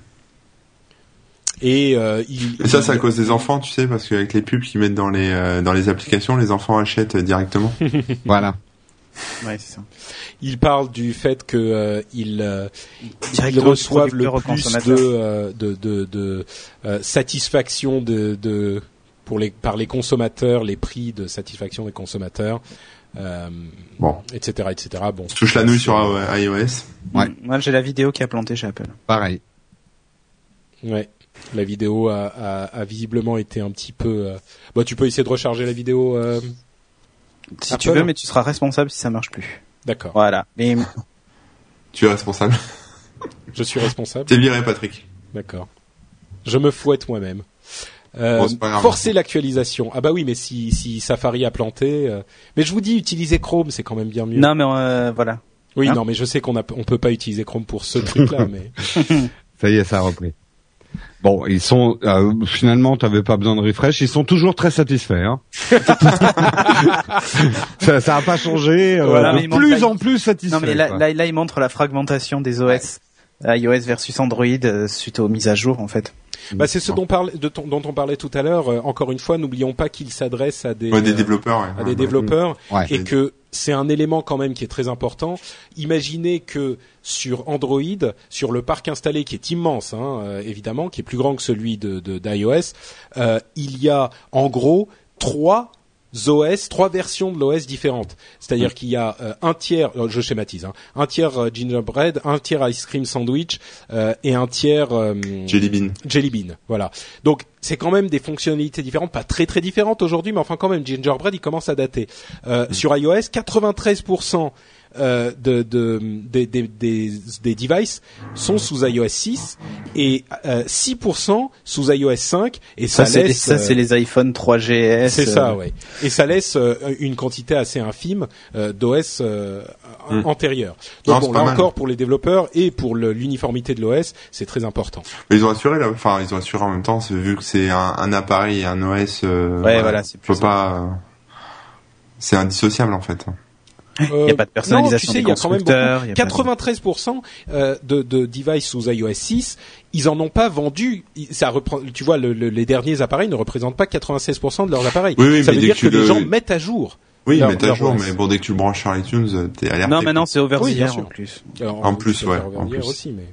Et euh, il,
Et ça, c'est à
il-
cause des enfants, tu sais, parce qu'avec les pubs qu'ils mettent dans les euh, dans les applications, les enfants achètent euh, directement.
[LAUGHS]
voilà.
Ouais, c'est ça.
il parle du fait que euh, il, euh, ils
Directement du
reçoivent le
producteur au
plus de,
consommateur.
euh, de de de euh, satisfaction de de pour les par les consommateurs, les prix de satisfaction des consommateurs, euh,
Bon.
etc., etc. Bon,
Je touche la nouille sur euh, iOS.
Ouais.
Moi, j'ai la vidéo qui a planté chez Apple.
Pareil.
Ouais. La vidéo a, a, a visiblement été un petit peu. euh, Bah, tu peux essayer de recharger la vidéo. euh,
Si
Apple.
tu veux, mais tu seras responsable si ça marche plus.
D'accord.
Voilà. Mais
Tu es responsable. [LAUGHS]
Je suis responsable.
T'es viré, Patrick.
D'accord. Je me fouette moi-même. Euh,
Bon, c'est pas grave.
forcer l'actualisation. Ah bah oui, mais si, si Safari a planté. euh, Mais je vous dis, utilisez Chrome, c'est quand même bien mieux.
non, mais euh, voilà.
oui,
hein
non, mais je sais qu'on a, on peut pas utiliser Chrome pour ce truc-là, mais
Ça y est, ça a repris. Bon, ils sont euh, finalement, t'avais pas besoin de refresh. Ils sont toujours très satisfaits.
[LAUGHS]
Hein. ça, ça a pas changé. euh,
Voilà, mais
de
il manque
plus
la-
en plus satisfaits.
Non, mais là,
quoi.
là, là, il montre la fragmentation des OS. iOS versus Android euh, suite aux mises à jour, en fait.
bah, c'est ce dont, parle, de ton- dont on parlait tout à l'heure. Euh, encore une fois, n'oublions pas qu'il s'adresse à des,
Ouais, des
euh,
développeurs. ouais.
à
Hein, bah, Ouais,
des développeurs
Ouais.
et que c'est un élément quand même qui est très important. Imaginez que sur Android, sur le parc installé qui est immense, hein, euh, évidemment, qui est plus grand que celui de de- d'iOS, euh, il y a en gros trois OS, trois versions de l'OS différentes. C'est-à-dire qu'il y a euh, un tiers, euh, je schématise, hein, un tiers euh, gingerbread, un tiers ice cream sandwich euh, et un tiers euh,
Jelly Bean.
Jelly Bean, voilà. Donc c'est quand même des fonctionnalités différentes, pas très très différentes aujourd'hui, mais enfin quand même Gingerbread il commence à dater.
Mm.
Euh, Sur iOS, 93% euh, de, de, des- des- des, des devices sont sous iOS 6 et euh, 6% sous iOS 5 et ça,
Ça, c'est les,
laisse
ça,
euh,
c'est les iPhone 3GS.
c'est
euh,
ça, ouais. Et ça laisse euh, une quantité assez infime euh, d'OS
Mm.
antérieur. Donc
Non,
bon,
c'est
là
pas mal.
encore pour les développeurs et pour le- l'uniformité de l'OS, c'est très important.
Mais ils ont assuré, là. Enfin, ils ont assuré en même temps, c'est- vu que c'est un, un appareil et un OS. euh,
Ouais, voilà, c'est
faut
plus
pas. euh, c'est indissociable en fait.
Il n'y a pas de personnalisation
Euh, non, tu sais,
des
il y a quand même
constructeurs. il y a pas de-
93% euh, de, de devices sous iOS 6, ils en ont pas vendu. I- Ça reprend, tu vois, le- le- les derniers appareils ne représentent pas 96% de leurs appareils.
Oui, oui,
ça
mais
veut
dès
dire
que
que
tu
les
le-
gens mettent à jour.
Oui,
Leur-
mais t'as
leur
jour,
OS.
mais bon, dès que tu le branches sur iTunes, euh, t'es alerté.
Non, maintenant, c'est over the
Oui, bien
air,
sûr.
en plus.
Alors,
En
on-
plus,
on peut
ouais,
faire
en
revenir
plus.
aussi, mais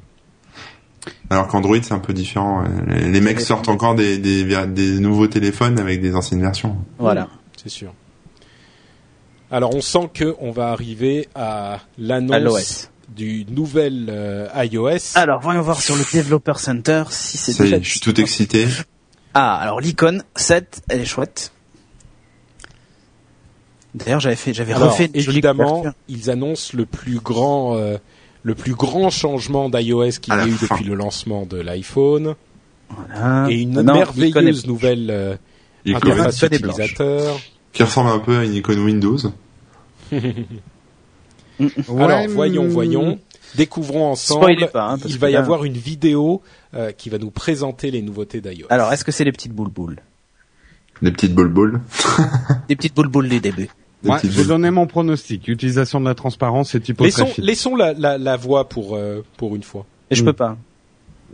Alors qu'Android, c'est un peu différent. euh, Les, les mecs sortent encore des, des, ver- des nouveaux téléphones avec des anciennes versions.
Voilà.
c'est sûr. Alors, on sent que on va arriver à
À
l'annonce
l'OS.
du nouvel euh, iOS.
Alors, voyons voir sur le Developer Center si c'est
Ça y
déjà
est, je suis tout excité.
Ah, alors l'icône 7, elle est chouette. D'ailleurs, j'avais fait, j'avais
Alors,
refait une jolie
évidemment,
couverture.
ils annoncent le plus grand, euh, le plus grand changement d'iOS qu'il y
À la
a eu
fin.
depuis le lancement de l'iPhone
Voilà.
et une
Ah. Non, non, l'icône
merveilleuse
est-
nouvelle euh,
Il
Internet.
commence-
interface
l'icône est blanche.
utilisateur.
Qui ressemble un peu à une icône Windows.
Alors
Ouais,
voyons,
hum,
voyons, découvrons
hmm. Spoilez
ensemble.
pas, hein, parce
il
que
va y
là-
avoir une vidéo euh, qui va nous présenter les nouveautés d'iOS.
Ah, Alors, est-ce que c'est les petites boules boules
Des petites bol-bol.
Des petites boules boules du début.
Des
Ouais, je
petites
vais
bol-
donner mon pronostic. Utilisation de la transparence et
Laissons,
typographie.
laissons la, la, la voix pour, euh, pour une fois.
Et je
Mm.
peux pas.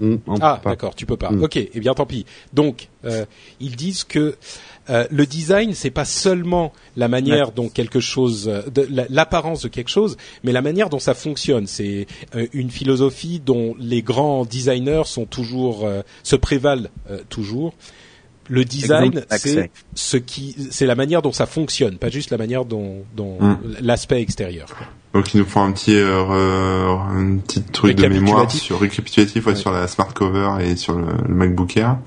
Mm, on peut
Ah,
pas.
d'accord, tu peux pas.
Mm.
Ok, eh bien tant pis. Donc, euh, ils disent que euh, le design, c'est pas seulement la manière dont quelque chose, euh, de- la- l'apparence de quelque chose, mais la manière dont ça fonctionne. C'est euh, une philosophie dont les grands designers sont toujours, euh, se prévalent euh, toujours. Le design,
Exemple,
c'est
accès.
ce qui, c'est la manière dont ça fonctionne, pas juste la manière dont, dont
Hmm.
Mm.
l'aspect extérieur.
Donc ils nous font un petit euh, re- un petit truc de
Récapitulatif.
mémoire sur récapitulatif ouais,
Ouais.
sur la smart cover et sur le, le MacBook Air.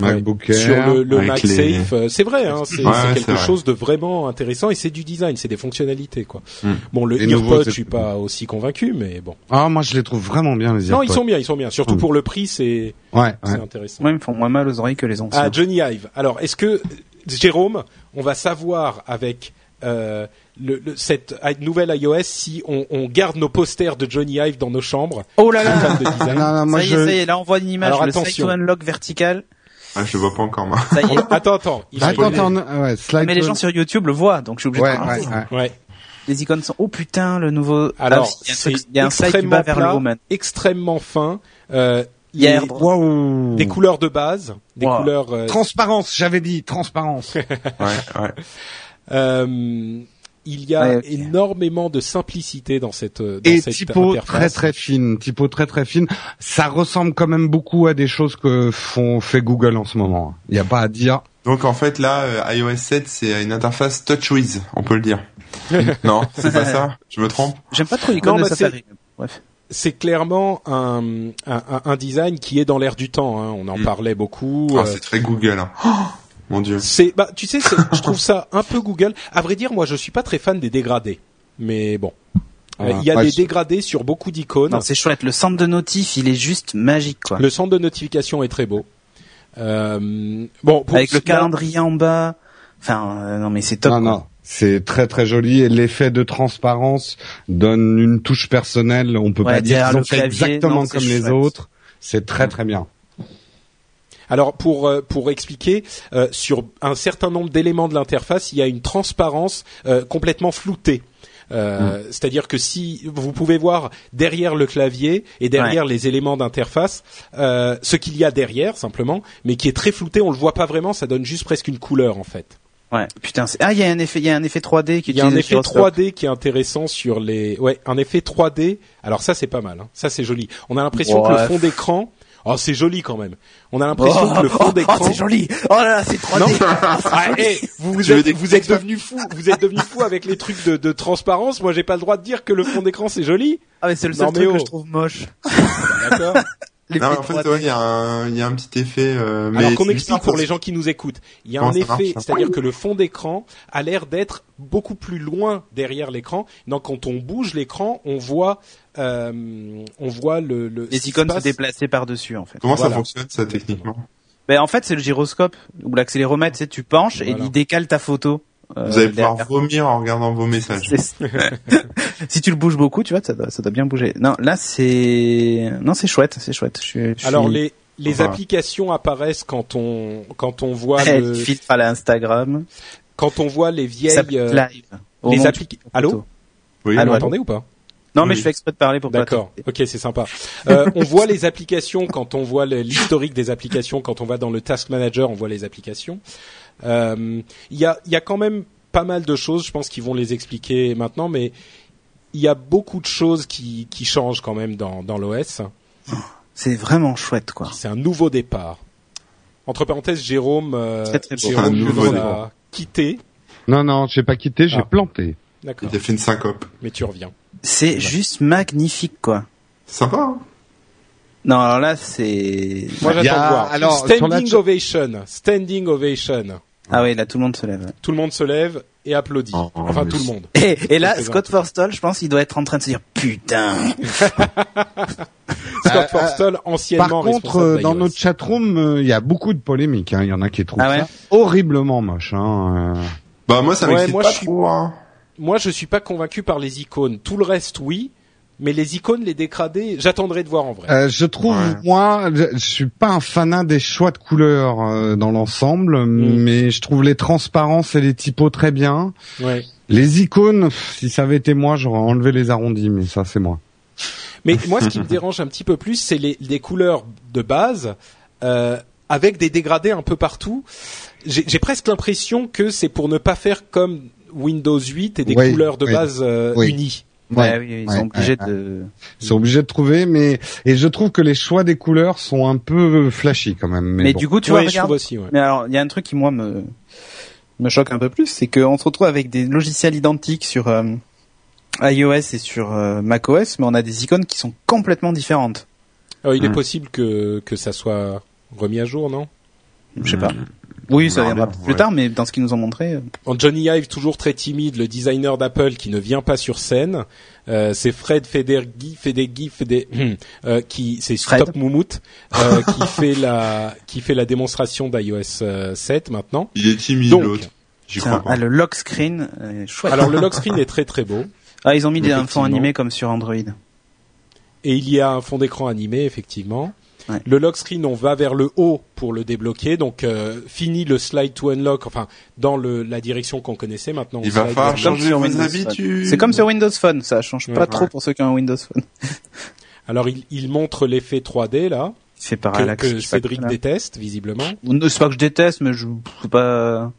MacBook Air.
sur le, le
avec
Mac
les-
Safe, euh, c'est vrai, hein, c'est
Ouais,
c'est
ouais, c'est
quelque
vrai.
chose de vraiment intéressant et c'est du design, c'est des fonctionnalités quoi.
Hmm.
Bon, le
Les nouveaux,
EarPod,
c'est-
je suis pas aussi convaincu, mais bon.
Ah, moi je les trouve vraiment bien les
Non,
AirPods.
ils sont bien, ils sont bien. Surtout
Hmm.
pour le prix, c'est
Ouais,
c'est
ouais.
intéressant.
Moi, ils me font moins mal aux oreilles que les
Ah,
anciens.
Johnny Hive. Alors, est-ce que Jérôme, on va savoir avec euh, le, le- cette i- nouvelle iOS si on, on garde nos posters de Johnny Hive dans nos chambres
oh là [LAUGHS]
en termes
là
de design
Non, non, moi
ça y
je. Bah,
est, ça y est, là on voit une image,
Ah, Alors,
le
attention.
site unlock vertical.
Ah, je le vois pas encore moi.
Ça
[LAUGHS]
y est.
Attends, attends. il
Ah,
arrive.
quand on- ah, ouais, slide
Mais les
to-
gens sur YouTube le voient, donc je suis obligé
Ouais,
de
ouais,
parler.
ouais.
Ouais.
Les icônes sont, oh putain, le nouveau.
Alors,
Ah, il y a un
c'est
truc- il y a un slide qui bat
extrêmement
vers le
plat,
woman.
extrêmement fin. Euh,
Il y a
les-
Airdrop.
Waouh.
des couleurs de base, des
Wow.
couleurs. euh,
Transparence, j'avais dit transparence.
[LAUGHS] Ouais, ouais.
euh, il y a
Ouais, ok.
énormément de simplicité dans cette euh, dans
Et
cette
typo
interface.
très très fine, typo très très fine. Ça ressemble quand même beaucoup à des choses que font fait Google en ce moment. Il n'y a pas à dire.
Donc en fait là euh, iOS 7 c'est une interface TouchWiz, on peut le dire. [LAUGHS] non, c'est pas ça Je me trompe
J'aime pas trop l'icône
Non, bah,
de Safari. Bref.
C'est clairement un, un- un un design qui est dans l'air du temps. hein. On en
Mm.
parlait beaucoup.
Ah,
euh,
c'est très Google. hein. Oh, mon dieu.
c'est bah tu sais, c'est- je trouve ça un peu Google. À vrai dire, moi je suis pas très fan des dégradés, mais bon.
Ah,
Euh, Il y a
ouais,
des
je-
dégradés sur beaucoup d'icônes.
Non, c'est chouette. Le centre de notif, il est juste magique, quoi.
Le centre de notification est très beau. Euh, bon, pour
Avec le
là-
calendrier en bas. Enfin, euh, non, mais c'est top.
Non,
quoi.
non, c'est très très joli et l'effet de transparence donne une touche personnelle. On peut
Ouais,
pas dire
derrière
qu'ils ont
le
fait
clavier,
exactement
non, c'est
comme les
chouette.
autres. C'est très très bien.
Alors pour euh, pour expliquer euh, sur un certain nombre d'éléments de l'interface, il y a une transparence euh, complètement floutée.
Mm.
Euh, C'est-à-dire que si vous pouvez voir derrière le clavier et derrière les éléments d'interface, euh, ce qu'il y a derrière simplement, mais qui est très flouté, on le voit pas vraiment, ça donne juste presque une couleur en fait.
Ouais. Putain, c'est, ah, il y a un effet, il y a un effet 3D qui
Il y a un
utilise le
effet
gyroscope.
3D qui est intéressant sur les, ouais, un effet 3D. Alors ça c'est pas mal, hein. ça c'est joli. On a l'impression que le
Ouais.
fond d'écran, oh c'est joli quand même. On a l'impression
[LAUGHS]
que le
Oh,
fond d'écran,
c'est joli. Oh là là, c'est 3D.
Non. Ah, hey, vous, vous
Je veux
êtes,
des
vous êtes devenu fou. Vous êtes devenu fou avec les trucs de, de transparence. Moi, j'ai pas le droit de dire que le fond d'écran c'est joli.
Ah, mais c'est le
Non, mais
seul truc
oh.
que je trouve moche.
D'accord.
L'effet
Non, mais en fait,
3D.
ouais, il y, a un- il y a un petit effet. euh,
[LAUGHS]
mais
Alors qu'on
c'est
explique
bizarre,
pour
ça,
les gens qui nous écoutent, il y a
Comment
un
ça marche,
effet,
ça
c'est-à-dire que le fond d'écran a l'air d'être beaucoup plus loin derrière l'écran. Donc, quand on bouge l'écran, on voit, euh, on voit le, le ce
Les
qui
icônes se
passe.
déplacer par-dessus, en fait.
Comment
Voilà.
ça fonctionne ça techniquement
Ben, en fait, c'est le gyroscope ou l'accéléromètre, c'est tu penches et
Voilà.
il décale ta photo. euh,
Vous allez pouvoir
derrière.
vomir en regardant vos messages.
C'est- [LAUGHS] si tu le bouges beaucoup, tu vois, ça doit, ça doit bien bouger. Non, là, c'est, non, c'est chouette, c'est chouette. Je, suis- je suis
Alors les les
Voilà.
applications apparaissent quand on quand on voit
très
le-
filtre à l'Instagram.
quand on voit les vieilles
Ça s'appelle
euh,
live. Au
les
moment
appli-
du-
Allô
Oui,
vous
Allô,
m'entendez ou pas
Non, mais
Oui.
je fais exprès de parler pour pas
D'accord.
t'arrêter.
Ok, c'est sympa. Euh, on voit les applications quand on voit le- l'historique des applications. Quand on va dans le Task Manager, on voit les applications. Euh, Il y a, il y a quand même pas mal de choses. Je pense qu'ils vont les expliquer maintenant, mais il y a beaucoup de choses qui, qui changent quand même dans, dans l'OS.
C'est vraiment chouette, quoi.
C'est un nouveau départ. Entre parenthèses, Jérôme, euh,
Très, très beau.
Un
Jérôme
nouveau
nous a
départ.
quitté.
Non, non, j'ai pas quitté, j'ai
Ah.
planté.
D'accord.
Il t'a fait une syncope.
Mais tu reviens.
C'est juste magnifique, quoi.
C'est sympa, hein
Non, alors là, c'est,
Moi, j'attends
Il y a-
de voir.
alors, sur
standing
la-
ovation. Standing ovation.
ah oui, là, tout le monde se lève.
Tout le monde se lève et applaudit.
Oh,
Enfin,
oui.
tout le monde.
Et, et là,
Présent.
Scott Forstall, je pense, il doit être en train de se dire, putain.
Scott
Euh, euh,
Forstall, anciennement
Par contre,
responsable
euh,
d'iOS.
dans notre chatroom, euh, il y a beaucoup de polémiques. hein. Il y en a qui trouvent
Ah ouais
ça horriblement moche. Hein. euh.
Bah moi ça
Ouais,
m'excite
moi,
pas
je suis-
trop. Hein.
moi je suis pas convaincu par les icônes. Tout le reste, oui, mais les icônes, les dégradés, j'attendrai de voir en vrai.
Euh, je trouve
Ouais.
moi, je, je suis pas un fanat des choix de couleurs euh, dans l'ensemble, mais je trouve les transparences et les typos très bien.
Ouais.
Les icônes, pff, si ça avait été moi, j'aurais enlevé les arrondis, mais ça c'est moi.
Mais moi, ce qui me dérange un petit peu plus, c'est les, les couleurs de base euh, avec des dégradés un peu partout. J'ai j'ai presque l'impression que c'est pour ne pas faire comme Windows 8 et des
Oui,
couleurs de
oui,
base euh,
oui.
unies.
Ouais, Bah oui, ils
ouais,
sont obligés
ouais,
de.
Ils sont obligés de trouver, mais et je trouve que les choix des couleurs sont un peu flashy quand même. Mais,
Mais
bon.
du coup, tu
Ouais,
vois,
je trouve
regarde.
aussi. Ouais.
Mais alors, il y a un truc qui moi me me choque un peu plus, c'est qu'on se retrouve avec des logiciels identiques sur euh, iOS et sur euh, macOS, mais on a des icônes qui sont complètement différentes.
Alors, Euh, il est
Mmh.
Hmm.
possible que que ça soit remis à jour, non
Je sais pas. Oui,
On
ça
verra
viendra
bien,
plus
ouais.
tard, mais dans ce qu'ils nous ont montré. euh,
En Johnny Ive, toujours très timide, le designer d'Apple qui ne vient pas sur scène, euh, c'est Fred Federghi, Federghi, Fede-
Hmm.
hum, euh, qui c'est
Fred.
Stop Moumout euh, qui [LAUGHS] fait la qui fait la démonstration d'iOS euh, 7 maintenant.
Il est timide
Donc.
l'autre. J'y
tiens,
crois
ah,
pas.
le lock screen, euh, chouette.
[LAUGHS] Alors le lock screen est très très beau
ah, ils ont mis des infos
Effectivement.
animés comme sur Android.
et il y a un fond d'écran animé effectivement.
Ouais.
Le lock screen, on va vers le haut pour le débloquer, donc euh, fini le slide to unlock, enfin dans le, la direction qu'on connaissait maintenant. on
Il va
slide
falloir
vers-
comme
changer
sur
mes
Windows,
habitudes.
C'est comme sur Windows Phone, ça change
Ouais,
pas trop pour ceux qui ont un Windows Phone.
Alors il, il montre l'effet 3D là
C'est
que,
pareil. là,
que
je sais pas,
Cédric
voilà.
déteste visiblement.
Non, C'est pas que je déteste, mais je c'est pas.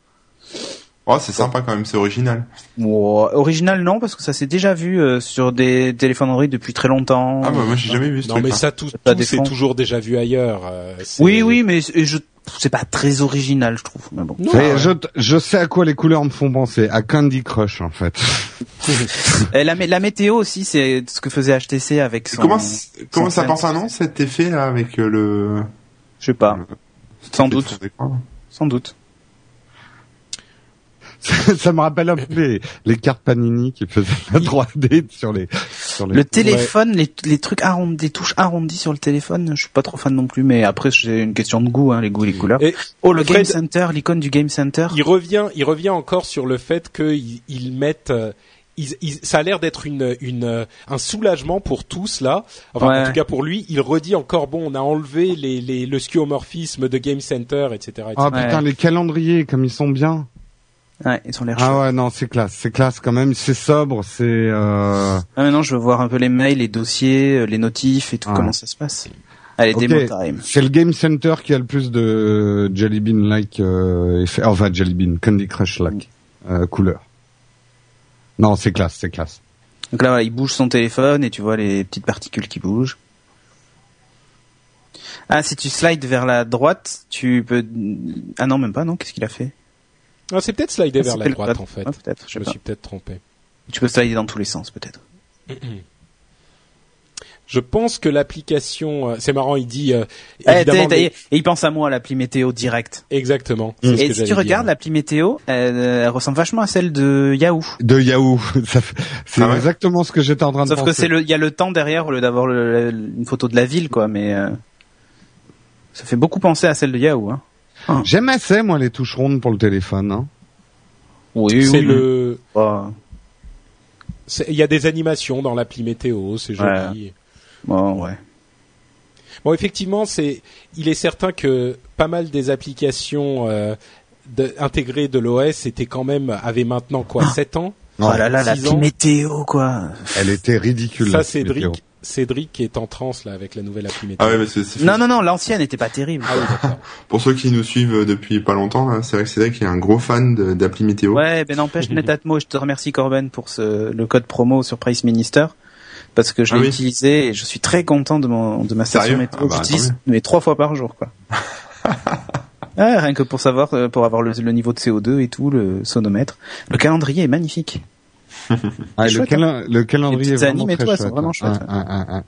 Oh, c'est sympa quand même, c'est original.
Wow. Original non parce que ça s'est déjà vu euh, sur des téléphones Android depuis très longtemps.
Ah, bah, moi, j'ai jamais vu ce
Non mais
truc.
ça tout,
Ça
tout c'est
défend.
toujours déjà vu ailleurs. euh, c'est-
oui oui mais c'est- je c'est pas très original je trouve. Mais bon.
Non,
Mais
ouais.
euh,
je, je sais à quoi les couleurs me font penser, à Candy Crush en fait. [LAUGHS]
Mm.
Et la, mé- la météo aussi c'est ce que faisait HTC avec son.
Comment, c- comment
son
ça porte un
sensor.
nom, cet effet, là, avec euh, le...
Je sais pas.
Euh,
Sans
le
doute.
fond d'écran
Sans doute.
ça me rappelle un peu les, les cartes Panini qui faisaient la [LAUGHS] 3D sur les sur les.
Le téléphone les, les trucs arrondis les touches arrondies sur le téléphone je suis pas trop fan non plus mais après c'est une question de goût hein les goûts les couleurs.
Et
oh le
Fred-
Game Center l'icône du Game Center.
il revient, il revient encore sur le fait qu'ils ils mettent. euh, ils- ils- ça a l'air d'être une, une, euh, un soulagement pour tous là. Enfin, en
Ouais.
tout cas pour lui, il redit encore bon, on a enlevé les, les, le skeuomorphisme de Game Center, etc. etc.
Ah
Ouais.
putain les calendriers comme ils sont bien.
Ouais, ils ont l'air chauds.
Ah ouais non c'est classe c'est classe quand même c'est sobre c'est euh...
Ah, maintenant, je veux voir un peu les mails, les dossiers, euh, les notifs et tout,
Ouais.
comment ça se passe. Allez,
Ok.
démo time.
c'est le game center qui a le plus de Jelly Bean like euh, effet enfin Jelly Bean Candy Crush like euh, couleur. Non c'est classe c'est classe.
Donc là, voilà, il bouge son téléphone et tu vois les petites particules qui bougent. Ah, si tu slides vers la droite, tu peux... Ah non, même pas, non, qu'est-ce qu'il a fait
Ah, c'est peut-être slider
Ah,
vers
c'est
la
quelle
droite
droite
en fait.
Ouais, peut-être, je
je
sais
me
pas.
suis peut-être trompé.
Tu peux slider dans tous les sens, peut-être.
Je pense que l'application, euh, c'est marrant, il dit euh,
Eh,
évidemment,
t'as- t'as-
les-
Et il pense à moi, l'appli météo direct.
exactement. c'est ce
Et
que
si
j'allais
tu
dire.
regardes l'appli météo, elle, euh, elle ressemble vachement à celle de Yahoo.
De Yahoo [LAUGHS] ça fait- c'est
Ah ouais
exactement ce que j'étais en train de
Sauf
penser.
que c'est le, il y a le temps derrière au lieu d'avoir le- le- une photo de la ville, quoi. Mais euh, ça fait beaucoup penser à celle de Yahoo. Hein.
J'aime assez moi les touches rondes pour le téléphone. Hein.
Oui,
c'est le,
Oh,
c'est- il y a des animations dans l'appli météo, c'est joli.
bon, oh, ouais.
Bon, effectivement, c'est, il est certain que pas mal des applications euh, de- intégrées de l'OS étaient quand même avaient maintenant quoi, 7 ans.
Ouais.
oh là là, la
Six
petite
ans.
météo, quoi.
Elle était ridicule.
Ça,
la petite météo.
Cédric, Cédric est en transe là avec la nouvelle appli météo.
Ah ouais, parce que c'est-
Non, non, non, l'ancienne n'était pas terrible.
Ah oui, d'accord.
pour ceux qui nous suivent euh, depuis pas longtemps, là, c'est vrai que c'est vrai qu'il est un gros fan de- d'appli météo.
Ouais, ben n'empêche, Netatmo, je te remercie Corben pour ce, le code promo sur Price Minister. Parce que je
Ah
l'ai
oui.
utilisé et je suis très content de, mon, de ma station
Sérieux
météo
Ah
que
bah,
j'utilise
tant
mais trois fois par
[LAUGHS]
jour quoi. Ouais, rien que pour savoir, euh, pour avoir le, le niveau de CO2 et tout, le sonomètre. Le calendrier est magnifique.
Ah,
C'est
le,
chouette, hein.
calen- le
Les
calendrier est
petites
vraiment
animes et
très
tout, elles
chouette.
sont vraiment chouettes,
hein. Hein, hein, hein.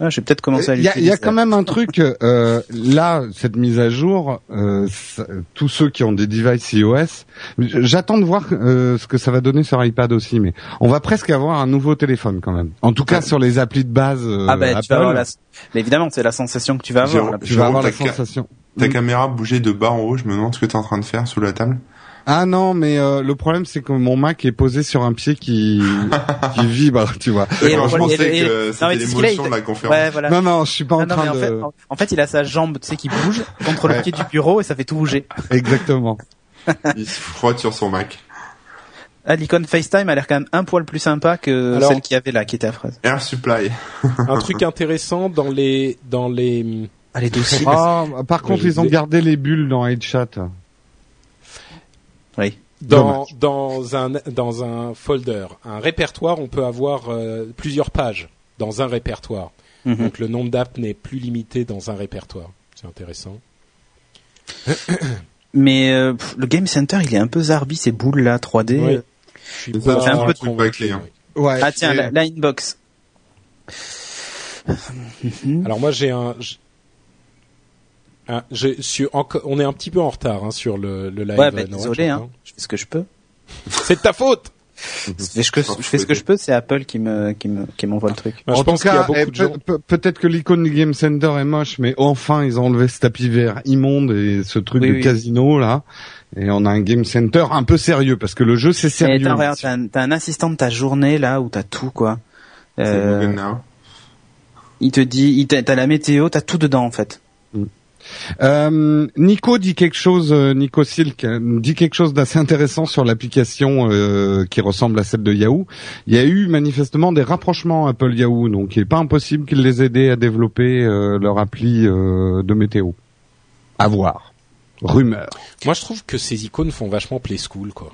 Ah, je vais peut-être commencer à
Il y a-
l'utiliser.
il y, a quand même un truc, euh, là, cette mise à jour, euh, ça- tous ceux qui ont des devices iOS, j'attends de voir euh, ce que ça va donner sur iPad aussi, mais on va presque avoir un nouveau téléphone quand même. En tout cas sur les applis de base euh,
Ah ben, tu vas
Apple,
avoir la... Mais évidemment, c'est la sensation que tu vas avoir.
Jérôme-
là.
tu vas avoir la
Jérôme, t'as
sensation.
Ta
Mm.
caméra bougeait de bas en haut, je me demande ce que t'es en train de faire sous la table.
Ah non, mais euh, le problème c'est que mon Mac est posé sur un pied
[LAUGHS]
qui, qui vibre, tu vois.
Et
D'accord,
on
je
voit-
pensais
et- et-
que
non,
c'était
mais c'est ce qu'il a,
l'émotion
il-
de la conférence.
Ouais, voilà.
Non, non, je suis pas en
Ah Non, non, mais
train
en, fait,
de...
en- en fait, il a sa jambe, tu sais, qui bouge contre le
Ouais.
pied du bureau et ça fait tout bouger. [LAUGHS]
Exactement.
Il se frotte sur son Mac.
Ah, l'icône FaceTime a l'air quand même un poil plus sympa que
Alors-
celle qu'il y avait là, qui était à phrase.
Air
Euh.
Supply.
Un truc intéressant dans les dans les
Elle est douce.
Ah, par contre,
je
ils ont
sais.
gardé les bulles dans HeadShot.
Oui.
dans dans un dans un folder, un répertoire, on peut avoir euh, plusieurs pages dans un répertoire.
[LAUGHS] Mhm.
Donc le nombre d'apps n'est plus limité dans un répertoire. C'est intéressant.
Mais euh, pff, le Game Center, il est un peu zarbi, ces boules là 3D.
Ouais.
euh,
Ça,
Je suis
C'est
pas
un peu de truc
convaincu,
bâclé, hein.
oui.
Ouais.
Ah tiens,
et-
la, la inbox.
Alors moi j'ai un, j'- un- j'ai- sur- enco- on est un petit peu en retard hein, sur le, le live.
Ouais, bah,
euh, Noël,
désolé,
j'entends.
hein. je fais ce que je peux.
C'est de ta faute. Mhm.
Je fais, ce que- je fais ce que je peux, c'est Apple qui me qui me qui m'envoie le truc.
Bah,
en
je pense
tout
qu'il y a
cas,
beaucoup
eh,
de gens.
peut- peut- peut-être que l'icône du Game Center est moche, mais enfin ils ont enlevé ce tapis vert immonde et ce truc
Oui,
de
oui.
casino là, et on a un Game Center un peu sérieux parce que le jeu c'est
Mais
sérieux.
t'as regarde, t'as un, t'as un assistant de ta journée là où t'as tout quoi.
C'est
Euh,
Google Now.
il te dit, il t'a- t'as la météo, t'as tout dedans en fait.
Euh, Nico dit quelque chose, euh, Nico Silk euh, dit quelque chose d'assez intéressant sur l'application euh, qui ressemble à celle de Yahoo. Il y a eu manifestement des rapprochements Apple Yahoo, donc il n'est pas impossible qu'ils les aidaient à développer euh, leur appli euh, de météo. À voir. Rumeur.
Moi je trouve que ces icônes font vachement play school quoi.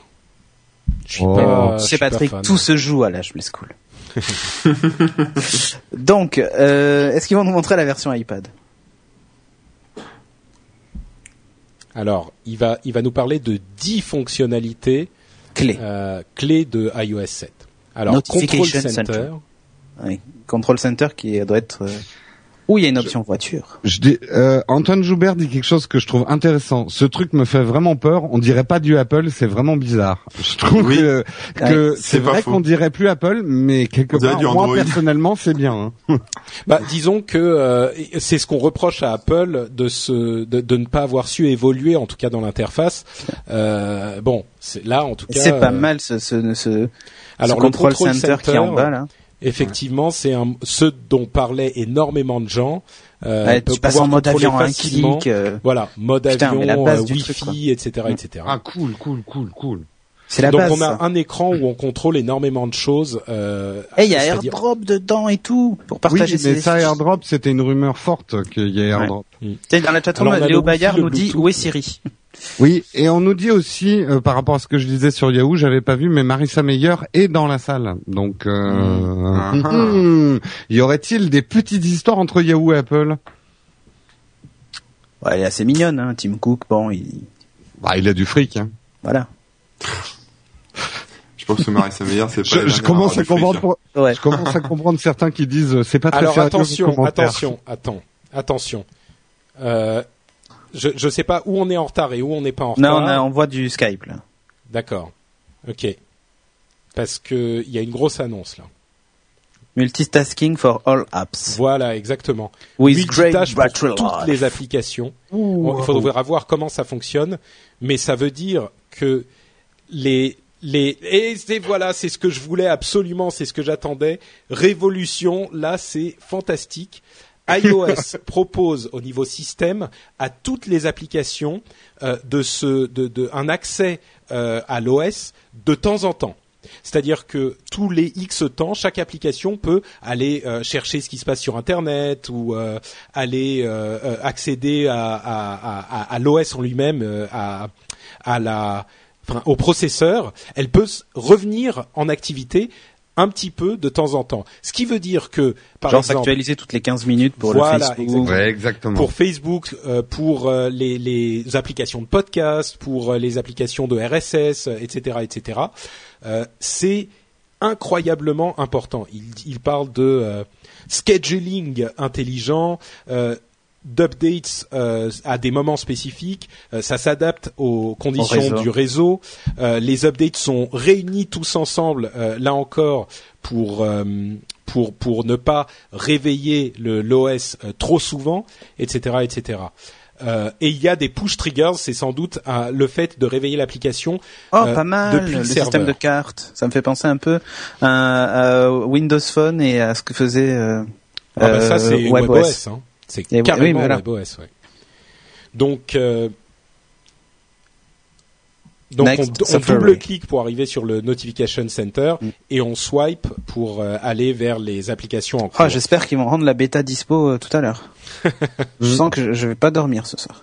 Je suis
Oh.
pas, Ah, je
C'est
suis pas
Patrick,
fan.
tout se joue à l'âge Play
[LAUGHS]
School. Donc, euh, est-ce qu'ils vont nous montrer la version iPad
Alors il va il va nous parler de 10 fonctionnalités
Clé,
euh, clés de iOS 7. Alors
Notification
Control Center.
Center. oui. Control Center qui doit être. euh, où il y a une option voiture.
Je dis, euh, Antoine Joubert dit quelque chose que je trouve intéressant. Ce truc me fait vraiment peur. On dirait pas du Apple, c'est vraiment bizarre. Je trouve
Oui.
que, que
Ouais,
c'est
c'est pas
vrai
faux.
qu'on dirait plus Apple, mais quelque
On dirait
part,
du
moi
Android.
personnellement, c'est bien. hein.
Bah, disons que euh, c'est ce qu'on reproche à Apple de, se, de, de ne pas avoir su évoluer, en tout cas dans l'interface. Euh, bon, c'est là en tout cas.
C'est pas
euh,
mal ce, ce, ce,
Alors le
ce Control, Center, qui est en bas là.
Effectivement, c'est un, ce dont parlaient énormément de gens. Euh,
Ouais,
peut
tu passes
pouvoir
en mode
contrôler
avion à un
facilement.
clic. euh,
Voilà, mode
Putain, mais la
avion,
base
euh,
du
Wi-Fi,
truc, quoi.
etc., etc.
Ah cool, cool, cool, cool.
c'est la
Donc
base.
on
ça.
a un écran où on contrôle énormément de choses. Euh,
Eh, il y a
c'est-à-dire-
AirDrop dedans et tout pour
Oui,
partager
mais
ses-
ça, AirDrop, c'était une rumeur forte qu'il y ait AirDrop.
Tiens, dans la chatroom,
Alors, on a le
Léo
Wi-Fi,
Bayard
le
nous dit
Bluetooth.
où est Siri.
Oui, et on nous dit aussi, euh, par rapport à ce que je disais sur Yahoo, j'avais pas vu, mais Marissa Meyer est dans la salle. Donc, euh,
Mhm.
mhm. y aurait-il des petites histoires entre Yahoo et Apple
Ouais, elle est assez mignonne, hein. Tim Cook, bon, il...
Bah, il a du fric. Hein.
voilà.
Je pense que Marie Sameyer, c'est pas
Je,
la
je
dernière
commence
à
à
avoir du
comprendre.
fric, hein.
pour-
Ouais.
Je commence à comprendre certains qui disent euh, c'est pas très
Alors
sérieux, vos
attention,
commentaires.
attention, attends, attention. Euh, je je sais pas où on est en retard et où on n'est pas en
Non,
retard.
on, a, on voit du Skype là.
D'accord. Ok. Parce que il y a une grosse annonce là.
Multitasking for all apps.
Voilà, exactement.
With great
Multitâche pour
battery
toutes
life.
les applications. Bon, il
euh,
faudra voir comment ça fonctionne, mais ça veut dire que les les et c'est- voilà, c'est ce que je voulais absolument, c'est ce que j'attendais. Révolution, là, c'est fantastique. iOS propose au niveau système à toutes les applications euh, de ce de, de- un accès euh, à l'OS de temps en temps. C'est-à-dire que tous les X temps, chaque application peut aller euh, chercher ce qui se passe sur Internet ou euh, aller euh, euh, accéder à, à, à, à l'OS en lui-même, euh, à, à la, enfin, au processeur. Elle peut s- revenir en activité un petit peu de temps en temps. Ce qui veut dire que, par
Genre
exemple,
s'actualiser toutes les 15 minutes pour
Voilà,
le Facebook.
exactement.
Ouais, exactement.
pour Facebook, euh, pour euh, les, les applications de podcast, pour euh, les applications de RSS, euh, etc., etc. Euh, c'est incroyablement important. Il, il parle de euh, scheduling intelligent, euh, d'updates euh, à des moments spécifiques. Euh, ça s'adapte aux conditions
réseau.
du réseau. Euh, les updates sont réunis tous ensemble, euh, là encore, pour euh, pour euh, pour ne pas réveiller le l'OS trop souvent, etc., etc. Euh, et il y a des push triggers, c'est sans doute euh, le fait de réveiller l'application
Oh,
euh,
pas mal.
depuis
le
le
système
serveur.
de cartes, ça me fait penser un peu à, à Windows Phone et à ce que faisait. Euh,
Ah bah
euh,
ça c'est
WebOS.
WebOS. hein. C'est
Et oui,
carrément
oui, voilà.
WebOS. Ouais. Donc euh, donc
Next,
on, on
Safari.
double clique pour arriver sur le notification center
Mm.
et on swipe pour euh, aller vers les applications en cours.
Ah, j'espère qu'ils vont rendre la bêta dispo euh, tout
[LAUGHS]
à l'heure. je sens que je, je vais pas dormir ce soir.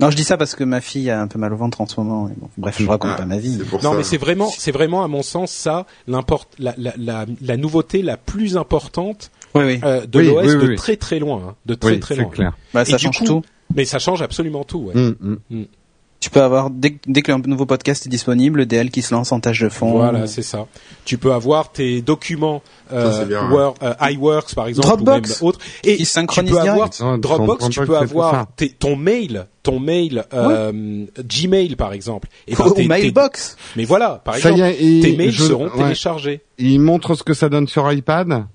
non, je dis ça parce que ma fille a un peu mal au ventre en ce moment. et bon, bref, je raconte
Ah,
pas ma vie.
c'est pour
non
ça.
mais c'est vraiment c'est vraiment à mon sens ça l'import- la, la, la, la nouveauté la plus importante
Oui, oui.
euh, de
Oui,
l'OS
oui, oui,
de
oui.
très très loin hein, de très
oui,
très
c'est
loin.
clair.
Bah,
et
ça
du
change
coup-
tout.
Mais ça change absolument tout. Ouais.
Mm, mm.
Tu peux avoir dès, que- dès que le nouveau podcast est disponible, le DL qui se lance en tâche de fond.
Voilà, c'est ça. Tu peux avoir tes documents euh,
Ça, c'est bien,
Word- euh, iWorks par exemple
Dropbox,
ou même autres et tu
qui synchronise
peux avoir
direct. Non,
Dropbox,
Dropbox,
tu
c'est
peux avoir
ça.
tes- ton mail, ton mail euh, Gmail par exemple. Et ben,
Ou
tes- tes-
Mailbox.
Mais voilà, par
Ça
exemple,
y est, et
tes mails
je-
seront
ouais.
téléchargés.
Ils montrent ce que ça donne sur iPad.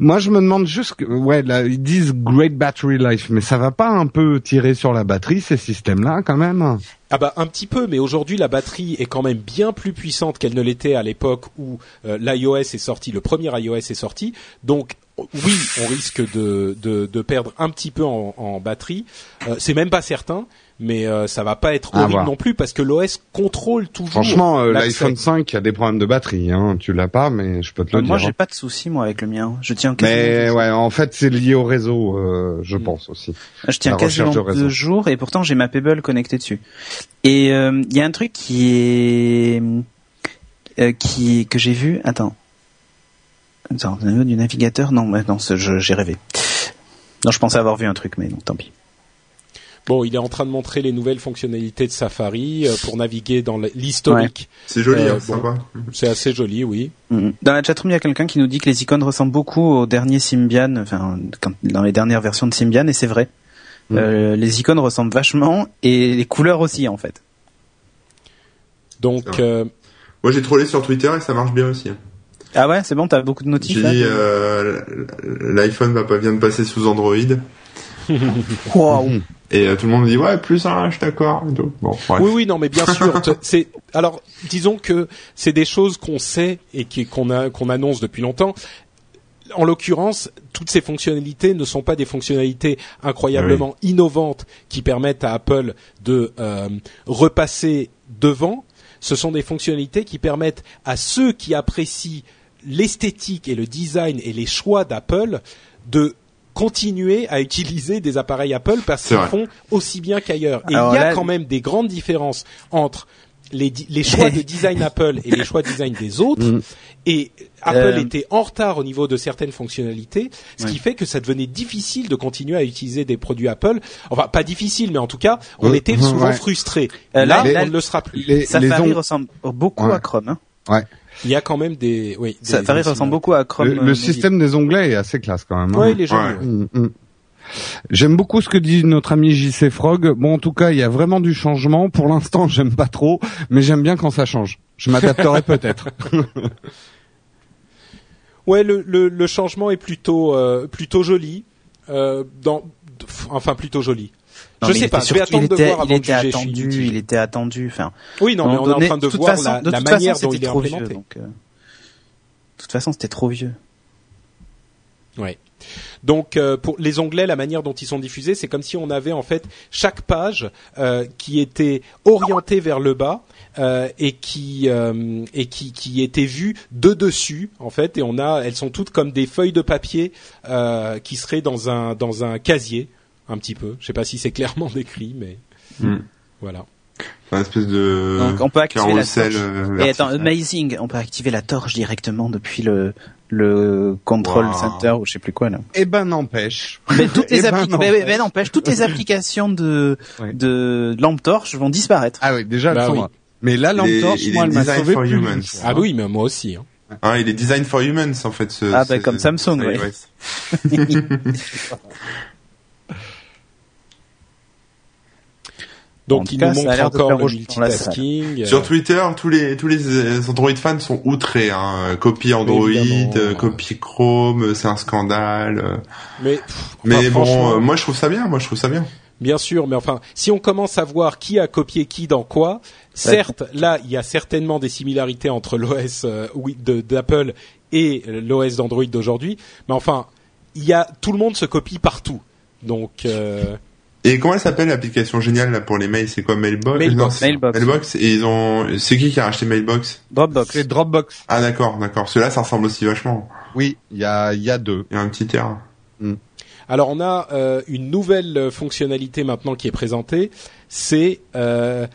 Moi, je me demande juste que, ouais, là, ils disent great battery life, mais ça va pas un peu tirer sur la batterie, ces systèmes-là, quand même?
Ah bah un petit peu, mais aujourd'hui la batterie est quand même bien plus puissante qu'elle ne l'était à l'époque où euh, l'iOS est sorti, le premier iOS est sorti. Donc oui, on risque de, de, de perdre un petit peu en, en batterie. Euh, c'est même pas certain, mais euh, ça va pas être
À
horrible
voir.
non plus parce que l'OS contrôle toujours.
Franchement, euh,
l'accès. Euh,
l'iPhone 5 a des problèmes de batterie, hein. Tu l'as pas, mais je peux te le
Moi,
hein.
dire.
j'ai pas de soucis moi avec le mien. Je tiens quasiment,
Mais ouais, en fait, c'est lié au réseau, euh, je
Mm.
pense aussi.
je tiens
la recherche
quasiment
de réseau.
deux jours et pourtant j'ai ma Pebble connectée dessus. Et euh, il y a un truc qui est euh, qui que j'ai vu. Attends, attends, au niveau du navigateur, non, mais non, ce- je- j'ai rêvé. Non, je pensais avoir vu un truc, mais non, tant pis.
Bon, il est en train de montrer les nouvelles fonctionnalités de Safari euh, pour naviguer dans le- l'historique.
C'est joli,
Euh,
hein,
bon.
sympa.
C'est assez joli, oui.
Mhm. Dans la chatroom, il y a quelqu'un qui nous dit que les icônes ressemblent beaucoup aux derniers Symbian, enfin, quand- dans les dernières versions de Symbian, et c'est vrai.
Mhm.
Euh, les icônes ressemblent vachement, et les couleurs aussi, en fait.
Donc,
C'est
euh,
Moi, j'ai trollé sur Twitter et ça marche bien aussi. hein.
Ah ouais, c'est bon, t'as beaucoup de notifs
J'ai
là
dit, euh, l'iPhone va pas bien de passer sous Android.
Wow.
Et euh, tout le monde me dit, ouais, plus un, je suis d'accord. et tout. Bon, bref.
Oui, oui, non, mais bien
[LAUGHS]
sûr. te- c'est alors, disons que c'est des choses qu'on sait et qui- qu'on a qu'on annonce depuis longtemps. En l'occurrence, toutes ces fonctionnalités ne sont pas des fonctionnalités incroyablement innovantes qui permettent à Apple de euh, repasser devant. Ce sont des fonctionnalités qui permettent à ceux qui apprécient l'esthétique et le design et les choix d'Apple de continuer à utiliser des appareils Apple parce
C'est
qu'ils
vrai.
font aussi bien qu'ailleurs. Et il y
Alors
a
là-
quand même des grandes différences entre les, di- les choix
[LAUGHS]
de design Apple et les choix de design des autres.
Mm.
Et Apple
Euh.
était en retard au niveau de certaines fonctionnalités, ce qui
Ouais.
fait que ça devenait difficile de continuer à utiliser des produits Apple. Enfin, pas difficile, mais en tout cas, on
Euh,
était souvent
ouais.
frustrés.
Mm. Euh,
là,
là, là,
on ne le sera plus.
Les, les
Safari
ongles-
ressemble beaucoup
Ouais.
à Chrome. Hein.
Il y a quand même des... Oui, des-
Safari
des
ressemble beaucoup à Chrome.
le,
euh,
le
mobile.
système des onglets est assez classe, quand même. hein.
Ouais, il est joli,
Ouais.
ouais.
Mm, mm. J'aime beaucoup ce que dit notre ami JC Frog. Bon, en tout cas, il y a vraiment du changement. Pour l'instant, [LAUGHS] j'aime pas trop, mais j'aime bien quand ça change.
[LAUGHS]
Je m'adapterai Euh, peut-être.
Ouais, le, le, le changement est plutôt euh, plutôt joli. Euh, dans, pff, enfin, plutôt joli. je
Non, mais il
sais
était
pas. Je vais
surtout-
attendre
il était,
de voir
il
avant de juger.
était
je suis
attendu,
inutile.
il était attendu. Enfin,
Oui, non, mais
à un
on
moment
est en
donné,
train de
toute
voir
façon-
la,
de
la
toute
manière
façon,
dont il
c'était
est
trop vieux,
implémenté.
donc, euh, De toute façon, c'était trop vieux.
Donc euh, pour les onglets, la manière dont ils sont diffusés, c'est comme si on avait en fait chaque page euh, qui était orientée vers le bas euh, et qui euh, et qui, qui était vue de dessus en fait. Et on a, elles sont toutes comme des feuilles de papier euh, qui seraient dans un dans un casier un petit peu. Je sais pas si c'est clairement [LAUGHS] décrit, mais
Hmm.
Mm.
voilà.
Un espèce de
Euh,
Donc, on peut activer la
carrousel.
torche.
euh,
Et attends,
vertical.
amazing, on peut activer la torche directement depuis le le control
Wow.
center ou je sais
[LAUGHS]
plus quoi là.
eh ben, n'empêche.
Mais toutes
Eh
les
ben,
appli-
non,
mais- mais-
en fait.
mais n'empêche,
[LAUGHS]
toutes les applications de
Ouais.
de lampe torche vont disparaître.
Ah oui, déjà, elles
Bah
sont
oui.
là. Mais là,
Il est-
l'entorche,
il
moi,
est
elle m'a
design
sauvé
for
plus d'une
humans.
fois.
Ah oui, mais moi aussi. hein.
Ah, il est design for humans en fait. Ce,
Ah, bah,
ce-
comme Samsung,
ce
ouais.
iOS.
Donc
En tout
il
cas,
nous
ça a
montre
l'air de
encore
faire
le
rouge dans la salle.
multitasking.
Sur
Euh,
Twitter, hein, tous les tous les euh, Android fans sont outrés. Hein. Copie Android,
Évidemment.
euh, copie Chrome, euh, c'est un scandale. euh.
mais pff, enfin,
Mais bon,
franchement,
euh, moi je trouve ça bien. Moi je trouve ça bien.
bien sûr, mais enfin, si on commence à voir qui a copié qui dans quoi, certes, là, il y a certainement des similarités entre l'OS euh, oui, de- d'Apple et l'OS d'Android d'aujourd'hui, mais enfin, il y a tout le monde se copie partout. Donc, euh,
Et comment elle s'appelle l'application géniale là pour les mails C'est quoi Mailbox
Mailbox.
Non, c'est-
Mailbox.
Mailbox. Et ils ont. C'est qui qui a racheté Mailbox
Dropbox.
C'est Dropbox.
Ah d'accord, d'accord. Ceux-là, ça ressemble aussi vachement.
Oui, il y a, il y a deux.
Il y a un petit air.
alors on a euh, une nouvelle euh, fonctionnalité maintenant qui est présentée, c'est euh,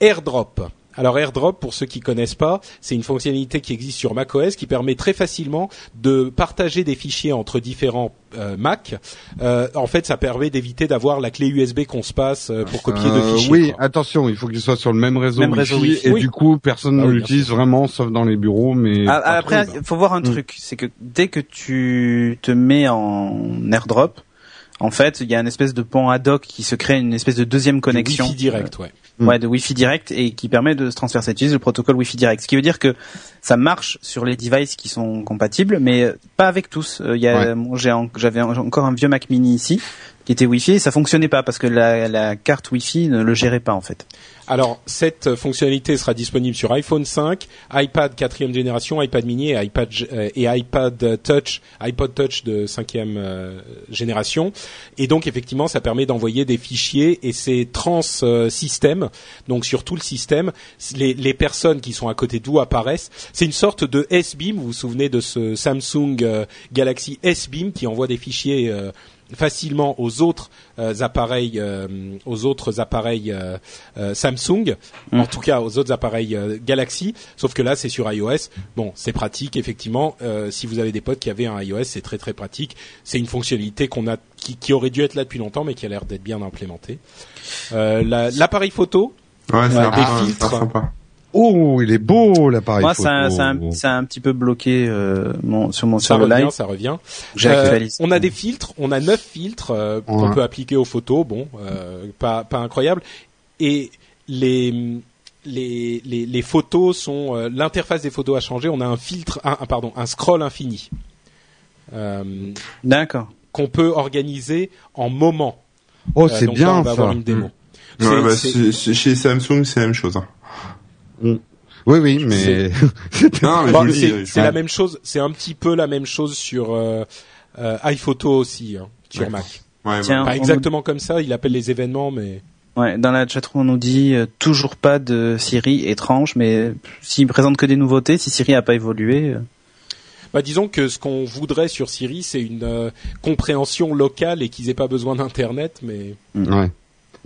AirDrop. Alors AirDrop, pour ceux qui connaissent pas, c'est une fonctionnalité qui existe sur macOS qui permet très facilement de partager des fichiers entre différents euh, Mac. Euh, en fait, ça permet d'éviter d'avoir la clé USB qu'on se passe euh, pour copier deux
Euh,
fichiers.
oui,
quoi.
attention, il faut qu'il soit sur le même réseau,
Même
wifi,
réseau wifi.
et
Oui.
du coup, personne
Ah
ne
oui,
l'utilise vraiment, sauf dans les bureaux, mais
Ah, ah, après, il faut voir un
Mm.
truc, c'est que dès que tu te mets en airdrop, en fait, il y a une espèce de pont ad hoc qui se crée, une espèce de deuxième
Du
connexion.
Wi-Fi direct, ouais.
Mm.
Ouais, de Wi-Fi direct et qui permet de se transférer. Ça utilise le protocole Wi-Fi direct. Ce qui veut dire que ça marche sur les devices qui sont compatibles, mais euh, pas avec tous. Euh, Il y a, moi, j'ai en- j'avais en- j'ai encore un vieux Mac Mini ici qui était Wi-Fi et ça fonctionnait pas parce que la, la carte Wi-Fi ne le gérait pas en fait.
Alors, cette euh, fonctionnalité sera disponible sur iPhone 5, iPad 4e génération, iPad mini et iPad, g- euh, et iPad Touch, iPod Touch de 5e euh, génération. Et donc, effectivement, ça permet d'envoyer des fichiers et c'est trans-système. donc, sur tout le système, s- les, les personnes qui sont à côté de vous apparaissent. C'est une sorte de S-Beam. Vous vous souvenez de ce Samsung euh, Galaxy S-Beam qui envoie des fichiers euh, facilement aux autres euh, appareils, euh, aux autres appareils euh, euh, Samsung,
Mm.
en tout cas aux autres appareils euh, Galaxy, sauf que là c'est sur iOS. Bon, c'est pratique effectivement. euh, si vous avez des potes qui avaient un iOS, c'est très très pratique. C'est une fonctionnalité qu'on a, qui, qui aurait dû être là depuis longtemps, mais qui a l'air d'être bien implémentée. Euh, la- L'appareil photo,
Ouais, c'est
Ouais,
sympa,
des
ouais,
filtres.
c'est sympa.
Oh, il est beau,
Ah,
l'appareil
Moi,
photo.
ça, ça, a un- ça a un petit peu bloqué euh, mon, sur mon
ça
sur le
revient,
live.
ça revient. Euh,
J'actualise.
on a des filtres, on a neuf filtres euh, qu'on
Ouais.
peut appliquer aux photos. Bon, euh, pas, pas incroyable. Et les les, les, les photos sont euh, l'interface des photos a changé. On a un filtre, un, un- pardon, un scroll infini euh,
D'accord.
qu'on peut organiser en moments.
Oh,
Euh,
c'est
donc là,
bien,
on va
ça. Mmh.
avoir une démo. C'est-
Ouais, bah,
c'est-
c'est- c'est- chez Samsung, c'est la même chose. hein.
Oui, oui, mais...
Non, mais
Bon,
[LAUGHS] je vous le dis,
c'est
je-
c'est la même chose. C'est un petit peu la même chose sur euh, euh, iPhoto aussi hein, sur
Ouais.
Mac.
Ouais, bah,
Tiens.
Pas
on-
exactement comme ça. Il appelle les événements, mais
Ouais, dans la chatroom, on nous dit euh, toujours pas de Siri, étrange, mais s'il présente que des nouveautés, si Siri a pas évolué. euh,
Bah, disons que ce qu'on voudrait sur Siri, c'est une euh, compréhension locale et qu'ils aient pas besoin d'internet, mais
[LAUGHS] Ouais.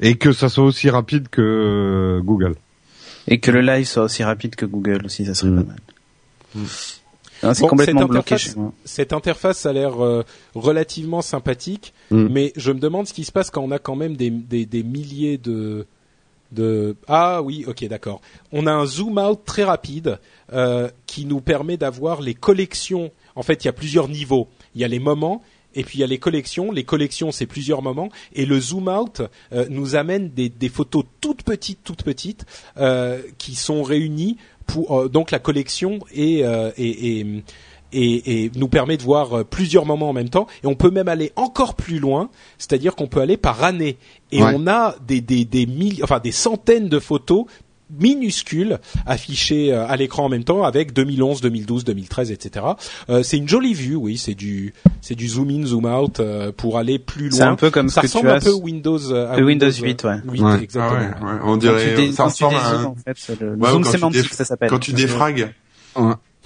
Et que ça soit aussi rapide que euh, Google.
Et que le live soit aussi rapide que Google aussi, ça serait
Mm.
pas mal. Non, c'est
Bon,
complètement
cette
bloqué
interface-
chez moi.
cette interface a l'air euh, relativement sympathique.
Mm.
Mais je me demande ce qui se passe quand on a quand même des, des, des milliers de de ah oui ok d'accord on a un zoom out très rapide euh, qui nous permet d'avoir les collections en fait il y a plusieurs niveaux il y a les moments et puis il y a les collections les collections c'est plusieurs moments et le zoom out euh, nous amène des, des photos toutes petites toutes petites euh, qui sont réunies pour euh, donc la collection et, euh, et, et et, et nous permet de voir euh, plusieurs moments en même temps. Et on peut même aller encore plus loin, c'est-à-dire qu'on peut aller par année. Et
Ouais.
on a des, des, des, mille- enfin, des centaines de photos minuscules affichées euh, à l'écran en même temps avec 2011, 2012, 2013, etc. Euh, c'est une jolie vue, oui, c'est du, c'est du zoom in, zoom out euh, pour aller plus
C'est un
loin.
peu comme
Ça
ce que tu
ressemble un
as.
peu au Windows, euh, à
Le Windows
euh,
8, ouais.
Ouais.
ah ouais,
exactement.
ouais, on
Quand tu
dirait,
dé-
ça
quand tu
ressemble à
dézoomes,
un-
en fait, c'est le le
Ouais,
zoom
quand tu
sémantique,
dé-
ça s'appelle.
quand tu défragues.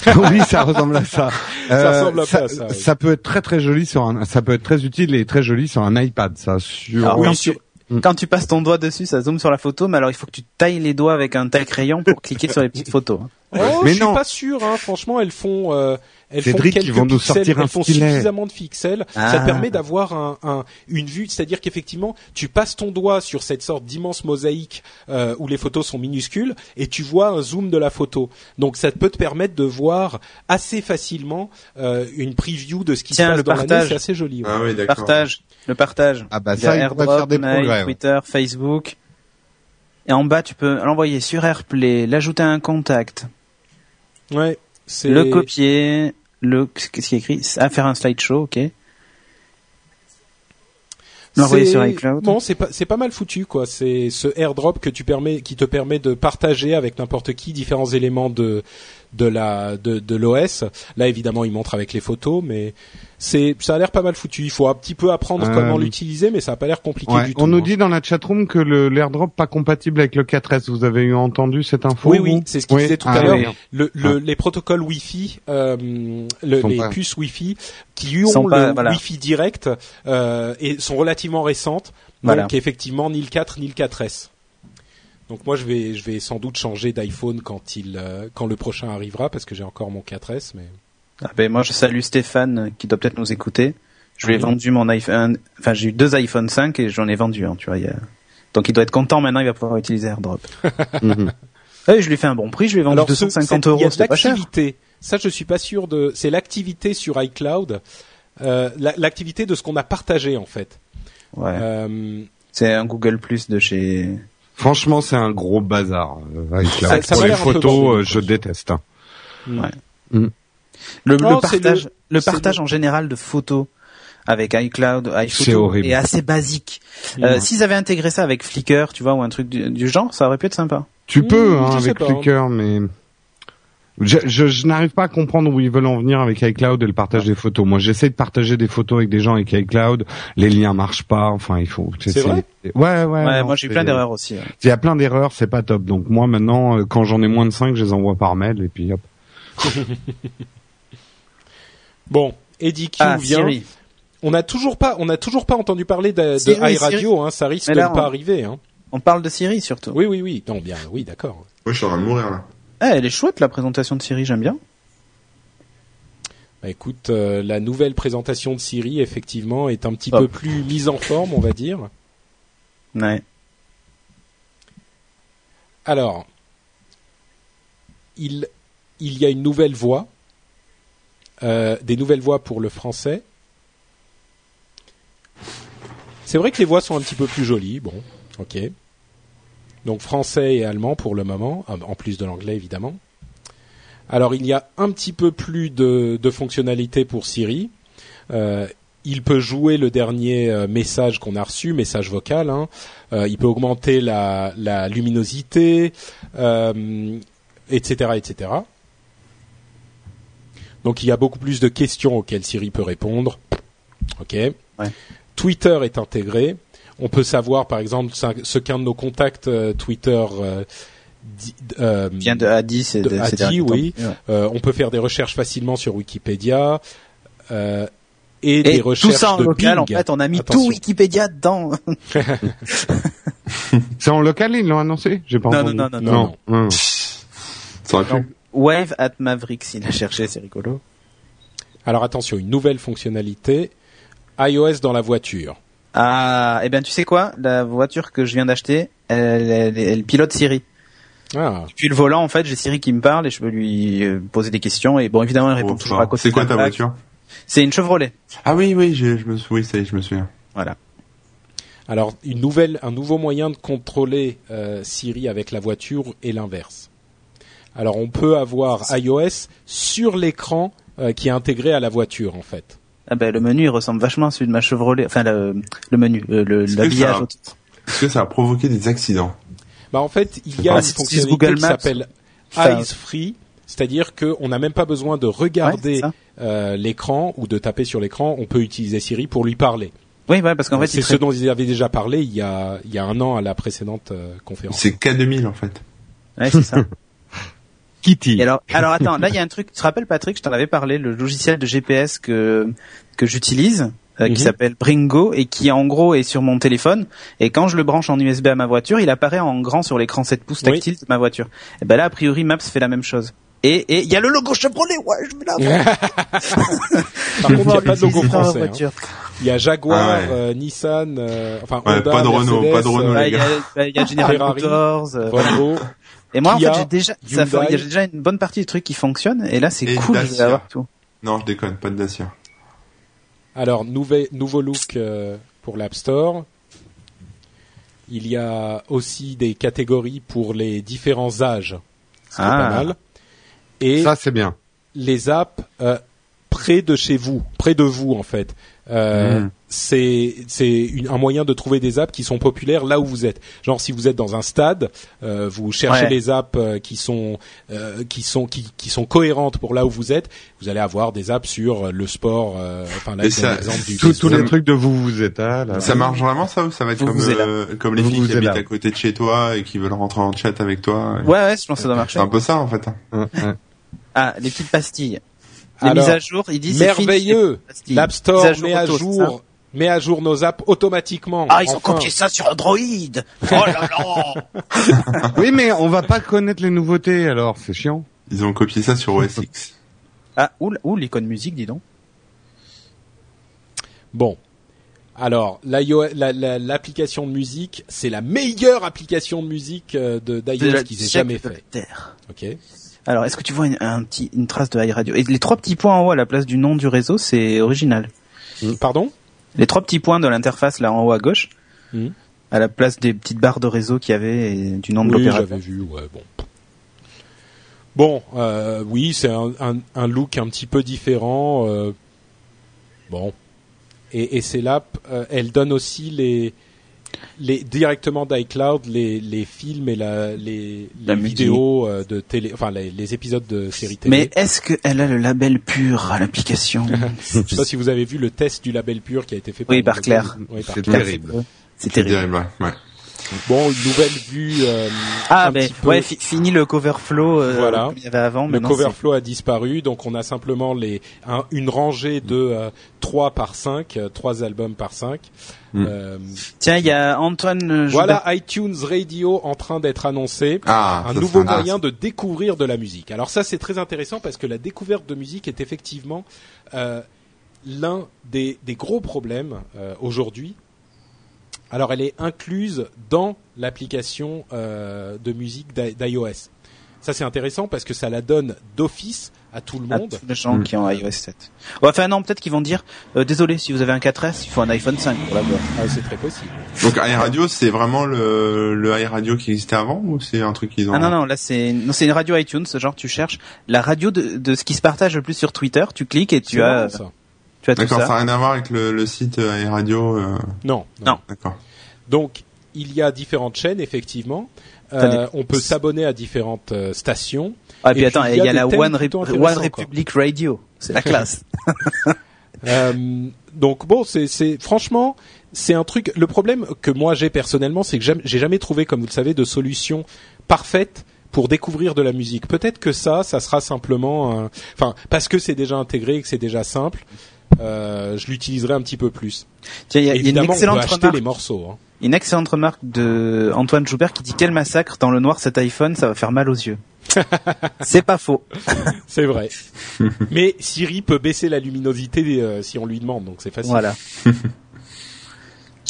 [LAUGHS] oui, ça ressemble à ça. Euh,
ressemble un peu à ça, oui.
ça peut être très très joli sur un, ça peut être très utile et très joli sur un iPad, ça. Sur...
Alors,
Ah Oui,
quand,
sur-
Mm.
tu, quand tu passes ton doigt dessus, ça zoome sur la photo, mais alors il faut que tu tailles les doigts avec un taille crayon pour cliquer sur les petites photos. hein.
Oh,
Mais
je
non.
suis pas sûr. Hein. Franchement, elles font, euh, elles font
Cédric,
quelques
ils vont nous
pixels,
sortir un
elles font
stylet.
suffisamment de pixels. Ça
Ah.
permet d'avoir un, un- une vue, c'est-à-dire qu'effectivement, tu passes ton doigt sur cette sorte d'immense mosaïque euh, où les photos sont minuscules et tu vois un zoom de la photo. Donc, ça peut te permettre de voir assez facilement euh, une preview de ce qui se
Tiens,
passe
le
dans l'année.
partage.
C'est assez joli. ouais.
Ah oui,
Le
d'accord.
partage, le partage.
Ah bah
Il y a
ça, il pourrait
AirDrop,
faire des
Mail,
progrès. ouais.
Twitter, Facebook. Et en bas, tu peux l'envoyer sur AirPlay, l'ajouter à un contact,
Ouais, c'est
Ah. le copier, le qu'est-ce qui est écrit, ah, faire un slideshow, ok. L'envoyer
C'est-
sur iCloud.
Bon, c'est pas c'est pas mal foutu quoi. C'est ce AirDrop que tu permets, qui te permet de partager avec n'importe qui différents éléments de de la de, de l'OS. Là, évidemment, il montre avec les photos, mais c'est ça a l'air pas mal foutu. Il faut un petit peu apprendre
Euh,
comment l'utiliser, mais ça a pas l'air compliqué
Ouais,
du tout.
on nous
hein.
dit dans la chatroom que le- l'airdrop pas compatible avec le 4S. Vous avez eu entendu cette info
Oui,
vous
oui, c'est ce qu'il
Oui.
disait tout
Ah,
à l'heure.
oui.
Le, le- les protocoles Wi-Fi, euh, le-
Sont
les
pas-
puces Wi-Fi qui ont
Sont pas-
le
voilà.
Wi-Fi direct euh, et sont relativement récentes.
Voilà.
Donc effectivement, ni le 4 ni le 4S. Donc moi, je vais, je vais sans doute changer d'iPhone quand il, euh, quand le prochain arrivera, parce que j'ai encore mon 4S. Mais
Ah ben, moi, je salue Stéphane euh, qui doit peut-être nous écouter. Je lui ai
Oui.
vendu mon iPhone. Enfin, j'ai eu deux iPhone 5 et j'en ai vendu un, tu vois. il y a- Donc, il doit être content maintenant, il va pouvoir utiliser AirDrop.
Mhm.
Ah oui, je lui ai fait un bon prix, je lui ai vendu
Alors, ce-
250
cette- il y a
euros,
de
c'était pas cher.
l'activité. Ça, je suis pas sûr de. C'est l'activité sur iCloud, euh, la- l'activité de ce qu'on a partagé en fait.
Ouais.
Euh,
C'est un Google Plus de chez.
Franchement, c'est un gros bazar. euh, avec la-
Ça- ça
pour
m'a
les
l'air un peu
photos,
bordélique.
euh, je déteste. hein.
Le, le
Non, c'est
partage, le,
c'est
partage en général de photos avec iCloud,
C'est
iPhoto
horrible.
est assez basique. Euh, S'ils avaient intégré ça avec Flickr, tu vois, ou un truc du, du genre, ça aurait pu être sympa.
Tu
Hmm,
peux hein,
je sais
avec
pas.
Flickr, mais je, je, je n'arrive pas à comprendre où ils veulent en venir avec iCloud et le partage des photos. Moi, j'essaie de partager des photos avec des gens avec iCloud, les liens marchent pas. Enfin, il faut.
C'est vrai
Ouais, ouais.
ouais,
non,
moi j'ai eu
c'est-
plein d'erreurs aussi. ouais.
Il y a plein d'erreurs, c'est pas top. Donc moi maintenant, euh, quand j'en ai moins de 5, je les envoie par mail et puis hop.
Bon, Eddie Q
Ah,
vient.
Siri.
On n'a toujours pas, on n'a toujours pas entendu parler de, de
Si, oui,
iRadio, hein, ça risque
Mais là,
de ne pas
on-
arriver. Hein.
On parle de Siri surtout.
Oui, oui, oui. Non, bien, oui, d'accord.
Moi, je suis en train de mourir là.
Eh, elle est chouette la présentation de Siri, j'aime bien.
Bah, écoute, euh, la nouvelle présentation de Siri, effectivement, est un petit
Hop.
peu plus mise en forme, on va dire.
Ouais.
Alors, il, il y a une nouvelle voix, euh, des nouvelles voix pour le français. C'est vrai que les voix sont un petit peu plus jolies, bon, ok. Donc français et allemand pour le moment, en- en plus de l'anglais évidemment. Alors il y a un petit peu plus de, de fonctionnalités pour Siri. Euh, il peut jouer le dernier euh, message qu'on a reçu, message vocal. Hein. Euh, il peut augmenter la, la luminosité, euh, etc., etc. Donc il y a beaucoup plus de questions auxquelles Siri peut répondre. Ok. Twitter est intégré. On peut savoir, par exemple, ça- ce qu'un de nos contacts euh, Twitter euh, dit- euh,
Vient de Adi, c'est
De
c'est
Adi,
derniers temps.
oui.
Ouais.
euh, on peut faire des recherches facilement sur Wikipédia euh, et,
Et,
des
tout
recherches
ça en
de
local, en
ping.
fait, on a mis
Attention.
tout Wikipédia dedans. [LAUGHS]
C'est en local, ils l'ont annoncé J'ai pas
Non,
entendu.
non, non, non,
non.
Ça aurait pu.
Non. Wave at Maverick, s'il a cherché, c'est rigolo.
Alors attention, une nouvelle fonctionnalité iOS dans la voiture.
Ah, eh bien, tu sais quoi La voiture que je viens d'acheter, elle, elle- elle pilote Siri.
Ah,
Depuis le volant, en fait, j'ai Siri qui me parle et je peux lui euh, poser des questions. Et bon, évidemment, elle répond
Oh,
toujours
ça.
à côté.
c'est quoi
de
ta
la plaque.
voiture
C'est une Chevrolet.
Ah oui, oui, je, je me souviens. Oui, ça y est, je me souviens.
Voilà.
alors une nouvelle, un nouveau moyen de contrôler euh, Siri avec la voiture et l'inverse. Alors on peut avoir iOS sur l'écran euh, qui est intégré à la voiture en fait.
Ah ben, le menu, il ressemble vachement à celui de ma Chevrolet. Enfin, le, le menu, euh, le-
Est-ce que
l'habillage.
ça-
autour.
Est-ce que ça a provoqué des accidents
Bah en fait, il y a
Ah,
une
c'est- c'est
fonctionnalité
Google
qui
Maps.
s'appelle
Enfin-
Eyes Free, c'est-à-dire qu'on n'a même pas besoin de
Ouais, c'est
regarder
ça.
euh, l'écran ou de taper sur l'écran, on peut utiliser Siri pour lui parler.
Oui, ouais, parce qu'en fait,
Euh, c'est
il
ce
traite-
dont ils avaient déjà parlé il y a, il y a un an à la précédente euh,
[LAUGHS]
conférence.
C'est K2000 en fait.
ouais,
[LAUGHS]
c'est ça. Et
Kitty.
alors, alors attends, là il y a un truc. Tu te rappelles Patrick, je t'en avais parlé, le logiciel de GPS que que j'utilise, euh,
Mhm.
qui s'appelle Bringo et qui en gros est sur mon téléphone. Et quand je le branche en USB à ma voiture, il apparaît en grand sur l'écran 7 pouces
Oui.
tactile de ma voiture. Et ben là, a priori, Maps fait la même chose. Et et il y a le logo Chevrolet. Ouais, je vais l'avoir.
[LAUGHS] Par contre, il n'y a pas de logo
Dans ma
français. hein.
voiture.
Il y a Jaguar,
Ah ouais.
euh, Nissan, euh, enfin
Ouais,
Honda,
pas de Renault,
Mercedes,
pas de Renault,
euh,
Ouais, Il y a- bah, il y a General
Ferrari.
Motors. euh, voilà.
Volvo.
Et moi, en
Kia,
fait, j'ai déjà, ça fait-
Hyundai.
j'ai déjà une bonne partie des trucs qui fonctionnent. Et là, c'est
Et
cool. Je vais
Dacia.
avoir tout.
Non, je déconne, pas de Dacia.
Alors, nouvel- nouveau look euh, pour l'App Store. Il y a aussi des catégories pour les différents âges. ce qui est
Ah.
pas mal. Et
Ça c'est bien.
les apps euh, près de chez vous, près de vous en fait. Euh,
Mmh.
Mm.
c'est c'est une- un moyen de trouver des apps qui sont populaires là où vous êtes. Genre si vous êtes dans un stade, euh, vous cherchez
Ouais.
les apps euh, qui sont euh, qui sont qui, qui sont cohérentes pour là où vous êtes. Vous allez avoir des apps sur euh, le sport. euh, Enfin là
Et
c'est
ça-
un exemple du
Tous
baseball.
tous les trucs de vous vous êtes à, là.
Ça marche vraiment ça ou ça va être
Ah Vous
comme,
vous êtes là.
euh, comme les
Vous
filles
vous
qui
êtes
habitent
là.
à côté de chez toi et qui veulent rentrer en chat avec toi et-
Ouais, ouais, je pense que ça doit
C'est
marcher.
un peu ça en fait. hein.
Ouais, ouais.
Ah, les petites pastilles. Les
Alors,
mises à jour, ils disent. c'est fini,
merveilleux.
les pastilles.
L'App Store
Mise à jour
met à
auto, c'est ça
jour met à jour nos apps automatiquement.
Ah, ils ont
Enfin.
copié ça sur
[LAUGHS]
Android. Oh là là.
Oui, mais on va pas connaître les nouveautés, alors c'est chiant.
Ils ont copié ça sur OS X.
Ah, ou, ou l'icône musique, dis donc.
Bon. Alors, l'IO la- la- l'application de musique, c'est la meilleure application de musique euh, de d'iOS qu'ils aient jamais fait.
Terre.
Ok.
Alors, est-ce que tu vois une, un petit, une trace de iRadio Et les trois petits points en haut à la place du nom du réseau, c'est original.
Pardon
Les trois petits points de l'interface là en haut à gauche,
Mhm.
à la place des petites barres de réseau qu'il y avait et du nom de
Oui,
l'opérateur.
j'avais vu. Ouais, bon. Bon, euh, oui, c'est un, un, un look un petit peu différent. euh, bon. Et, et c'est là, euh, elle donne aussi les les directement d'iCloud les les films et la les, les
La musique.
vidéos euh, de télé, enfin les, les épisodes de séries télé.
Mais est-ce qu'elle a le label pur
[LAUGHS]
à l'application
Je sais pas si vous avez vu le test du label pur qui a été fait
Oui, par Claire.
Oui, par
C'est
Claire.
terrible.
C'est
C'est
terrible.
terrible, ouais. ouais.
Bon, une nouvelle vue. euh,
Ah,
un
mais
petit peu-
ouais, fi- fini le cover flow euh,
Voilà.
comme il y avait avant.
le
maintenant,
cover flow a disparu, donc on a simplement les un- une rangée de 3 par 5, 3 albums par 5.
Mm.
c'est- Tiens, il y a Antoine. euh,
voilà iTunes Radio en train d'être annoncé.
Ah,
un
ça,
nouveau
c'est un-
moyen de découvrir de la musique. Alors ça, c'est très intéressant parce que la découverte de musique est effectivement euh, l'un des, des gros problèmes euh, aujourd'hui. Alors elle est incluse dans l'application euh, de musique d'i- d'iOS. Ça, c'est intéressant parce que ça la donne d'office à tout le
à
monde. Mm.
tous les gens qui ont iOS 7. Ouais, enfin non, peut-être qu'ils vont dire euh, désolé si vous avez un 4S, il faut un iPhone 5 pour l'avoir.
Ah, c'est très possible.
Donc iRadio, c'est vraiment le, le iRadio qui existait avant ou c'est un truc qu'ils ont
Ah non non, là c'est non, c'est une radio iTunes, genre tu cherches la radio de, de ce qui se partage le plus sur Twitter, tu cliques et tu
C'est
as
marrant, ça.
tu as tout
D'accord, ça
ça.
n'a rien à voir avec le, le site euh, iRadio. euh,
Non, non.
Non.
D'accord.
Donc, il y a différentes chaînes, effectivement.
T'as
Euh, on peut s'abonner à différentes euh, stations.
Ah puis
Et
attends,
puis,
il y a,
des
la
thèmes
One,
plutôt
Rep-
intéressants,
One Republic Radio,
[LAUGHS]
c'est la classe.
Euh, donc bon, c'est- c'est franchement, c'est un truc. Le problème que moi j'ai personnellement, c'est que j'aime- j'ai jamais trouvé, comme vous le savez, de solution parfaite pour découvrir de la musique. Peut-être que ça, ça sera simplement, un- enfin, parce que c'est déjà intégré et que c'est déjà simple. euh, je l'utiliserai un petit peu plus.
Tiens, il y a, il y a une
Évidemment, on
excellente
peut acheter
remarque,
les morceaux. hein.
une excellente remarque de Antoine Joubert qui dit quel massacre dans le noir cet iPhone, ça va faire mal aux
[LAUGHS]
yeux. c'est pas faux.
C'est vrai.
[LAUGHS]
Mais Siri peut baisser la luminosité euh, si on lui demande, donc c'est facile.
Voilà.
Ce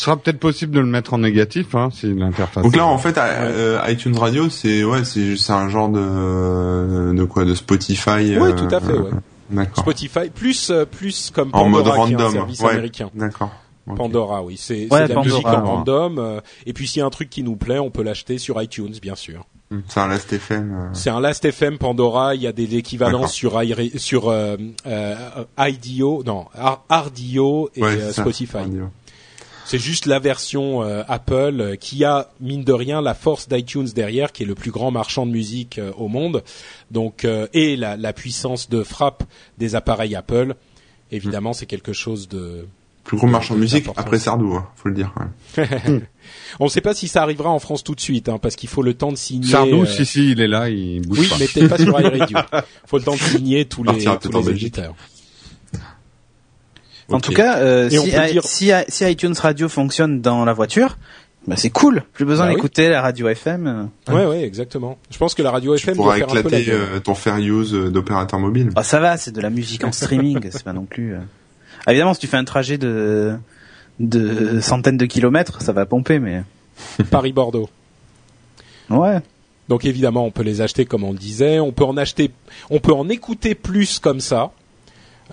sera peut-être possible de le mettre en négatif, hein, si l'interface.
Donc là, en fait, euh, iTunes Radio, c'est ouais, c'est juste- c'est un genre de de quoi, de Spotify.
Oui,
euh,
tout à fait. ouais.
D'accord.
Spotify plus euh, plus comme
En mode
Pandora, qui est un
random,
service
ouais.
américain.
D'accord. Ok.
Pandora, oui. C'est
Ouais,
c'est de la
Pandora,
musique en
alors.
random. euh, et puis s'il y a un truc qui nous plaît, on peut l'acheter sur iTunes, bien sûr.
Hmm, C'est un Last FM. euh.
C'est un Last FM Pandora. Il y a des équivalents
D'accord.
sur iRi- sur euh, euh, IDO, non, R- RDO et
Ouais,
euh,
c'est ça,
Spotify.
Radio.
C'est juste la version euh, Apple euh, qui a mine de rien la force d'iTunes derrière, qui est le plus grand marchand de musique euh, au monde. Donc euh, et la, la puissance de frappe des appareils Apple.
Hmm.
Évidemment, c'est quelque chose de
Plus gros marchand de musique
Important.
après Sardou, hein, faut le dire. ouais.
On ne sait pas si ça arrivera en France tout de suite, hein, parce qu'il faut le temps de signer.
Sardou,
euh,
si si, il est là, il bouge
Oui,
pas.
mais peut-être pas sur
[LAUGHS]
iRadio. faut le temps de signer tous les,
Partira
tous
peut-être en
les
Belgique.
éditeurs.
En
Ok.
tout cas, euh,
Et on
si,
peut
i-
dire-
si i- si iTunes Radio fonctionne dans la voiture, bah c'est cool. Plus besoin
Bah oui.
d'écouter la radio FM. euh.
Ouais, ouais, exactement. Je pense que la radio
tu
FM doit
pourras
faire un peu la
éclater
gueule.
euh, ton fair use euh, d'opérateur mobile.
Ah ça va, c'est de la musique en streaming, c'est pas non plus. euh. Ah, évidemment, si tu fais un trajet de de centaines de kilomètres, ça va pomper, mais
euh,
Paris-Bordeaux.
ouais.
Donc évidemment, on peut les acheter comme on le disait. On peut en acheter, on peut en écouter plus comme ça.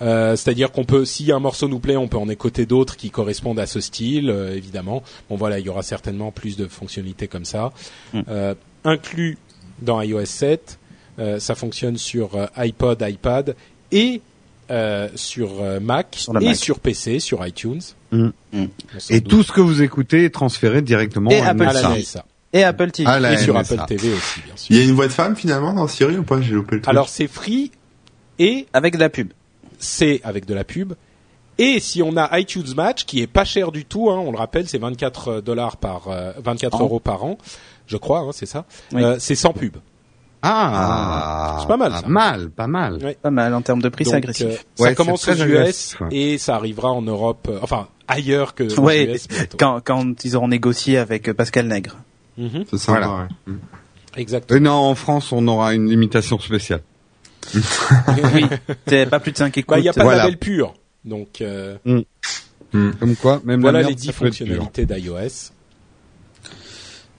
Euh, C'est-à-dire qu'on peut, si un morceau nous plaît, on peut en écouter d'autres qui correspondent à ce style, euh, évidemment. Bon voilà, il y aura certainement plus de fonctionnalités comme ça.
Mm.
Euh, inclus dans iOS 7, euh, ça fonctionne sur euh, iPod, iPad et euh, sur euh, Mac
Sur la
et
Mac. Hmm.
sur PC, sur iTunes. Sans
Et
doute.
tout ce que vous écoutez est transféré directement
Et
à
Apple
à la
NSA.
NSA.
Et Apple TV.
À la
Et sur
NSA.
Apple TV aussi, bien sûr.
Il y a une voix de femme finalement dans Siri ou pas J'ai loupé le truc.
Alors c'est free et
Avec de la pub.
c'est avec de la pub. Et si on a iTunes Match, qui est pas cher du tout, hein, on le rappelle, c'est 24 dollars par euh, 24
An.
euros par an, je crois, hein, c'est ça.
Oui.
Euh, c'est sans pub.
Ah,
C'est pas mal, ça.
Pas mal, pas mal.
Ouais.
Pas mal en termes de prix,
Donc,
c'est agressif.
euh,
Ouais,
ça
c'est
commence aux US
très agressif.
et ça arrivera en Europe, euh, enfin ailleurs que aux
Ouais,
US. bientôt.
quand, quand ils auront négocié avec euh, Pascal Nègre.
Mhm,
c'est sympa,
voilà.
ouais. Mm.
exact.
Et non, en France, on aura une limitation spéciale.
[LAUGHS] oui, c'est pas plus de 5 écoutes.
Bah, Il n'y a pas
Voilà.
de label pur, donc euh,
Comme quoi, même
voilà
la
les
merde,
10
ça peut être dur.
fonctionnalités d'iOS.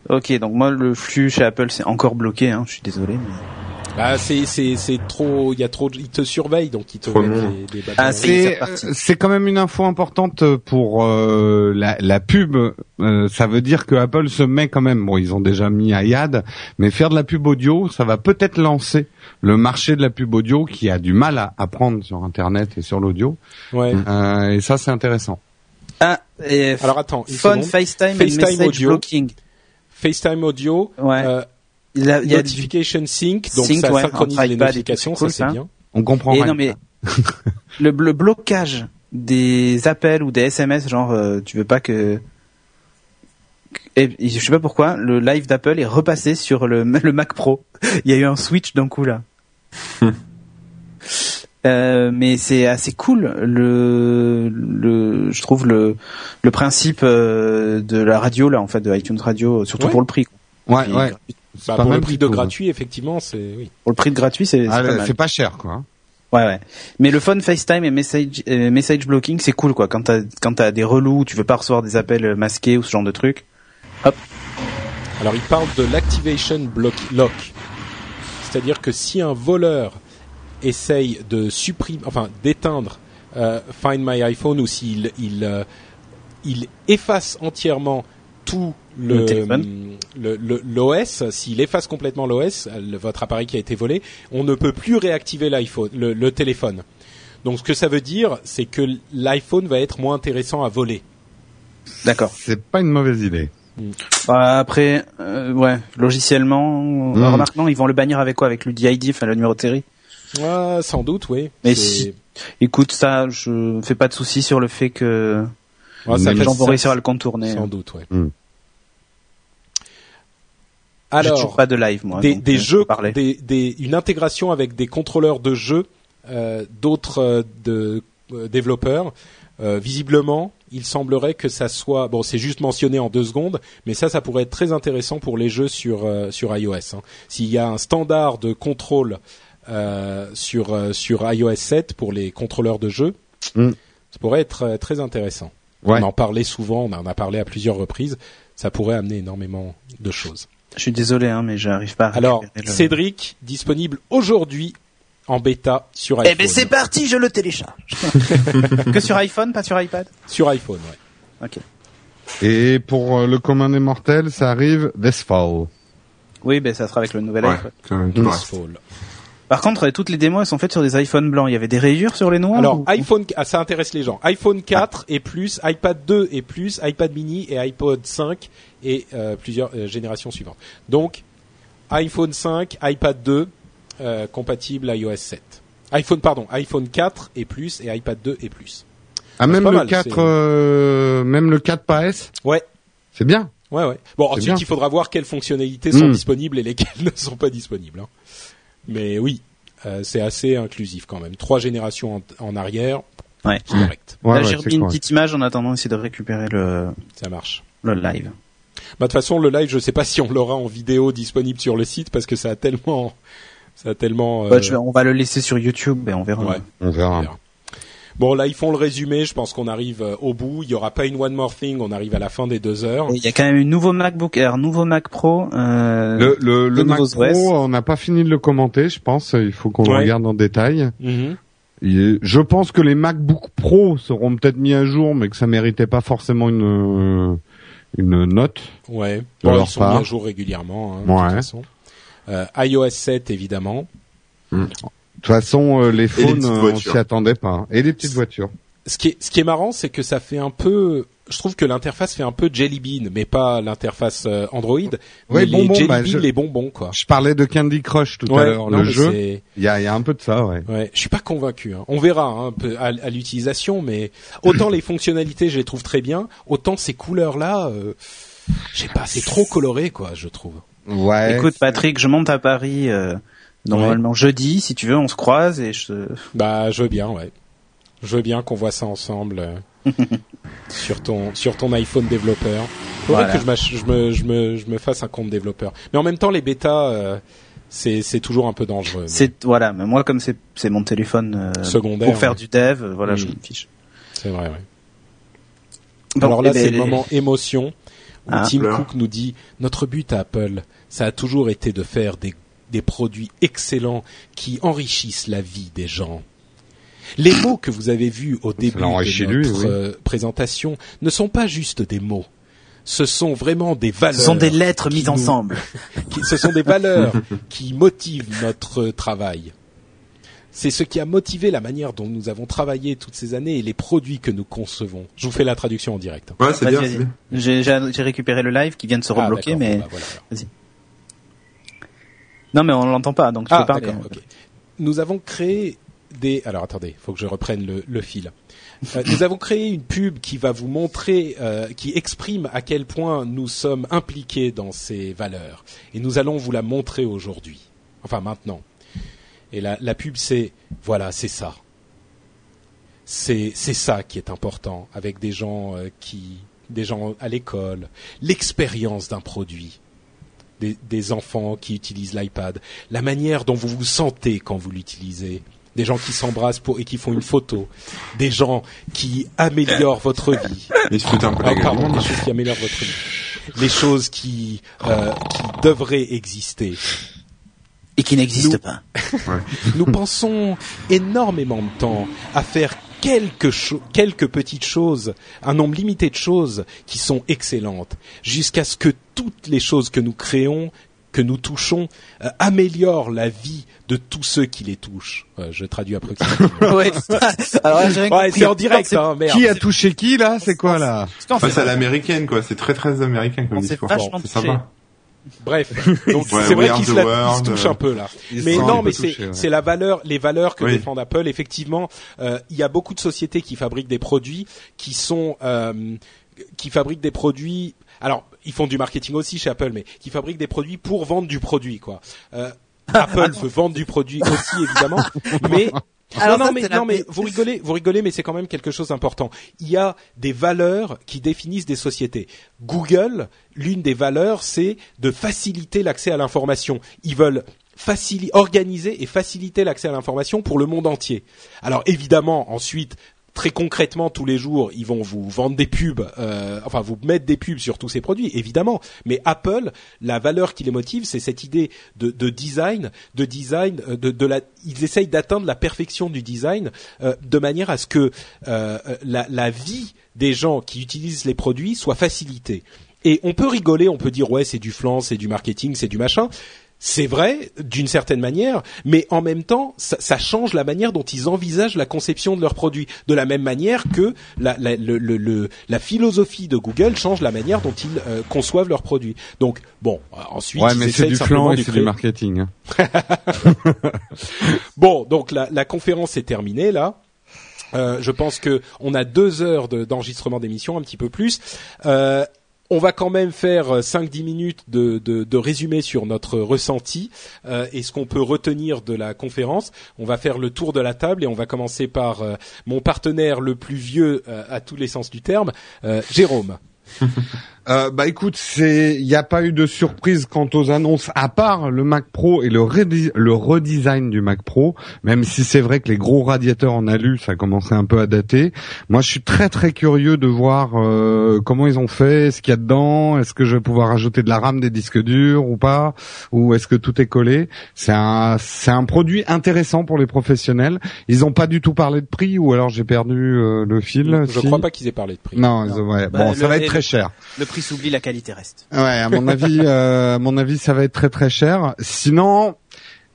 Ok, donc moi le flux chez Apple c'est encore bloqué, hein, je suis désolé. mais-
Bah c'est c'est c'est trop, il y a trop, de- ils te surveillent donc ils te
Trop de
mettent
monde.
des, des badges.
Ah, c'est-
C'est euh, c'est quand même une info importante pour euh, la, la pub. Euh, ça veut dire que Apple se met quand même. Bon, ils ont déjà mis iAd, mais faire de la pub audio, ça va peut-être lancer le marché de la pub audio qui a du mal à apprendre sur Internet et sur l'audio.
Ouais.
Euh, et ça, c'est intéressant.
Ah, et f-
Alors attends, une
phone,
seconde.
FaceTime, and
FaceTime
message
audio.
blocking.
FaceTime audio,
Ouais.
euh,
il a, il y a du...
notification sync, donc
Sync,
ça
ouais,
synchronise
entre
les
iPad et
notifications,
tout, c'est
ça
cool,
c'est
ça.
bien.
On comprend.
Et
rien. [LAUGHS]
non mais le, le blocage des appels ou des SMS, genre euh, tu veux pas que. Et, et je sais pas pourquoi le live d'Apple est repassé sur le, [LAUGHS] le Mac Pro. il y a eu un switch d'un coup là.
Hmm.
Euh, mais c'est assez cool le, le je trouve le le principe euh, de la radio là en fait de iTunes radio surtout
Ouais.
pour le prix quoi.
Ouais,
Puis,
ouais. C'est
Bah,
pas
pour
mal
le prix
du
de
tout, hein.
gratuit, effectivement, c'est oui.
pour le prix de gratuit c'est c'est
Ah,
pas mal.
C'est pas cher, quoi.
Ouais, ouais. Mais le phone FaceTime et message, euh, message blocking, c'est cool, quoi. Quand t'as, quand t'as des relous, tu veux pas recevoir des appels euh, masqués ou ce genre de truc.
Alors il parle de l'activation block lock, c'est-à-dire que si un voleur essaye de supprimer, enfin d'éteindre euh, Find My iPhone ou s'il il euh, il efface entièrement tout
Le
le mm,
téléphone.
le- le- l'OS, s'il efface complètement l'OS, euh, le- votre appareil qui a été volé, on ne peut plus réactiver l'iPhone, le, le téléphone. Donc ce que ça veut dire, c'est que l'iPhone va être moins intéressant à voler.
D'accord.
C'est pas une mauvaise idée.
Bah, après, euh, ouais, logiciellement, euh,
Hmm.
remarque, non, ils vont le bannir avec quoi Avec l'UDID, enfin le numéro de série.
Ouais, Ah, sans doute, oui.
Mais
C'est-
si- Écoute, ça, je fais pas de soucis sur le fait que
Ouais, Ah, ça
Mais
les
fait-
gens vont
ça-
réussir à le contourner.
Sans doute, ouais.
Hmm.
J'ai toujours
Alors,
pas de live, moi.
des,
donc,
des
euh,
jeux,
parler.
des, des- une intégration avec des contrôleurs de jeux euh, d'autres euh, de, euh, développeurs. Euh, visiblement, il semblerait que ça soit bon, c'est juste mentionné en deux secondes, mais ça, ça pourrait être très intéressant pour les jeux sur euh, sur iOS. hein. S'il y a un standard de contrôle euh, sur euh, sur iOS 7 pour les contrôleurs de jeux,
Hmm.
ça pourrait être euh, très intéressant.
Ouais.
On en parlait souvent, on en a parlé à plusieurs reprises. Ça pourrait amener énormément de choses.
Je suis désolé, hein, mais j'arrive pas. à
Alors,
récupérer le-
Cédric, disponible aujourd'hui en bêta sur iPhone.
Eh ben c'est parti, je le télécharge.
[LAUGHS] que sur iPhone, pas sur iPad.
Sur iPhone, ouais.
Ok.
Et pour euh, le commun des mortels, ça arrive this fall.
Oui, ben ça sera avec le nouvel
Ouais,
iPhone.
quand même, tout le
This
reste.
fall.
Par contre, euh, toutes les démos, elles sont faites sur des iPhones blancs. Il y avait des rayures sur les noirs.
Alors,
ou-
iPhone, ah, ça intéresse les gens. iPhone 4 et plus, iPad 2 et plus, iPad mini et iPod 5 et euh, plusieurs euh, générations suivantes. Donc, iPhone 5, iPad 2, euh, compatible iOS 7. iPhone, pardon, iPhone 4 et plus et iPad 2 et plus.
Ah,
c'est
même
pas
le
mal,
4,
c'est-
euh, même le 4 pas S?
Ouais.
C'est bien.
Ouais, ouais. Bon, ensuite,
bien.
il faudra voir quelles fonctionnalités sont
Mm.
disponibles et lesquelles [LAUGHS] ne sont pas disponibles. hein. Mais oui, euh, c'est assez inclusif quand même. Trois générations en, en arrière,
Ouais.
Hmm.
c'est correct.
Ouais,
Là,
ouais,
j'ai
c'est
remis une
correct.
petite image en attendant d'essayer de récupérer le,
Ça marche.
le live.
Bah, de toute façon, le live, je sais pas [LAUGHS] si on l'aura en vidéo disponible sur le site parce que ça a tellement, ça a tellement. euh,
Bah, je vais- on va le laisser sur YouTube et on verra.
ouais.
On verra.
Verra. Bon, là, ils font le résumé. Je pense qu'on arrive euh, au bout. Il y aura pas une one more thing. On arrive à la fin des deux heures.
Et Il y a quand même un nouveau MacBook Air, nouveau Mac Pro. Euh,
Le, le, le
nouveaux
Mac Pro,
OS.
on n'a pas fini de le commenter, je pense. Il faut qu'on
Ouais.
le regarde en détail.
Mhm.
Il est- Je pense que les MacBook Pro seront peut-être mis à jour, mais que ça méritait pas forcément une, euh, une note.
Ouais.
De
Bon,
leur
ils sont
part.
mis à jour régulièrement. hein, de
Ouais.
toute façon. Euh, iOS 7 évidemment.
De toute façon, euh, les
petites
phones, euh, on
voitures.
s'y attendait pas. Et hein. les petites voitures.
ce qui est, ce qui est marrant, c'est que ça fait un peu. Je trouve que l'interface fait un peu Jelly Bean, mais pas l'interface euh, Android. mais les
bonbon,
Jelly
bah,
Bean,
je-
les bonbons, quoi.
Je parlais de Candy Crush tout
Ouais,
à l'heure,
non,
le
mais
jeu.
c'est-
Il y a, il y a un peu de ça, ouais.
Ouais, je suis pas convaincu. hein. On verra hein, un peu à, à l'utilisation, mais autant les fonctionnalités, je les trouve très bien, autant ces couleurs-là, euh, je sais pas, c'est trop coloré, quoi, je trouve.
Ouais.
Écoute, Patrick, je monte à Paris euh, normalement jeudi. Si tu veux, on se croise et je.
Bah, je veux bien, ouais. Je veux bien qu'on voit ça ensemble
[LAUGHS]
euh, sur ton sur ton iPhone développeur. Faudrait
Voilà.
que je, m'ach- je me je me je me fasse un compte développeur. Mais en même temps, les bêtas, euh, c'est c'est toujours un peu dangereux. mais
C'est voilà, mais moi comme c'est c'est mon téléphone euh,
Secondaire,
pour faire
ouais.
du dev, euh, voilà,
Mm.
je me fiche.
C'est vrai. Ouais.
Bon,
Alors là,
eh ben,
c'est le moment émotion où
Ah.
Tim
Là.
Cook nous dit notre but à Apple, ça a toujours été de faire des des produits excellents qui enrichissent la vie des gens. Les mots que vous avez vus au début
l'enrichit,
de notre
lui, oui.
euh, présentation ne sont pas juste des mots. Ce sont vraiment des
Ce
valeurs.
sont des lettres
qui
mises
nous-
ensemble.
qui- ce sont des
[LAUGHS]
valeurs qui motivent notre euh, travail. C'est ce qui a motivé la manière dont nous avons travaillé toutes ces années et les produits que nous concevons. Je vous fais la traduction en direct.
Ouais, c'est
Vas-y,
bien.
vas-y.
c'est bien.
J'ai j'ai- j'ai récupéré le live qui vient de se rebloquer,
Ah, d'accord,
mais
bon, bah, voilà.
non, mais on l'entend pas, donc je
Ah,
peux parler.
d'accord, ok. Nous avons créé des. Alors attendez, faut que je reprenne le, le fil. Euh, nous avons créé une pub qui va vous montrer, euh, qui exprime à quel point nous sommes impliqués dans ces valeurs. Et nous allons vous la montrer aujourd'hui. Enfin maintenant. Et la, la pub, c'est voilà, c'est ça. C'est c'est ça qui est important avec des gens euh, qui, des gens à l'école, l'expérience d'un produit, des, des enfants qui utilisent l'iPad, la manière dont vous vous sentez quand vous l'utilisez, des gens qui s'embrassent pour et qui font une photo, des gens qui améliorent votre vie.
Il se fout un peu
Ah,
la gueule.
pardon, les choses qui améliorent votre vie. Les choses qui, euh, qui devraient exister.
Et qui n'existe
Nous-
[LAUGHS] pas.
Nous pensons énormément de temps à faire quelques, cho- quelques petites choses, un nombre limité de choses qui sont excellentes, jusqu'à ce que toutes les choses que nous créons, que nous touchons, euh, améliorent la vie de tous ceux qui les touchent. Euh, je traduis approximativement.
ouais. Alors là, j'ai
[LAUGHS]
rien
ouais,
compris.
c'est en direct,
C'est-
hein, merde.
Qui a touché qui là C'est quoi là
parce qu'en
Ouais, c'est
fait,
à l'américaine, quoi. C'est très très américain comme
On s'est
discours.
vachement
C'est sympa.
[LAUGHS] Bref, donc
Ouais,
c'est vrai
Weird
qu'ils se,
the
la-
World,
ils se touchent
euh,
un peu là.
ils
Mais
sont un
non,
peu
mais c'est
touchés, ouais.
c'est la valeur, les valeurs que
Oui.
défend Apple. Effectivement, euh, il y a beaucoup de sociétés qui fabriquent des produits qui sont euh, qui fabriquent des produits. Alors, ils font du marketing aussi chez Apple, mais qui fabriquent des produits pour vendre du produit, quoi. Euh, Apple veut vendre du produit aussi, évidemment, mais
Ah, Alors
non,
ça,
non, mais,
c'est la
non, mais
paix.
vous rigolez, vous rigolez, mais c'est quand même quelque chose d'important. Il y a des valeurs qui définissent des sociétés. Google, l'une des valeurs, c'est de faciliter l'accès à l'information. Ils veulent facili- organiser et faciliter l'accès à l'information pour le monde entier. Alors évidemment, ensuite, très concrètement, tous les jours, ils vont vous vendre des pubs, euh, enfin vous mettre des pubs sur tous ces produits, évidemment. Mais Apple, la valeur qui les motive, c'est cette idée de, de design, de design, euh, de, de la, ils essayent d'atteindre la perfection du design euh, de manière à ce que euh, euh, la, la vie des gens qui utilisent les produits soit facilitée. Et on peut rigoler, on peut dire ouais c'est du flan, c'est du marketing, c'est du machin. C'est vrai d'une certaine manière, mais en même temps, ça, ça change la manière dont ils envisagent la conception de leurs produits. De la même manière que la, la- le- le- le- la philosophie de Google change la manière dont ils euh, conçoivent leurs produits. Donc bon, euh, ensuite
Ouais,
ils
mais c'est
essayent
du
simplement
plan et
de
c'est du
créer-
marketing. hein.
Bon, donc la, la conférence est terminée là. Euh, je pense que on a deux heures de- d'enregistrement d'émission, un petit peu plus. Euh, on va quand même faire euh, 5-10 minutes de, de- de résumé sur notre ressenti euh, et ce qu'on peut retenir de la conférence. On va faire le tour de la table et on va commencer par euh, mon partenaire le plus vieux euh, à tous les sens du terme, euh, Jérôme.
Euh, bah écoute, c'est il n'y a pas eu de surprise quant aux annonces à part le Mac Pro et le, redi- le redesign du Mac Pro, même si c'est vrai que les gros radiateurs en alu ça commençait un peu à dater. Moi, je suis très très curieux de voir euh, comment ils ont fait, ce qu'il y a dedans, est-ce que je vais pouvoir ajouter de la RAM, des disques durs ou pas, ou est-ce que tout est collé. C'est un c'est un produit intéressant pour les professionnels. Ils n'ont pas du tout parlé de prix ou alors j'ai perdu euh, le fil.
je
si.
crois pas qu'ils aient parlé de prix.
Non, ils ont- ouais.
Bah,
bon,
le-
ça va
et-
être très cher.
le prix s'oublie, la qualité reste.
Ouais, à mon avis, euh, à mon avis, ça va être très très cher. Sinon,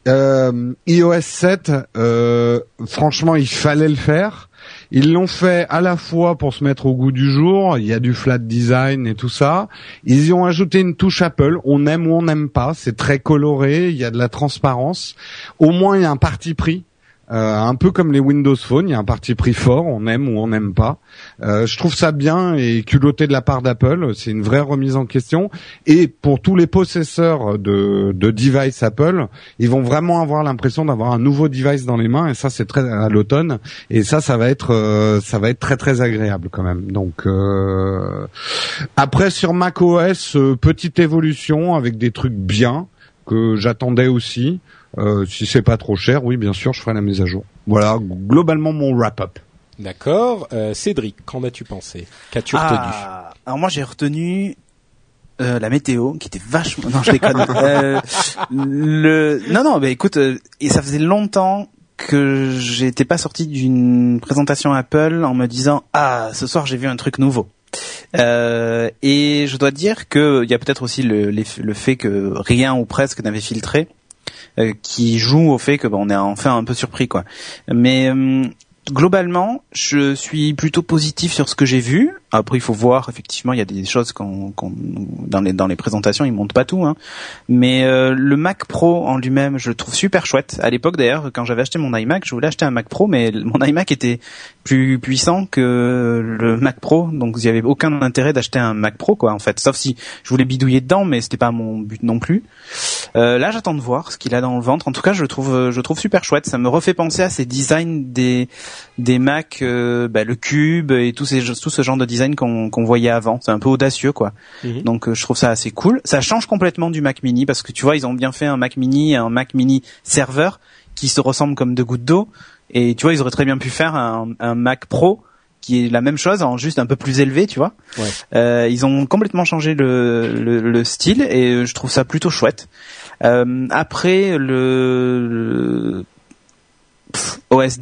euh, iOS 7, euh, franchement, il fallait le faire. Ils l'ont fait à la fois pour se mettre au goût du jour, il y a du flat design et tout ça. Ils y ont ajouté une touche Apple, on aime ou on n'aime pas, c'est très coloré, il y a de la transparence. Au moins, il y a un parti pris. Euh, un peu comme les Windows Phone, il y a un parti pris fort, on aime ou on n'aime pas. Euh, je trouve ça bien et culotté de la part d'Apple, c'est une vraie remise en question. Et pour tous les possesseurs de, de device Apple, ils vont vraiment avoir l'impression d'avoir un nouveau device dans les mains et ça c'est très à l'automne et ça ça va être euh, ça va être très très agréable quand même. Donc euh, après sur macOS, euh, petite évolution avec des trucs bien que j'attendais aussi. Euh, si c'est pas trop cher, oui, bien sûr, je ferai la mise à jour. Voilà, globalement mon wrap-up.
D'accord. Euh, Cédric, qu'en as-tu pensé Qu'as-tu retenu
Ah, alors moi j'ai retenu euh, la météo qui était vachement. Non, je déconne. Euh, le... Non, non, bah écoute, euh, et ça faisait longtemps que j'étais pas sorti d'une présentation Apple en me disant ah ce soir j'ai vu un truc nouveau. Euh, et je dois dire que il y a peut-être aussi le, les- le fait que rien ou presque n'avait filtré euh, qui joue au fait que bah, on est enfin un peu surpris quoi. Mais euh, globalement, je suis plutôt positif sur ce que j'ai vu. Après, il faut voir effectivement, il y a des choses qu'on qu'on- dans les dans les présentations, ils montent pas tout. Hein. Mais euh, le Mac Pro en lui-même, je le trouve super chouette. À l'époque d'ailleurs, quand j'avais acheté mon iMac, je voulais acheter un Mac Pro, mais mon iMac était plus puissant que le Mac Pro, donc il n'y avait aucun intérêt d'acheter un Mac Pro quoi en fait. Sauf si je voulais bidouiller dedans, mais c'était pas mon but non plus. Euh, là, j'attends de voir ce qu'il a dans le ventre. En tout cas, je le trouve, euh, je le trouve super chouette. Ça me refait penser à ces designs des des Mac, euh, bah, le cube et tous ces tout ce genre de design qu'on qu'on voyait avant. C'est un peu audacieux, quoi.
Mhm.
Donc, euh, je trouve ça assez cool. Ça change complètement du Mac Mini parce que tu vois, ils ont bien fait un Mac Mini, et un Mac Mini serveur qui se ressemblent comme deux gouttes d'eau. Et tu vois, ils auraient très bien pu faire un, un Mac Pro qui est la même chose en juste un peu plus élevé, tu vois.
Ouais.
Euh, ils ont complètement changé le, le, le style et euh, je trouve ça plutôt chouette. Euh, après le, le- pff, OS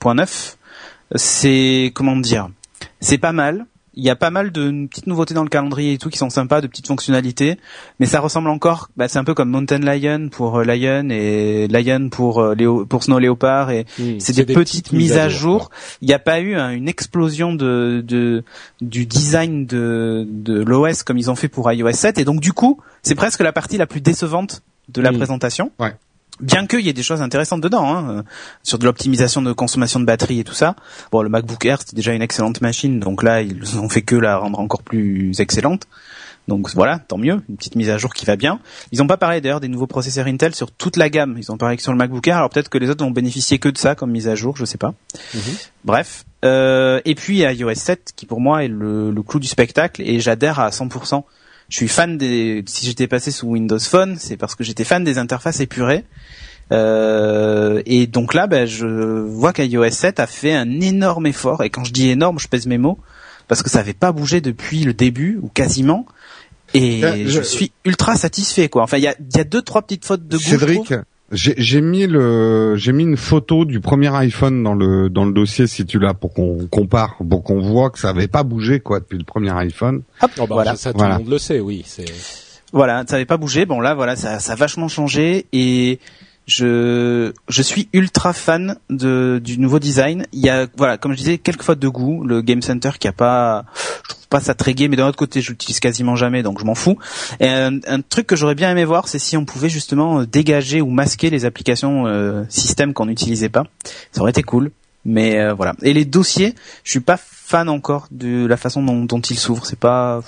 10.9, c'est comment dire, c'est pas mal. Il y a pas mal de petites nouveautés dans le calendrier et tout qui sont sympas, de petites fonctionnalités, mais ça ressemble encore. Bah, c'est un peu comme Mountain Lion pour euh, Lion et Lion pour euh, Léo- pour Snow Leopard et
Hmm,
c'est des, petites, mises à jour. Il n'y a pas eu hein, une explosion de, de du design de de l'OS comme ils ont fait pour iOS 7 et donc du coup c'est presque la partie la plus décevante de la
Mm.
présentation.
Ouais.
Bien qu'il y ait des choses intéressantes dedans, hein, euh, sur de l'optimisation de consommation de batterie et tout ça. Bon, le MacBook Air c'était déjà une excellente machine, donc là ils ont fait que la rendre encore plus excellente. Donc voilà, tant mieux, une petite mise à jour qui va bien. Ils n'ont pas parlé d'ailleurs des nouveaux processeurs Intel sur toute la gamme. Ils ont parlé que sur le MacBook Air. Alors peut-être que les autres vont bénéficier que de ça comme mise à jour, je sais pas.
Mhm.
Bref. Euh, et puis il y a iOS 7 qui pour moi est le, le clou du spectacle et j'adhère à 100%. Je suis fan des. Si j'étais passé sous Windows Phone, c'est parce que j'étais fan des interfaces épurées. Euh, et donc là, ben, je vois qu'iOS 7 a fait un énorme effort. Et quand je dis énorme, je pèse mes mots parce que ça n'avait pas bougé depuis le début ou quasiment. Et
Euh,
je,
je-
suis ultra satisfait quoi. Enfin, il y a, il y a deux trois petites fautes de goût. je
Cédric,
trouve.
j'ai j'ai mis le, j'ai mis une photo du premier iPhone dans le dans le dossier si tu l'as pour qu'on compare, pour qu'on voit que ça avait pas bougé quoi depuis le premier iPhone.
Hop,
Oh bah,
voilà.
Ça, tout
Voilà.
le monde le sait, oui. C'est
Voilà, ça avait pas bougé. Bon là, voilà, ça, ça a vachement changé et je je suis ultra fan de du nouveau design. Il y a voilà, comme je disais, quelques fautes de goût. Le Game Center qui a pas, je trouve pas ça très gay, mais d'un autre côté, je l'utilise quasiment jamais, donc je m'en fous. Et un, un truc que j'aurais bien aimé voir, c'est si on pouvait justement euh, dégager ou masquer les applications euh, système qu'on n'utilisait pas. Ça aurait été cool. Mais euh, voilà. Et les dossiers, je suis pas fan encore de la façon dont, dont ils s'ouvrent. C'est pas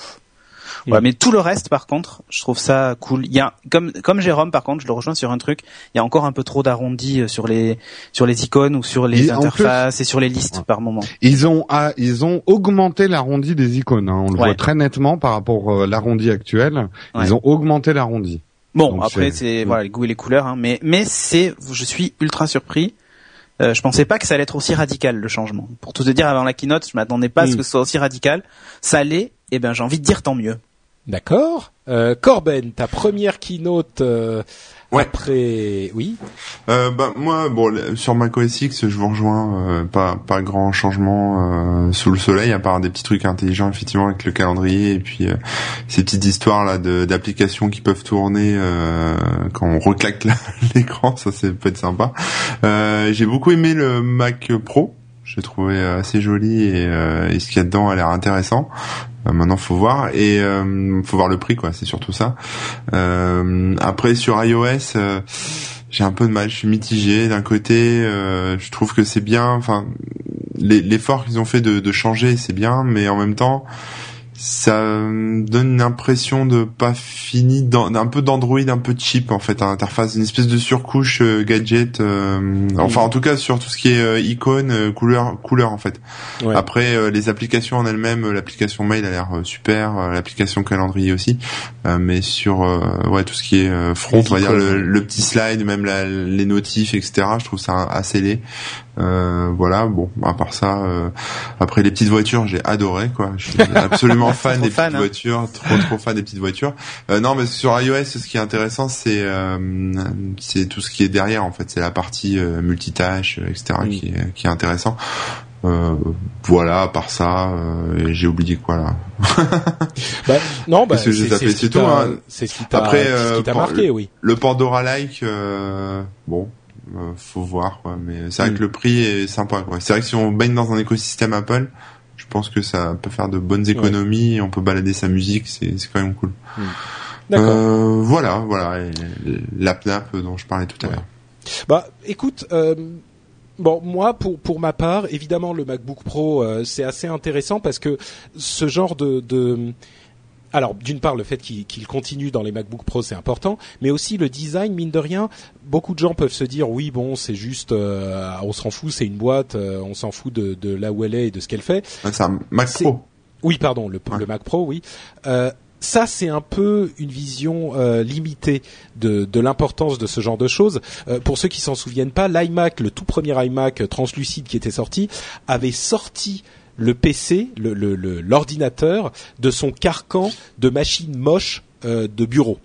voilà, mais tout le reste, par contre, je trouve ça cool. Il y a, comme, comme Jérôme, par contre, je le rejoins sur un truc. Il y a encore un peu trop d'arrondis euh, sur les, sur les icônes ou sur les
Et en plus-
interfaces et sur les listes
Ouais.
par moment.
Ils ont ah, ils ont augmenté l'arrondi des icônes. hein. On le
Ouais.
voit très nettement par rapport à l'arrondi actuel.
Ouais.
Ils ont augmenté l'arrondi.
Bon,
Donc
après,
c'est-
c'est, voilà, les goûts et les couleurs, hein, mais, mais c'est, je suis ultra surpris. Euh, je pensais pas que ça allait être aussi radical le changement. Pour tout te dire, avant la keynote, je m'attendais pas à ce
Mm.
que ce soit aussi radical. Ça l'est, et ben j'ai envie de dire tant mieux.
d'accord. Euh, Corben, ta première keynote euh,
Ouais.
après, oui,
Euh, bah, moi, bon, le- sur macOS X, je vous rejoins. euh, pas, pas grand changement euh, sous le soleil, à part des petits trucs intelligents, effectivement, avec le calendrier et puis euh, ces petites histoires là de- d'applications qui peuvent tourner euh, quand on [LAUGHS] reclaque la- l'écran. Ça, c'est peut être sympa. Euh, J'ai beaucoup aimé le Mac Pro. J'ai trouvé assez joli et, euh, et ce qu'il y a dedans a l'air intéressant. Euh, maintenant, faut voir et euh, faut voir le prix, quoi. C'est surtout ça. Euh, après, sur iOS, euh, j'ai un peu de mal. Je suis mitigé. D'un côté, euh, je trouve que c'est bien. Enfin, les- l'effort qu'ils ont fait de, de changer, c'est bien, mais en même temps, ça me donne une impression de pas fini, d'an- d'un peu d'Android, un peu cheap en fait, à l'interface, une espèce de surcouche euh, gadget. euh, enfin, en tout cas, sur tout ce qui est euh, icône, euh, couleur, couleur en fait.
Ouais.
Après, euh, les applications en elles-mêmes, euh, l'application mail a l'air euh, super, euh, l'application calendrier aussi, euh, mais sur euh, ouais tout ce qui est euh, front,
Les
on va dire
icônes.
le, le petit slide, même la- les notifs, etc. Je trouve ça assez laid. Euh, voilà, bon, à part ça, euh, après les petites voitures, j'ai adoré quoi. Je suis [LAUGHS] absolument fan
Trop
des
fan,
petites
hein.
voitures, trop trop fan des petites voitures. Euh, non, mais sur iOS, ce qui est intéressant, c'est euh, c'est tout ce qui est derrière en fait, c'est la partie euh, multitâche, euh, etc.
Mm.
qui est qui est intéressant. Euh, voilà, à part ça, euh, et j'ai oublié quoi là.
Bah, non, bah,
Parce que je
c'est c'est
les
ce
appelle,
qui
c'est tout,
t'a-
hein.
c'est ce qui t'a
Après,
c'est ce qui t'a
euh,
marqué, oui.
Le Pandora Like, euh, bon, euh, faut voir quoi, mais c'est vrai
Mm.
que le prix est sympa quoi. C'est vrai que si on baigne dans un écosystème Apple, je pense que ça peut faire de bonnes économies, on peut balader sa musique, c'est c'est quand même cool.
D'accord.
Euh, voilà, voilà, et la PNAP dont je parlais tout à
Ouais.
l'heure.
Bah, écoute, euh, bon, moi, pour pour ma part, évidemment, le MacBook Pro, euh, c'est assez intéressant parce que ce genre de, de alors, d'une part, le fait qu'il qu'il continue dans les MacBook Pro, c'est important, mais aussi le design, mine de rien. Beaucoup de gens peuvent se dire, oui, bon, c'est juste, euh, on s'en fout, c'est une boîte, euh, on s'en fout de, de là où elle est et de ce qu'elle fait.
Ah, C'est un Mac
C'est-
Pro.
Oui, pardon, le,
Ouais.
le Mac Pro, oui. Euh, ça, c'est un peu une vision euh, limitée de, de l'importance de ce genre de choses. Euh, pour ceux qui s'en souviennent pas, l'iMac, le tout premier iMac euh, translucide qui était sorti, avait sorti le PC, le- le- le- l'ordinateur, de son carcan de machine moche euh, de bureau.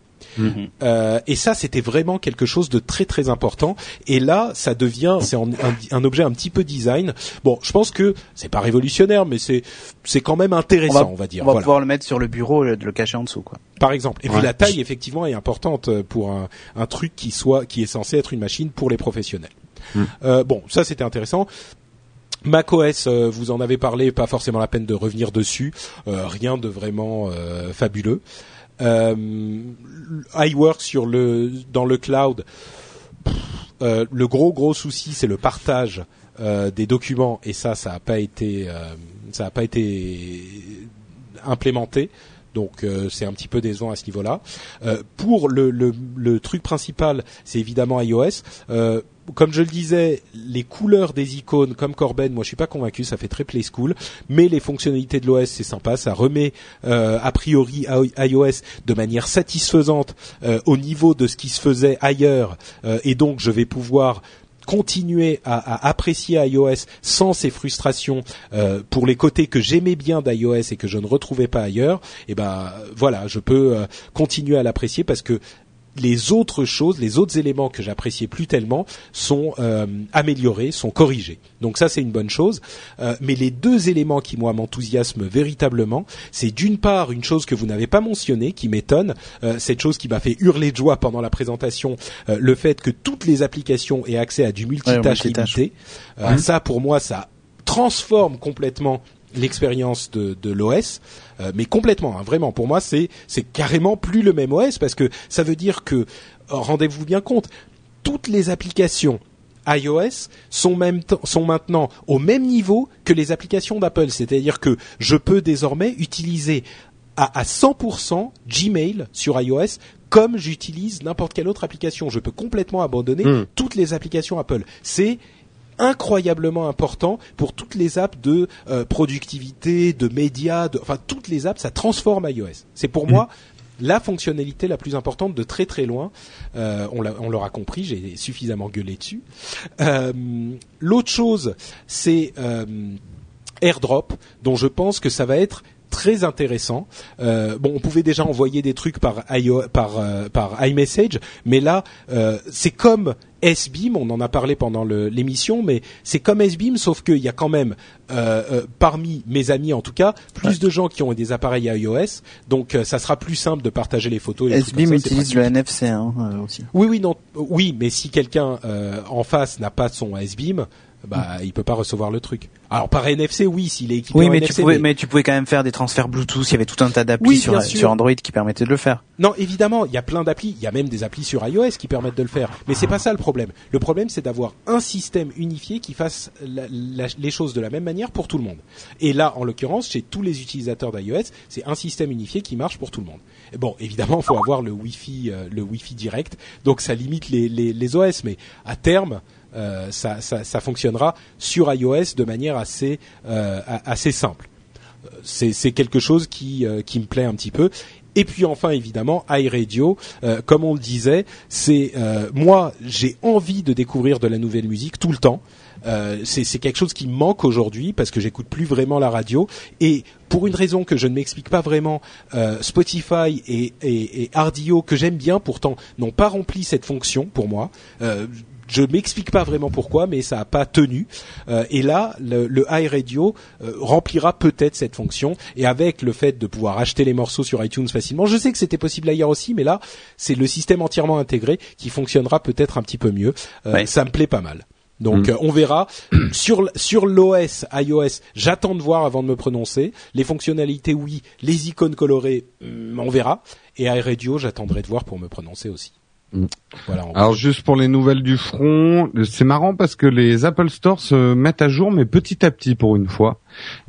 Euh, et ça, c'était vraiment quelque chose de très très important. Et là, ça devient, c'est en- un, un objet un petit peu design. Bon, je pense que c'est pas révolutionnaire, mais c'est c'est quand même intéressant, on va, dire.
On va
Voilà.
pouvoir le mettre sur le bureau et le le cacher en dessous, quoi.
Par exemple. Et puis
Ouais.
la taille, effectivement, est importante euh, pour un, un truc qui soit qui est censé être une machine pour les professionnels.
Mm.
Euh, bon, ça c'était intéressant. macOS, euh, vous en avez parlé, pas forcément la peine de revenir dessus. Euh, rien de vraiment euh, fabuleux. Euh, iWork sur le dans le cloud. pff, euh, le gros gros souci, c'est le partage euh, des documents et ça, ça n'a pas été euh, ça a pas été implémenté. Donc euh, c'est un petit peu décevant à ce niveau-là. Euh, pour le, le, le truc principal, c'est évidemment iOS. Euh, comme je le disais, les couleurs des icônes, comme Corben, moi je suis pas convaincu, ça fait très play school. Mais les fonctionnalités de l'OS, c'est sympa, ça remet euh, a priori I- iOS de manière satisfaisante euh, au niveau de ce qui se faisait ailleurs. Euh, et donc je vais pouvoir continuer à, à apprécier iOS sans ces frustrations euh, pour les côtés que j'aimais bien d'iOS et que je ne retrouvais pas ailleurs, et ben euh, voilà, je peux euh, continuer à l'apprécier parce que les autres choses, les autres éléments que j'appréciais plus tellement sont euh, améliorés, sont corrigés. Donc ça c'est une bonne chose. Euh, mais les deux éléments qui moi m'enthousiasment véritablement, c'est d'une part une chose que vous n'avez pas mentionnée, qui m'étonne, euh, cette chose qui m'a fait hurler de joie pendant la présentation, euh, le fait que toutes les applications aient accès à du multitâche
multitâche.
limité. Euh, Ça pour moi ça transforme complètement l'expérience de, de l'OS, euh, mais complètement, hein, vraiment. Pour moi, c'est c'est carrément plus le même OS parce que ça veut dire que oh, rendez-vous bien compte, toutes les applications iOS sont, même temps- sont maintenant au même niveau que les applications d'Apple, c'est-à-dire que je peux désormais utiliser à, à 100% Gmail sur iOS comme j'utilise n'importe quelle autre application. Je peux complètement abandonner
Mm.
toutes les applications Apple. C'est incroyablement important pour toutes les apps de euh, productivité, de médias, de, enfin toutes les apps, ça transforme iOS. C'est pour moi la fonctionnalité la plus importante de très très loin. Euh, on l'a- on l'aura compris, j'ai suffisamment gueulé dessus. Euh, L'autre chose, c'est euh, AirDrop, dont je pense que ça va être très intéressant. Euh, bon, on pouvait déjà envoyer des trucs par, IO, par, euh, par iMessage, mais là, euh, c'est comme SBIM, on en a parlé pendant le- l'émission, mais c'est comme SBIM, sauf qu'il y a quand même, euh, euh, parmi mes amis en tout cas, plus de gens qui ont des appareils iOS, donc euh, ça sera plus simple de partager les photos. Et les trucs
SBIM
comme ça, c'est
utilise le NFC hein, euh, aussi.
oui, oui, non, oui, mais si quelqu'un euh, en face n'a pas son SBIM, bah il peut pas recevoir le truc. Alors par NFC oui, s'il est équipé
Mm. Oui,
en
mais tu,
NFC,
pouvais, mais tu pouvais quand même faire des transferts Bluetooth. Il y avait tout un tas d'applis
Oui,
euh,
bien
sur,
sûr.
sur Android qui permettaient de le faire.
Non, évidemment, il y a plein d'applis, il y a même des applis sur iOS qui permettent de le faire, mais c'est pas ça le problème. Le problème, c'est d'avoir un système unifié qui fasse la- la- les choses de la même manière pour tout le monde. Et là, en l'occurrence, chez tous les utilisateurs d'iOS, c'est un système unifié qui marche pour tout le monde. Et bon, évidemment, il faut avoir le Wi-Fi, euh, le Wi-Fi direct, donc ça limite les, les- les OS, mais à terme. euh, ça, ça- ça fonctionnera sur iOS de manière assez, euh, a- assez simple c'est c'est quelque chose qui euh, qui me plaît un petit peu. Et puis enfin évidemment iRadio, euh, comme on le disait, c'est euh, moi j'ai envie de découvrir de la nouvelle musique tout le temps. Euh, c'est c'est quelque chose qui me manque aujourd'hui parce que j'écoute plus vraiment la radio et pour une raison que je ne m'explique pas vraiment, euh, Spotify et, et, et Ardio que j'aime bien pourtant n'ont pas rempli cette fonction pour moi. Euh, je m'explique pas vraiment pourquoi, mais ça n'a pas tenu. Euh, et là, le, le iRadio euh, remplira peut-être cette fonction. Et avec le fait de pouvoir acheter les morceaux sur iTunes facilement, je sais que c'était possible ailleurs aussi, mais là, c'est le système entièrement intégré qui fonctionnera peut-être un petit peu mieux. Euh,
Ouais.
Ça me plaît pas mal. Donc euh, on verra [CLEARS THROAT] sur l- sur l'OS iOS. J'attends de voir avant de me prononcer. Les fonctionnalités oui, les icônes colorées, hum, on verra. Et iRadio, j'attendrai de voir pour me prononcer aussi.
Mm.
Voilà. on-
Alors juste pour les nouvelles du front, c'est marrant parce que les Apple Store se mettent à jour mais petit à petit pour une fois.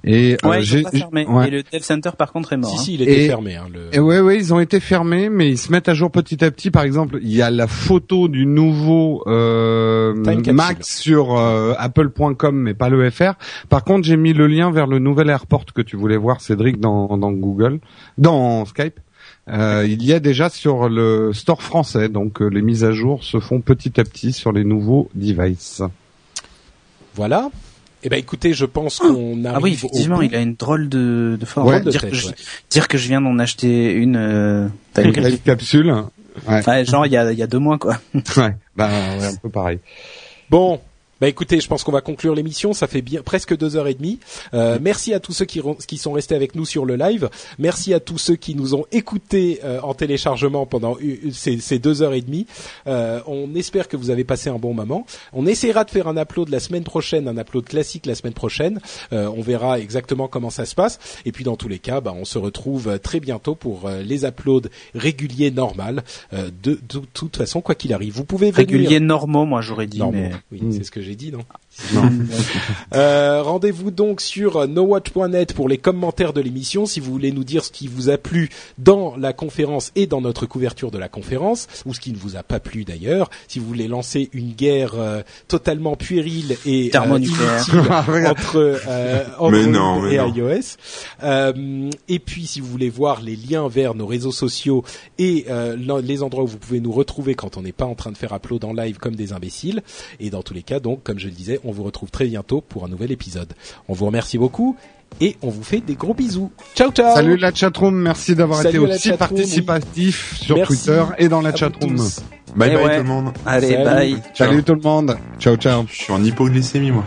Et euh,
Ouais, ils sont
j'ai-
pas fermés.
ouais.
Et le Dev Center, par contre, est mort.
si
hein.
si, il était
Et-
fermé. hein, le...
Et ouais, ouais, ils ont été fermés, mais ils se mettent à jour petit à petit. Par exemple, il y a la photo du nouveau euh,
Time capsule.
Mac sur euh, apple.com, mais pas le FR. Par contre, j'ai mis le lien vers le nouvel airport que tu voulais voir, Cédric, dans, dans Google, dans Skype. Euh, il y a déjà sur le store français, donc euh, les mises à jour se font petit à petit sur les nouveaux devices.
Voilà. Eh ben écoutez, je pense qu'on arrive.
Ah oui, effectivement,
au bout.
il a une drôle de, de forme.
Ouais.
dire,
De
que
tête,
je,
ouais.
dire que je viens d'en acheter une. Euh, t'as vu quelle-
Time capsule, ouais,
Ouais, genre il y a, il y a deux mois quoi.
ouais, bah, ouais, un peu pareil.
Bon. Bah écoutez, je pense qu'on va conclure l'émission. Ça fait bien presque deux heures et demie. Euh, merci à tous ceux qui, ron- qui sont restés avec nous sur le live. Merci à tous ceux qui nous ont écoutés euh, en téléchargement pendant u- u- ces, ces deux heures et demie. Euh, on espère que vous avez passé un bon moment. On essaiera de faire un upload la semaine prochaine, un upload classique la semaine prochaine. Euh, on verra exactement comment ça se passe. Et puis dans tous les cas, bah, on se retrouve euh, très bientôt pour euh, les uploads réguliers, normales. Euh, de, de toute façon, quoi qu'il arrive, vous pouvez venir-
Régulier normaux, moi j'aurais dit.
Normaux.
mais-
Oui,
Mm.
c'est ce que j'ai dit, non
Non.
[LAUGHS] euh, Rendez-vous donc sur euh, nowatch.net pour les commentaires de l'émission. Si vous voulez nous dire ce qui vous a plu dans la conférence et dans notre couverture de la conférence, ou ce qui ne vous a pas plu d'ailleurs, si vous voulez lancer une guerre euh, totalement puérile et euh,
Thermonucléaire.
inutile
[LAUGHS]
entre, euh,
Mais
Android
non, mais
et
non.
iOS. Euh, et puis, si vous voulez voir les liens vers nos réseaux sociaux et euh, l'en- les endroits où vous pouvez nous retrouver quand on n'est pas en train de faire upload en live comme des imbéciles. Et dans tous les cas, donc, comme je le disais, on vous retrouve très bientôt pour un nouvel épisode. On vous remercie beaucoup et on vous fait des gros bisous. Ciao, ciao
Salut la chatroom, merci d'avoir
Salut
été
à la
aussi
chatroom,
participatif sur
Merci
Twitter et dans
à
la
vous
chatroom.
tous.
Bye
Eh
bye
ouais.
tout le monde.
Allez,
Salut.
bye.
Salut tout le monde, ciao ciao.
Je suis en hypoglycémie moi.